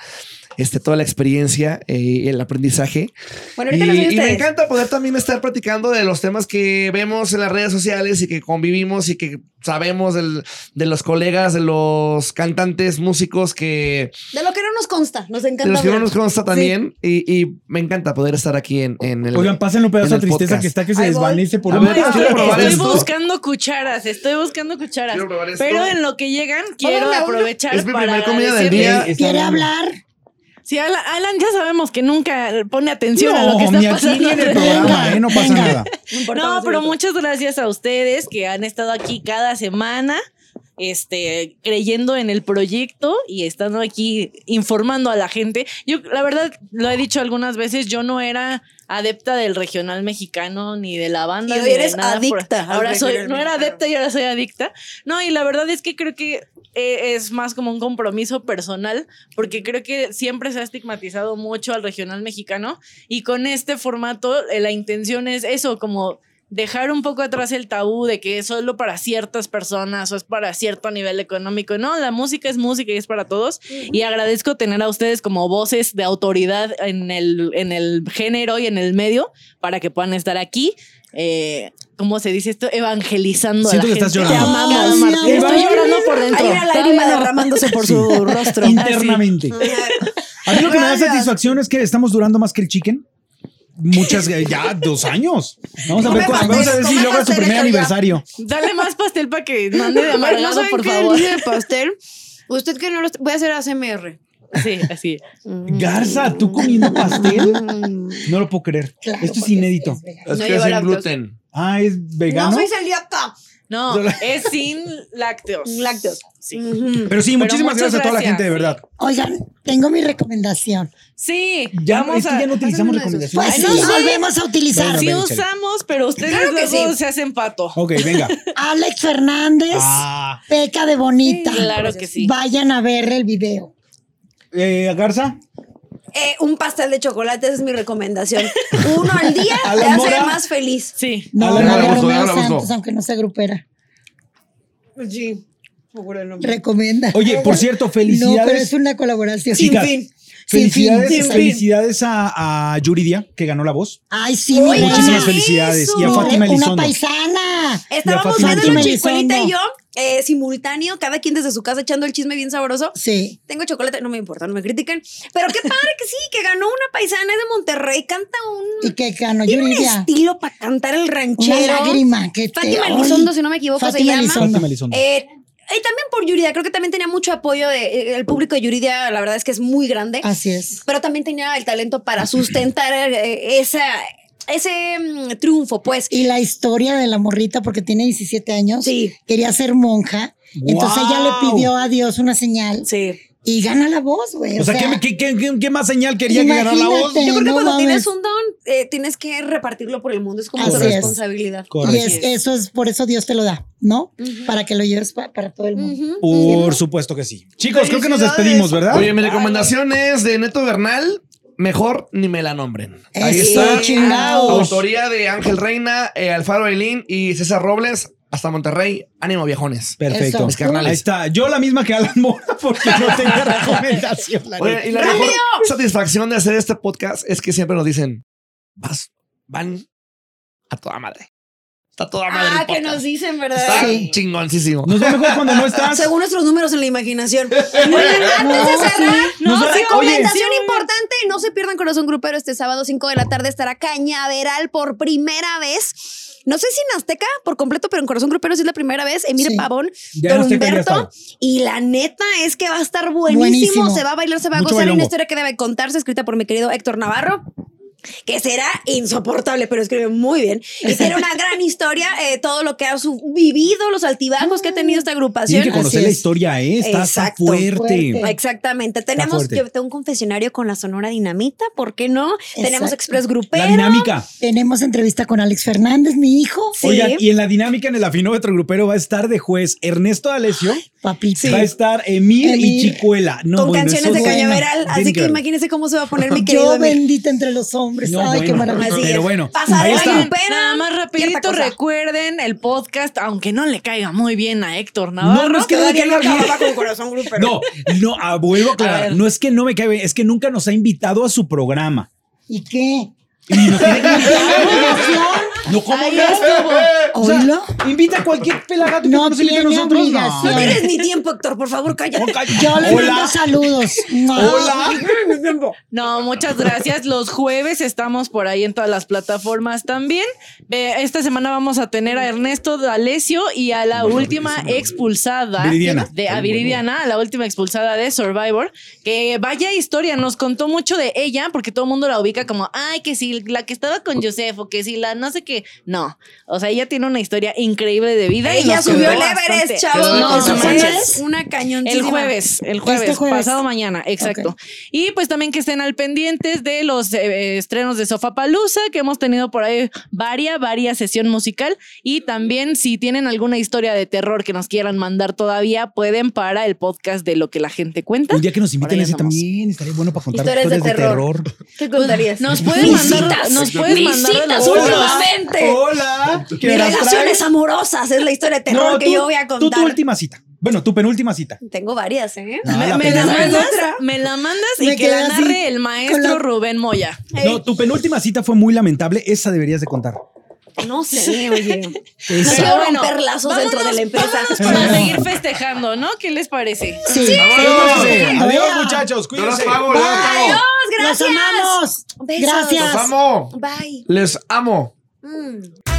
[SPEAKER 2] este, toda la experiencia eh, y el aprendizaje.
[SPEAKER 3] Bueno,
[SPEAKER 2] Y,
[SPEAKER 3] ahorita nos
[SPEAKER 2] y me
[SPEAKER 3] ustedes.
[SPEAKER 2] encanta poder también estar platicando de los temas que vemos en las redes sociales y que convivimos y que sabemos del- de los colegas, de los cantantes, músicos que,
[SPEAKER 3] De lo que no nos consta, nos encanta.
[SPEAKER 2] de los que no
[SPEAKER 3] hablar.
[SPEAKER 2] nos consta también. Y, y me encanta poder estar aquí en, en el.
[SPEAKER 4] Oigan, pásenle un pedazo
[SPEAKER 2] en
[SPEAKER 4] a
[SPEAKER 2] el
[SPEAKER 4] Tristeza
[SPEAKER 2] podcast.
[SPEAKER 4] que está que se
[SPEAKER 3] Ahí voy.
[SPEAKER 4] desvanece por
[SPEAKER 2] A
[SPEAKER 4] un
[SPEAKER 2] ver,
[SPEAKER 4] momento.
[SPEAKER 2] quiero probar
[SPEAKER 5] Estoy
[SPEAKER 2] esto.
[SPEAKER 5] buscando cucharas, estoy buscando cucharas.
[SPEAKER 2] Quiero probar esto.
[SPEAKER 5] Pero en lo que llegan, quiero
[SPEAKER 3] Pónganme a uno.
[SPEAKER 5] aprovechar
[SPEAKER 2] Es mi
[SPEAKER 5] para
[SPEAKER 2] primer comida del día.
[SPEAKER 5] agradecerles.
[SPEAKER 1] ¿Quiere hablar?
[SPEAKER 5] Sí, Alan, Alan, ya sabemos que nunca pone atención a lo que
[SPEAKER 4] ni
[SPEAKER 5] está
[SPEAKER 4] aquí
[SPEAKER 5] pasando.
[SPEAKER 4] ni en el
[SPEAKER 1] alrededor.
[SPEAKER 4] programa, ¿eh? no pasa
[SPEAKER 1] Venga.
[SPEAKER 4] nada.
[SPEAKER 3] No, importa,
[SPEAKER 5] No,
[SPEAKER 3] vamos a
[SPEAKER 5] pero
[SPEAKER 3] ver.
[SPEAKER 5] muchas gracias a ustedes que han estado aquí cada semana, este, creyendo en el proyecto y estando aquí informando a la gente. Yo, la verdad, lo he dicho algunas veces, yo no era adepta del regional mexicano ni de la banda.
[SPEAKER 3] Y hoy
[SPEAKER 5] ni de
[SPEAKER 3] eres
[SPEAKER 5] nada por-
[SPEAKER 3] adicta al
[SPEAKER 5] Ahora soy,
[SPEAKER 3] regional
[SPEAKER 5] no era
[SPEAKER 3] mexicano.
[SPEAKER 5] adepta y ahora soy adicta. No, y la verdad es que creo que eh, es más como un compromiso personal, porque creo que siempre se ha estigmatizado mucho al regional mexicano y con este formato, eh, la intención es eso, como dejar un poco atrás el tabú de que es solo para ciertas personas o es para cierto nivel económico. No, la música es música y es para todos. Y agradezco tener a ustedes como voces de autoridad en el, en el género y en el medio para que puedan estar aquí. eh, ¿Cómo se dice esto? Evangelizando
[SPEAKER 4] Siento
[SPEAKER 5] a
[SPEAKER 4] que
[SPEAKER 5] la
[SPEAKER 4] estás
[SPEAKER 5] gente. Te
[SPEAKER 4] llorando.
[SPEAKER 5] amamos,
[SPEAKER 1] Ay,
[SPEAKER 5] Martín.
[SPEAKER 1] mi amor.
[SPEAKER 5] Estoy llorando por dentro.
[SPEAKER 3] Hay una
[SPEAKER 5] Todavía
[SPEAKER 3] lágrima
[SPEAKER 5] no.
[SPEAKER 3] derramándose por su rostro.
[SPEAKER 4] Internamente. A mí lo que me da
[SPEAKER 3] Gracias.
[SPEAKER 4] satisfacción es que estamos durando más que el chicken. Muchas, eh, ya dos años. Vamos a
[SPEAKER 3] Come
[SPEAKER 4] ver, cuándo-
[SPEAKER 3] pastel,
[SPEAKER 4] vamos a ver si
[SPEAKER 3] come
[SPEAKER 4] logra su
[SPEAKER 3] pastel,
[SPEAKER 4] primer
[SPEAKER 3] esto ya.
[SPEAKER 4] aniversario.
[SPEAKER 5] Dale más pastel para que mande de
[SPEAKER 7] Ay, no
[SPEAKER 5] amargado,
[SPEAKER 7] saben
[SPEAKER 5] por
[SPEAKER 7] qué
[SPEAKER 5] favor.
[SPEAKER 7] delicia de pastel. Usted que no lo... Voy a hacer ASMR.
[SPEAKER 5] Sí, así.
[SPEAKER 4] Mm. Garza, ¿tú comiendo pastel?
[SPEAKER 3] Mm.
[SPEAKER 4] No lo puedo creer.
[SPEAKER 1] Claro,
[SPEAKER 4] Esto es
[SPEAKER 1] porque
[SPEAKER 4] inédito.
[SPEAKER 1] es vegano.
[SPEAKER 2] Es
[SPEAKER 7] No
[SPEAKER 2] que
[SPEAKER 7] lleva
[SPEAKER 2] sin
[SPEAKER 7] lácteos.
[SPEAKER 2] gluten.
[SPEAKER 4] Ah, es
[SPEAKER 3] No
[SPEAKER 4] vegano.
[SPEAKER 3] soy celíaca.
[SPEAKER 5] No, es sin lácteos.
[SPEAKER 3] Lácteos.
[SPEAKER 5] Sí.
[SPEAKER 4] pero sí,
[SPEAKER 5] Pero
[SPEAKER 4] muchísimas
[SPEAKER 5] muchas
[SPEAKER 4] gracias, a toda la
[SPEAKER 5] gracias.
[SPEAKER 4] gente, de verdad.
[SPEAKER 1] Oigan, tengo mi recomendación.
[SPEAKER 5] Sí,
[SPEAKER 4] Ya,
[SPEAKER 5] vamos
[SPEAKER 4] es que
[SPEAKER 5] a-
[SPEAKER 4] ya no utilizamos
[SPEAKER 7] Pásenme uno de esos.
[SPEAKER 1] Pues
[SPEAKER 4] recomendaciones.
[SPEAKER 1] sí,
[SPEAKER 5] no sé.
[SPEAKER 1] volvemos a utilizar.
[SPEAKER 4] Bueno,
[SPEAKER 5] Sí
[SPEAKER 4] Venga, échale.
[SPEAKER 5] usamos, pero ustedes
[SPEAKER 3] Claro que
[SPEAKER 5] luego
[SPEAKER 3] sí.
[SPEAKER 5] se hacen pato.
[SPEAKER 4] Ok, venga.
[SPEAKER 1] Alex Fernández,
[SPEAKER 4] Ah,
[SPEAKER 1] peca de bonita.
[SPEAKER 5] Claro que sí.
[SPEAKER 1] Vayan a ver el video.
[SPEAKER 4] eh, Garza,
[SPEAKER 3] Eh, un pastel de chocolate esa es mi recomendación. Uno al día
[SPEAKER 4] A
[SPEAKER 3] te
[SPEAKER 4] la
[SPEAKER 3] hace
[SPEAKER 4] mora.
[SPEAKER 3] más feliz.
[SPEAKER 5] Sí.
[SPEAKER 1] No,
[SPEAKER 4] Alan,
[SPEAKER 1] no,
[SPEAKER 2] Alan
[SPEAKER 1] de
[SPEAKER 2] Busco,
[SPEAKER 1] Romeo
[SPEAKER 2] Alan Busco.
[SPEAKER 1] Santos, aunque no sea grupera.
[SPEAKER 7] Pues Sí. Seguro el nombre.
[SPEAKER 1] Recomienda.
[SPEAKER 4] oye, por cierto,
[SPEAKER 1] No, pero
[SPEAKER 4] felicidades.
[SPEAKER 1] es una colaboración.
[SPEAKER 4] Sin Chicas, fin. felicidades,
[SPEAKER 1] sin fin.
[SPEAKER 4] felicidades a, a Yuridia, que ganó la voz.
[SPEAKER 1] Ay, sí, mi
[SPEAKER 4] Muchísimas
[SPEAKER 1] reina.
[SPEAKER 4] felicidades. Y a
[SPEAKER 1] Mi
[SPEAKER 4] Fátima
[SPEAKER 1] re- Una
[SPEAKER 4] Elizondo.
[SPEAKER 1] paisana.
[SPEAKER 3] Estábamos
[SPEAKER 4] Fátima
[SPEAKER 3] viendo la
[SPEAKER 1] Elizondo.
[SPEAKER 3] chicuelita y yo, eh, simultáneo, cada quien desde su casa echando el chisme bien sabroso.
[SPEAKER 1] Sí.
[SPEAKER 3] Tengo chocolate, no me importa, no me critiquen. Pero qué padre que sí, que ganó una paisana es de Monterrey, canta
[SPEAKER 1] Y
[SPEAKER 3] un.
[SPEAKER 1] que ganó
[SPEAKER 3] Tiene un
[SPEAKER 1] Yuridia.
[SPEAKER 3] estilo para cantar el ranchero.
[SPEAKER 1] Una lágrima que te...
[SPEAKER 7] Fátima
[SPEAKER 1] ay,
[SPEAKER 7] Elizondo, si no me equivoco, se
[SPEAKER 1] Fátima
[SPEAKER 7] llama.
[SPEAKER 1] Elizondo.
[SPEAKER 4] Fátima Elizondo.
[SPEAKER 3] Eh, y también por Yuridia, creo que también tenía mucho apoyo de, eh, el público de Yuridia, la verdad es que es muy grande,
[SPEAKER 1] Así es.
[SPEAKER 3] pero también tenía el talento para sustentar eh, esa, ese mm, triunfo, pues.
[SPEAKER 1] Y la historia de la morrita, porque tiene 17 años,
[SPEAKER 3] Sí.
[SPEAKER 1] quería ser monja. Entonces ella le
[SPEAKER 4] ¡Guau!
[SPEAKER 1] pidió a Dios una señal
[SPEAKER 3] Sí.
[SPEAKER 1] y gana la voz, güey.
[SPEAKER 4] o sea, ¿qué, qué- qué- qué más señal quería que ganara la voz?
[SPEAKER 1] imagínate,
[SPEAKER 3] Yo creo que
[SPEAKER 1] no
[SPEAKER 3] cuando tienes
[SPEAKER 1] mames.
[SPEAKER 3] un don, eh, tienes que repartirlo por el mundo, es como tu
[SPEAKER 1] Así es.
[SPEAKER 3] responsabilidad.
[SPEAKER 1] Y
[SPEAKER 4] Correcto.
[SPEAKER 1] es- eso es, por eso Dios te lo da, ¿no? Para que lo lleves pa- para todo el mundo.
[SPEAKER 3] Ujú.
[SPEAKER 4] Por supuesto que sí. Chicos, creo que nos despedimos, ¿verdad?
[SPEAKER 2] Oye, mi recomendación es de Neto Bernal. Mejor ni me la nombren. Ahí
[SPEAKER 1] Eso,
[SPEAKER 2] está.
[SPEAKER 1] chingados.
[SPEAKER 2] Autoría de Ángel Reina, eh, Alfaro Ailín y César Robles. Hasta Monterrey. Ánimo, viejones.
[SPEAKER 4] Perfecto.
[SPEAKER 1] Eso.
[SPEAKER 2] Mis carnales.
[SPEAKER 4] Ahí está. Yo la misma que Alan Mora porque no tenía recomendación. la neta.
[SPEAKER 2] Oye, y la mejor satisfacción de hacer este podcast es que siempre nos dicen, vas, van a toda madre. Está toda madre. el
[SPEAKER 7] Ah, que
[SPEAKER 2] podcast.
[SPEAKER 7] nos dicen, ¿verdad?
[SPEAKER 2] Está
[SPEAKER 1] Sí.
[SPEAKER 2] chingoncísimo.
[SPEAKER 4] Nos va mejor cuando no estás.
[SPEAKER 3] Según nuestros números en la imaginación. Oigan, antes de cerrar,
[SPEAKER 4] Nos va- oye,
[SPEAKER 3] recomendación importante, no se pierdan Corazón Grupero este sábado 5 de la tarde estará Cañaveral por primera vez. no sé si en Azteca por completo, pero en Corazón Grupero sí es la primera vez. Emir
[SPEAKER 1] Sí.
[SPEAKER 3] Pavón,
[SPEAKER 4] Ya en
[SPEAKER 3] Don
[SPEAKER 4] Azteca ya
[SPEAKER 3] Humberto.
[SPEAKER 4] estaba.
[SPEAKER 3] Y la neta es que va a estar buenísimo.
[SPEAKER 1] Buenísimo.
[SPEAKER 3] Se va a bailar, se va a
[SPEAKER 4] Mucho
[SPEAKER 3] gozar. Hay
[SPEAKER 4] bailongo.
[SPEAKER 3] una historia que debe contarse, escrita por mi querido Héctor Navarro. Que será insoportable, pero escribe muy bien. Y será una gran historia, eh, todo lo que ha su- vivido, los altibajos que ha tenido esta agrupación.
[SPEAKER 4] Tienen que
[SPEAKER 1] Así
[SPEAKER 4] conocer la
[SPEAKER 1] es.
[SPEAKER 4] historia, ¿eh? Está, está
[SPEAKER 3] Exacto,
[SPEAKER 4] fuerte.
[SPEAKER 1] fuerte.
[SPEAKER 3] Exactamente. Tenemos
[SPEAKER 4] fuerte.
[SPEAKER 3] que tengo un confesionario con la Sonora Dinamita, ¿por qué no? Tenemos
[SPEAKER 1] Exacto.
[SPEAKER 3] Express
[SPEAKER 4] La
[SPEAKER 3] Grupero.
[SPEAKER 4] dinámica.
[SPEAKER 1] Tenemos entrevista con Alex Fernández, mi hijo.
[SPEAKER 3] Sí.
[SPEAKER 4] Oigan, y en la dinámica en el afinómetro grupero va a estar de juez Ernesto Alesio,
[SPEAKER 1] Papito.
[SPEAKER 4] va a estar Emir, y
[SPEAKER 1] Emir.
[SPEAKER 4] Chicuela. No,
[SPEAKER 3] con
[SPEAKER 4] bueno,
[SPEAKER 3] canciones
[SPEAKER 4] eso
[SPEAKER 3] de
[SPEAKER 4] es-
[SPEAKER 1] bueno.
[SPEAKER 3] Cañaveral.
[SPEAKER 4] Tienen
[SPEAKER 3] Así
[SPEAKER 4] que
[SPEAKER 3] que
[SPEAKER 4] verlo.
[SPEAKER 3] imagínense cómo se va a poner mi querido.
[SPEAKER 1] Yo
[SPEAKER 3] amigo.
[SPEAKER 1] bendita entre los hombres.
[SPEAKER 4] No,
[SPEAKER 1] Ay, qué
[SPEAKER 4] bueno.
[SPEAKER 1] maravilla.
[SPEAKER 3] Así
[SPEAKER 4] Pero
[SPEAKER 3] es.
[SPEAKER 4] bueno,
[SPEAKER 3] Pásale,
[SPEAKER 4] ahí está.
[SPEAKER 5] Oigan,
[SPEAKER 3] grupero,
[SPEAKER 5] nada más
[SPEAKER 3] cierta
[SPEAKER 5] rapidito
[SPEAKER 3] cosa.
[SPEAKER 5] recuerden el podcast, aunque no le caiga muy bien a Héctor
[SPEAKER 4] No,
[SPEAKER 5] Navarro.
[SPEAKER 4] no es que no me caiga bien. No, no, ah, vuelvo a aclarar.
[SPEAKER 5] A ver.
[SPEAKER 4] no es que no me caiga bien, es que nunca nos ha invitado a su programa.
[SPEAKER 1] ¿Y qué?
[SPEAKER 4] No, ¿cómo
[SPEAKER 5] Ahí
[SPEAKER 4] no? O sea,
[SPEAKER 1] ¿Oílo?
[SPEAKER 4] invita a cualquier pelagato que
[SPEAKER 1] No
[SPEAKER 4] nos invite a
[SPEAKER 1] tiene
[SPEAKER 4] nosotros. No.
[SPEAKER 1] obligación.
[SPEAKER 3] No tienes ni tiempo, Héctor, por favor, cállate.
[SPEAKER 4] No, calla.
[SPEAKER 1] Yo le mando
[SPEAKER 4] Hola.
[SPEAKER 1] saludos.
[SPEAKER 4] Hola.
[SPEAKER 5] No, muchas gracias. Los jueves estamos por ahí en todas las plataformas también. Eh, esta semana vamos a tener a Ernesto D'Alessio y a la última expulsada
[SPEAKER 4] Viridiana.
[SPEAKER 5] de a Viridiana, a la última expulsada de Survivor. Que vaya historia, nos contó mucho de ella porque todo el mundo la ubica como, ay, que si la que estaba con Joseph o que si la no sé qué. No, o sea, ella tiene una historia increíble de vida. y
[SPEAKER 3] Ella
[SPEAKER 5] nos
[SPEAKER 3] subió
[SPEAKER 5] contó
[SPEAKER 3] el
[SPEAKER 5] bastante.
[SPEAKER 3] Everest, chavos.
[SPEAKER 5] No,
[SPEAKER 3] No,
[SPEAKER 5] no
[SPEAKER 3] manches.
[SPEAKER 5] manches.
[SPEAKER 3] Una cañón.
[SPEAKER 5] El jueves, el jueves,
[SPEAKER 1] Este jueves.
[SPEAKER 5] pasado mañana, exacto. Y pues también que estén al pendientes de los eh, estrenos de Sofapalusa, que hemos tenido por ahí varia, varia sesión musical. Y también si tienen alguna historia de terror que nos quieran mandar todavía, pueden para el podcast de lo que la gente cuenta.
[SPEAKER 4] Un día que nos
[SPEAKER 5] Por
[SPEAKER 4] inviten
[SPEAKER 5] ahí
[SPEAKER 4] ese
[SPEAKER 5] andamos.
[SPEAKER 4] también, estaría bueno para contar
[SPEAKER 3] Historias de terror.
[SPEAKER 4] terror.
[SPEAKER 3] ¿Qué contarías?
[SPEAKER 5] Nos pueden mandar,
[SPEAKER 3] Visitas.
[SPEAKER 5] nos pueden mandar de las
[SPEAKER 3] Visitas
[SPEAKER 5] fotos.
[SPEAKER 3] últimamente.
[SPEAKER 4] Hola. ¿qué
[SPEAKER 3] Mis
[SPEAKER 4] las
[SPEAKER 3] relaciones
[SPEAKER 4] traes?
[SPEAKER 3] amorosas es la historia de terror
[SPEAKER 4] No,
[SPEAKER 3] que
[SPEAKER 4] tú-
[SPEAKER 3] yo voy a
[SPEAKER 4] Tú tu
[SPEAKER 3] contar.
[SPEAKER 4] última cita. Bueno, tu penúltima cita.
[SPEAKER 3] Tengo varias, ¿eh?
[SPEAKER 4] No,
[SPEAKER 5] Me,
[SPEAKER 4] la
[SPEAKER 5] me la
[SPEAKER 4] penúltima.
[SPEAKER 5] mandas, me la mandas y
[SPEAKER 1] Me
[SPEAKER 5] que la
[SPEAKER 1] quedé así,
[SPEAKER 5] narre el maestro
[SPEAKER 1] con la-
[SPEAKER 5] Rubén Moya.
[SPEAKER 4] No, tu penúltima cita fue muy lamentable. Esa deberías de contar.
[SPEAKER 3] No sé, oye. No
[SPEAKER 4] Esa.
[SPEAKER 3] quiero
[SPEAKER 5] Bueno,
[SPEAKER 3] romper lazos dentro de la empresa.
[SPEAKER 5] Vámonos para seguir festejando, ¿no? ¿Qué les parece?
[SPEAKER 1] Sí.
[SPEAKER 2] ¡Vámonos!
[SPEAKER 4] Adiós, muchachos.
[SPEAKER 2] Yo los
[SPEAKER 4] Cuídense.
[SPEAKER 2] pago, yo los pago.
[SPEAKER 3] Adiós,
[SPEAKER 1] Los
[SPEAKER 3] gracias.
[SPEAKER 1] amamos.
[SPEAKER 3] Besos.
[SPEAKER 1] Gracias.
[SPEAKER 2] Los amo.
[SPEAKER 3] Bye.
[SPEAKER 2] Les amo.
[SPEAKER 3] Mm.